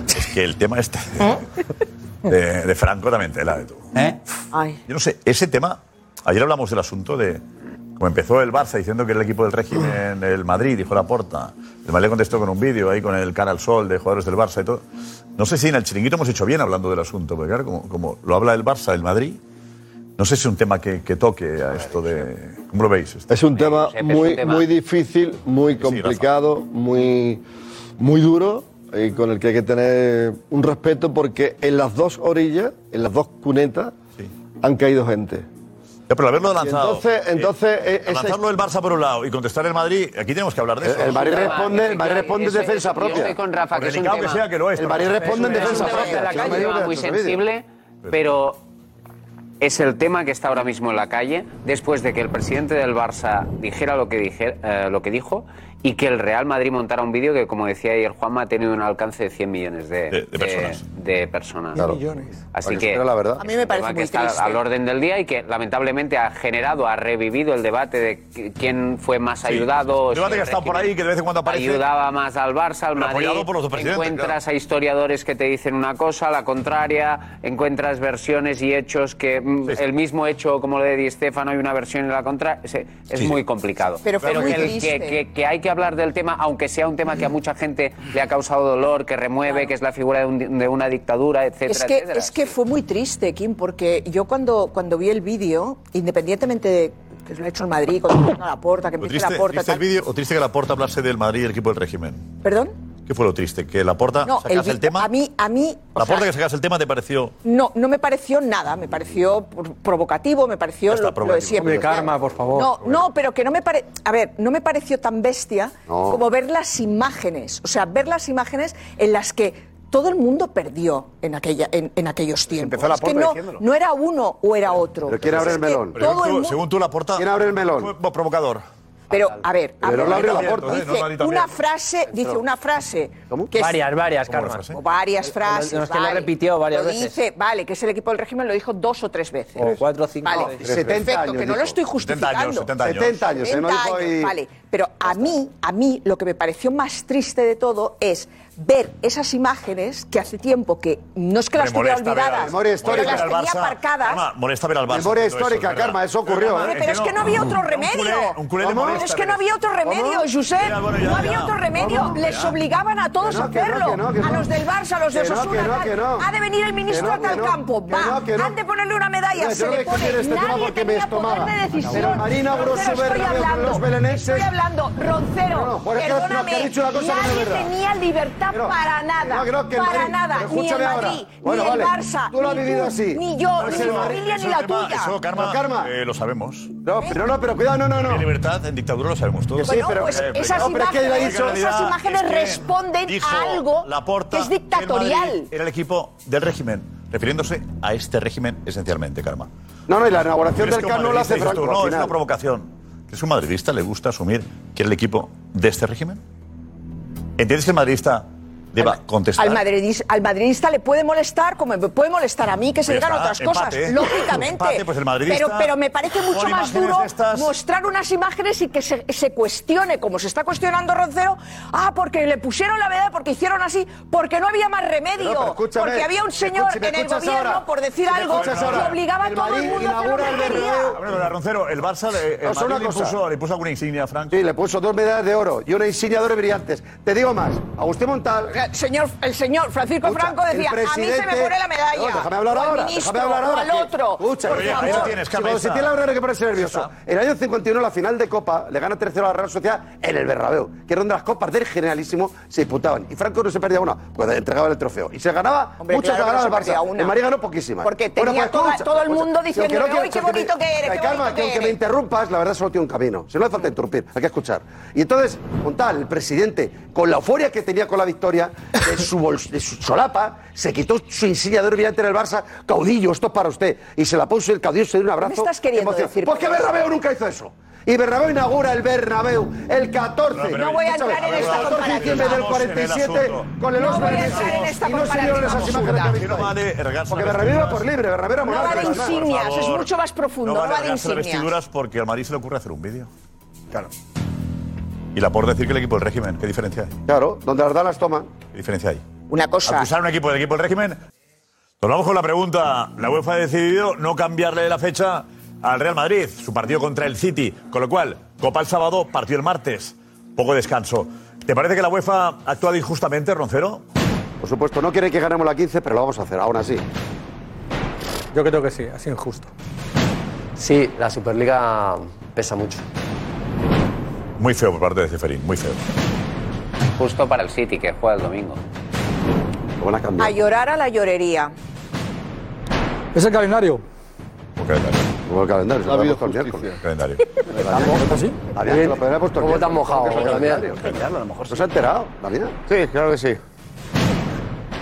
Es que el tema este ¿Eh? de, de Franco también tela de tú. ay. Yo no sé, ese tema. Ayer hablamos del asunto de. Como empezó el Barça diciendo que era el equipo del régimen, el Madrid, dijo Laporta. El Madrid le contestó con un vídeo ahí con el cara al sol de jugadores del Barça y todo. No sé si en el chiringuito hemos hecho bien hablando del asunto, porque claro, como, como lo habla el Barça, el Madrid, no sé si es un tema que, que toque a esto de. ¿Cómo lo veis? Es un tema muy, muy difícil, muy complicado, muy, muy duro y con el que hay que tener un respeto porque en las dos orillas, en las dos cunetas, han caído gente. pero haberlo lanzado. Entonces, entonces eh, ese- Lanzarlo el Barça por un lado y contestar el Madrid, aquí tenemos que hablar de El- eso. el Madrid responde- el Madrid responde en Eso- defensa yo propia. estoy con Rafa, Por que es un delicado tema. que sea que lo es, El Barça Es responde en un- es defensa un tema propia, de la si no me calle, digo que muy te olvide. sensible, pero es el tema que está ahora mismo en la calle después de que el presidente del Barça dijera lo que, dije- eh, lo que dijo y que el Real Madrid montara un vídeo que, como decía ayer Juanma, ha tenido un alcance de 100 millones de, de- personas. de personas. Así Para que, supiera la verdad. es un tema que está al orden del día y que lamentablemente ha generado, ha revivido el debate de qui- quién fue más ayudado. El si debate que el ha estado por régimen ahí, que de vez en cuando aparece. Ayudaba más al Barça, al Pero Madrid. apoyado por los dos presidentes, encuentras a historiadores que te dicen una cosa, la contraria. Encuentras versiones y hechos que mm, el mismo hecho como lo de Di Stefano hay una versión y la contraria. Es, es muy complicado. Pero fue muy que, el- triste. que- que- que hay que hablar del tema, aunque sea un tema que a mucha gente le ha causado dolor, que remueve, que es la figura de, un- de una dictadura, etcétera, Es que, etcétera. es que fue muy triste, Kim, porque yo cuando, cuando vi el vídeo, independientemente de que lo ha hecho en Madrid, cuando empieza la puerta, que Lo empieza triste, la puerta, triste el vídeo o triste que Laporta hablase del Madrid y el equipo del régimen? ¿Perdón? ¿Qué fue lo triste? ¿Que Laporta No, el, sacase Ah, el, vídeo- tema? a mí, a mí, o sea, ¿Laporta que sacase el tema te pareció...? No, no me pareció nada, me pareció pr- provocativo, me pareció lo, lo de provocativo. siempre. Hombre, o sea, calma, por favor. No, no, pero que no me pare, a ver, no me pareció tan bestia No. como ver las imágenes, o sea, ver las imágenes en las que todo el mundo perdió en aquella en, en aquellos tiempos. empezó la es que porta no, diciéndolo. no era uno o era otro. Pero quiere abrir el Es que melón. todo el mundo- según tú, Laporta... ¿Quién abre el melón? Fue provocador. pero a ver, a Pero ver, no abrió la dice puerta, ¿eh? No, Madrid también. una frase, dice una frase que es- Varias, varias, Carmen. o varias frases. No, es ¿eh? que lo vale. repitió varias Lo veces. Dice, vale, que es el equipo del régimen, lo dijo dos o tres veces. O cuatro o cinco Vale, veces. perfecto, 70 años, que no lo dijo. estoy justificando. 70 años, 70 años. 70 años, ¿eh? No 70 dijo años, ahí- Vale, pero a mí, a mí lo que me pareció más triste de todo es ver esas imágenes que hace tiempo que no es que las Me tuviera molesta ver al- olvidadas, Memoria pero histórica. las Ver al tenía Barça. aparcadas. Karma, molesta ver al Barça. Memoria todo eso, histórica, es verdad. Karma, eso ocurrió, Karma, ¿eh? Hombre, pero es que no había otro remedio. culé- un culé le Pero molesta es que no ver había otro remedio, Josep. no había otro remedio. Les obligaban a todos a hacerlo. a los del Barça, a los de Que no, que Osasuna. no, tal. que no. Ha de venir el ministro Que no, a tal que no, campo. que Va. no, que no. Han de ponerle una medalla. Mira, se yo no le voy a pone. discutir este tema Nadie porque me tenía esto poder mala. de decisión. Pero Marina Roncero, Grosso estoy Berna, con hablando. los belenenses. Estoy hablando. Roncero, No, no, Juan, es que has- perdóname. has dicho una cosa que no es nadie verdad. tenía libertad Que no, para que nada. no, Ah, que no, que el para Madrid- nada. pero Ni el escúchame ahora. Madrid, Bueno, ni el vale. Barça, Tú lo has ni vivido tú, ni así. No yo, es ni el mi Madrid. familia, Es ni un la tema- tuya. Eso, Karma, No, Karma. eh, lo sabemos. No, pero no, pero cuidado, no, no, no. En libertad, en dictadura lo sabemos Bueno, todos. pues esas No, pero es que él ha imágenes, dicho- esas imágenes Es que responden dijo a algo Laporta que es que el dictatorial. Madrid Era el equipo del régimen, refiriéndose a este régimen esencialmente, Karma. No, no, y la inauguración Pero es del que un Camp no la madridista, hace dices tú, No, Franco. al es final. una provocación. ¿Es un madridista le gusta asumir que era el equipo de este régimen? ¿Entiendes que el madridista deba contestar? Al madridis- al madridista, le puede molestar como me puede molestar a mí que se Pues ya digan está, otras cosas, empate. lógicamente. Empate, pues el madridista pero, pero me parece con mucho más imágenes duro de estas- mostrar unas imágenes y que se, se cuestione, como se está cuestionando Roncero, ah, porque le pusieron la veda, porque hicieron así, porque no había más remedio, Pero, pero escúchame, porque había un escucha- señor si me en el escuchas gobierno, ahora, por decir si me algo, escuchas ahora, que obligaba el a todo el Madrid mundo a hacer lo inaugura que el E Bernabéu. quería. Ah, bueno, la Roncero, el Barça le, el O sea, Madrid una le, cosa. puso, le puso alguna insignia a Franco. Sí, le puso dos medallas de oro y una insignia de oro brillantes. Te digo más, Agustín Montal Porque el Eh, señor, el señor Francisco Escucha, Franco decía, el a mí se me presidente- pone la medalla. No, déjame hablar o al ahora, ministro, déjame hablar ahora. o al otro. Escucha, Por por favor. favor. Si cuando se tiene la Real hay que ponerse nervioso. El año 51, la final de Copa, le gana 3-0 a la Real Sociedad en el Berrabeo, que era donde las copas del Generalísimo se disputaban. Y Franco no se perdía una, pues le entregaba el trofeo. Y se ganaba, Hombre, muchas claro que se no ganaba se el Barça. perdía una. El Madrid ganó poquísimas. Porque tenía toda- todo el mundo diciendo diciéndole, "Uy, qué bonito que eres, qué bonito Calma, que que aunque me eres". interrumpas, la verdad solo tiene un camino. Si no hace falta interrumpir, hay que escuchar. Y entonces, con tal, el presidente, con la euforia que tenía con la victoria, de su, bols- de su solapa, se quitó su insignia de brillante en el Barça, caudillo, esto es para usted. Y se la puso y el caudillo se dio un abrazo. ¿Qué estás queriendo emoción. decir con Porque eso? Bernabéu nunca hizo eso. Y Bernabéu inaugura el Bernabéu el 14. No, pero- No voy a Escúchame, entrar en esta 14 de diciembre del comparativa. Estamos 47 en el asunto. con el No Oscar voy a Messi. entrar en esta Y no se vieron comparativa esas imágenes que habéis absurda. visto. No vale regarse Porque las Bernabéu iba vestiduras. por libre, Bernabéu era No monarca. vale además. insignia. Insignias, Por es favor. mucho más profundo, no, vale va de regarse las insignias. vestiduras porque al Madrid se le ocurre hacer un vídeo. Claro. Y la por decir que el equipo del régimen, ¿qué diferencia hay? Claro, donde las dalas toman. ¿Qué diferencia hay? Una cosa. Acusar a un equipo del equipo del régimen. Nos vamos con la pregunta. La UEFA ha decidido no cambiarle la fecha al Real Madrid, su partido contra el City. Con lo cual, Copa el sábado, partido el martes. Poco descanso. ¿Te parece que la UEFA ha actuado injustamente, Roncero? Por supuesto, no quiere que ganemos la 15, pero lo vamos a hacer, aún así. Yo creo que sí, ha sido injusto. Sí, la Superliga pesa mucho. Muy feo por parte de Ceferín, muy feo. Justo para el City, que juega el domingo. Lo van a cambiar. A llorar a la llorería. ¿Es el calendario? Por calendario. Por calendario. Ha habido calendario. así? Había que lo podría haber puesto ¿Cómo aquí. te has mojado, Creo que es el Damián? calendario. Cambiarlo, a lo mejor. ¿No se ha enterado, Damián? Sí, claro que sí.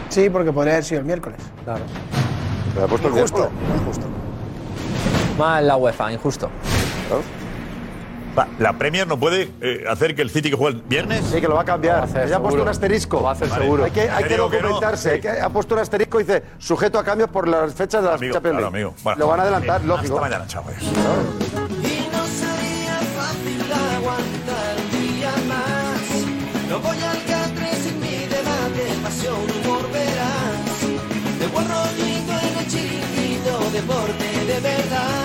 Sí, porque podría haber sido el miércoles. Claro. Lo ha puesto el Injusto, miércoles. Injusto. Más en la UEFA, injusto. Va, La Premier no puede eh, hacer que el City que juega el viernes. Sí, que lo va a cambiar. hacer, Ya ha puesto seguro. un asterisco. Lo va a hacer, Vale. seguro. Hay que, hay Te que digo que no. documentarse. hay que- ha puesto un asterisco y dice sujeto a cambios por las fechas de las Amigo, Champions claro, League. amigo. Bueno, lo van a adelantar, eh, lógico. hasta mañana, chavales. Y no sería fácil aguantar un día más. No voy al catre sin mi debate, pasión, humor, verás. De buen rollito en el chiringuito, deporte de verdad.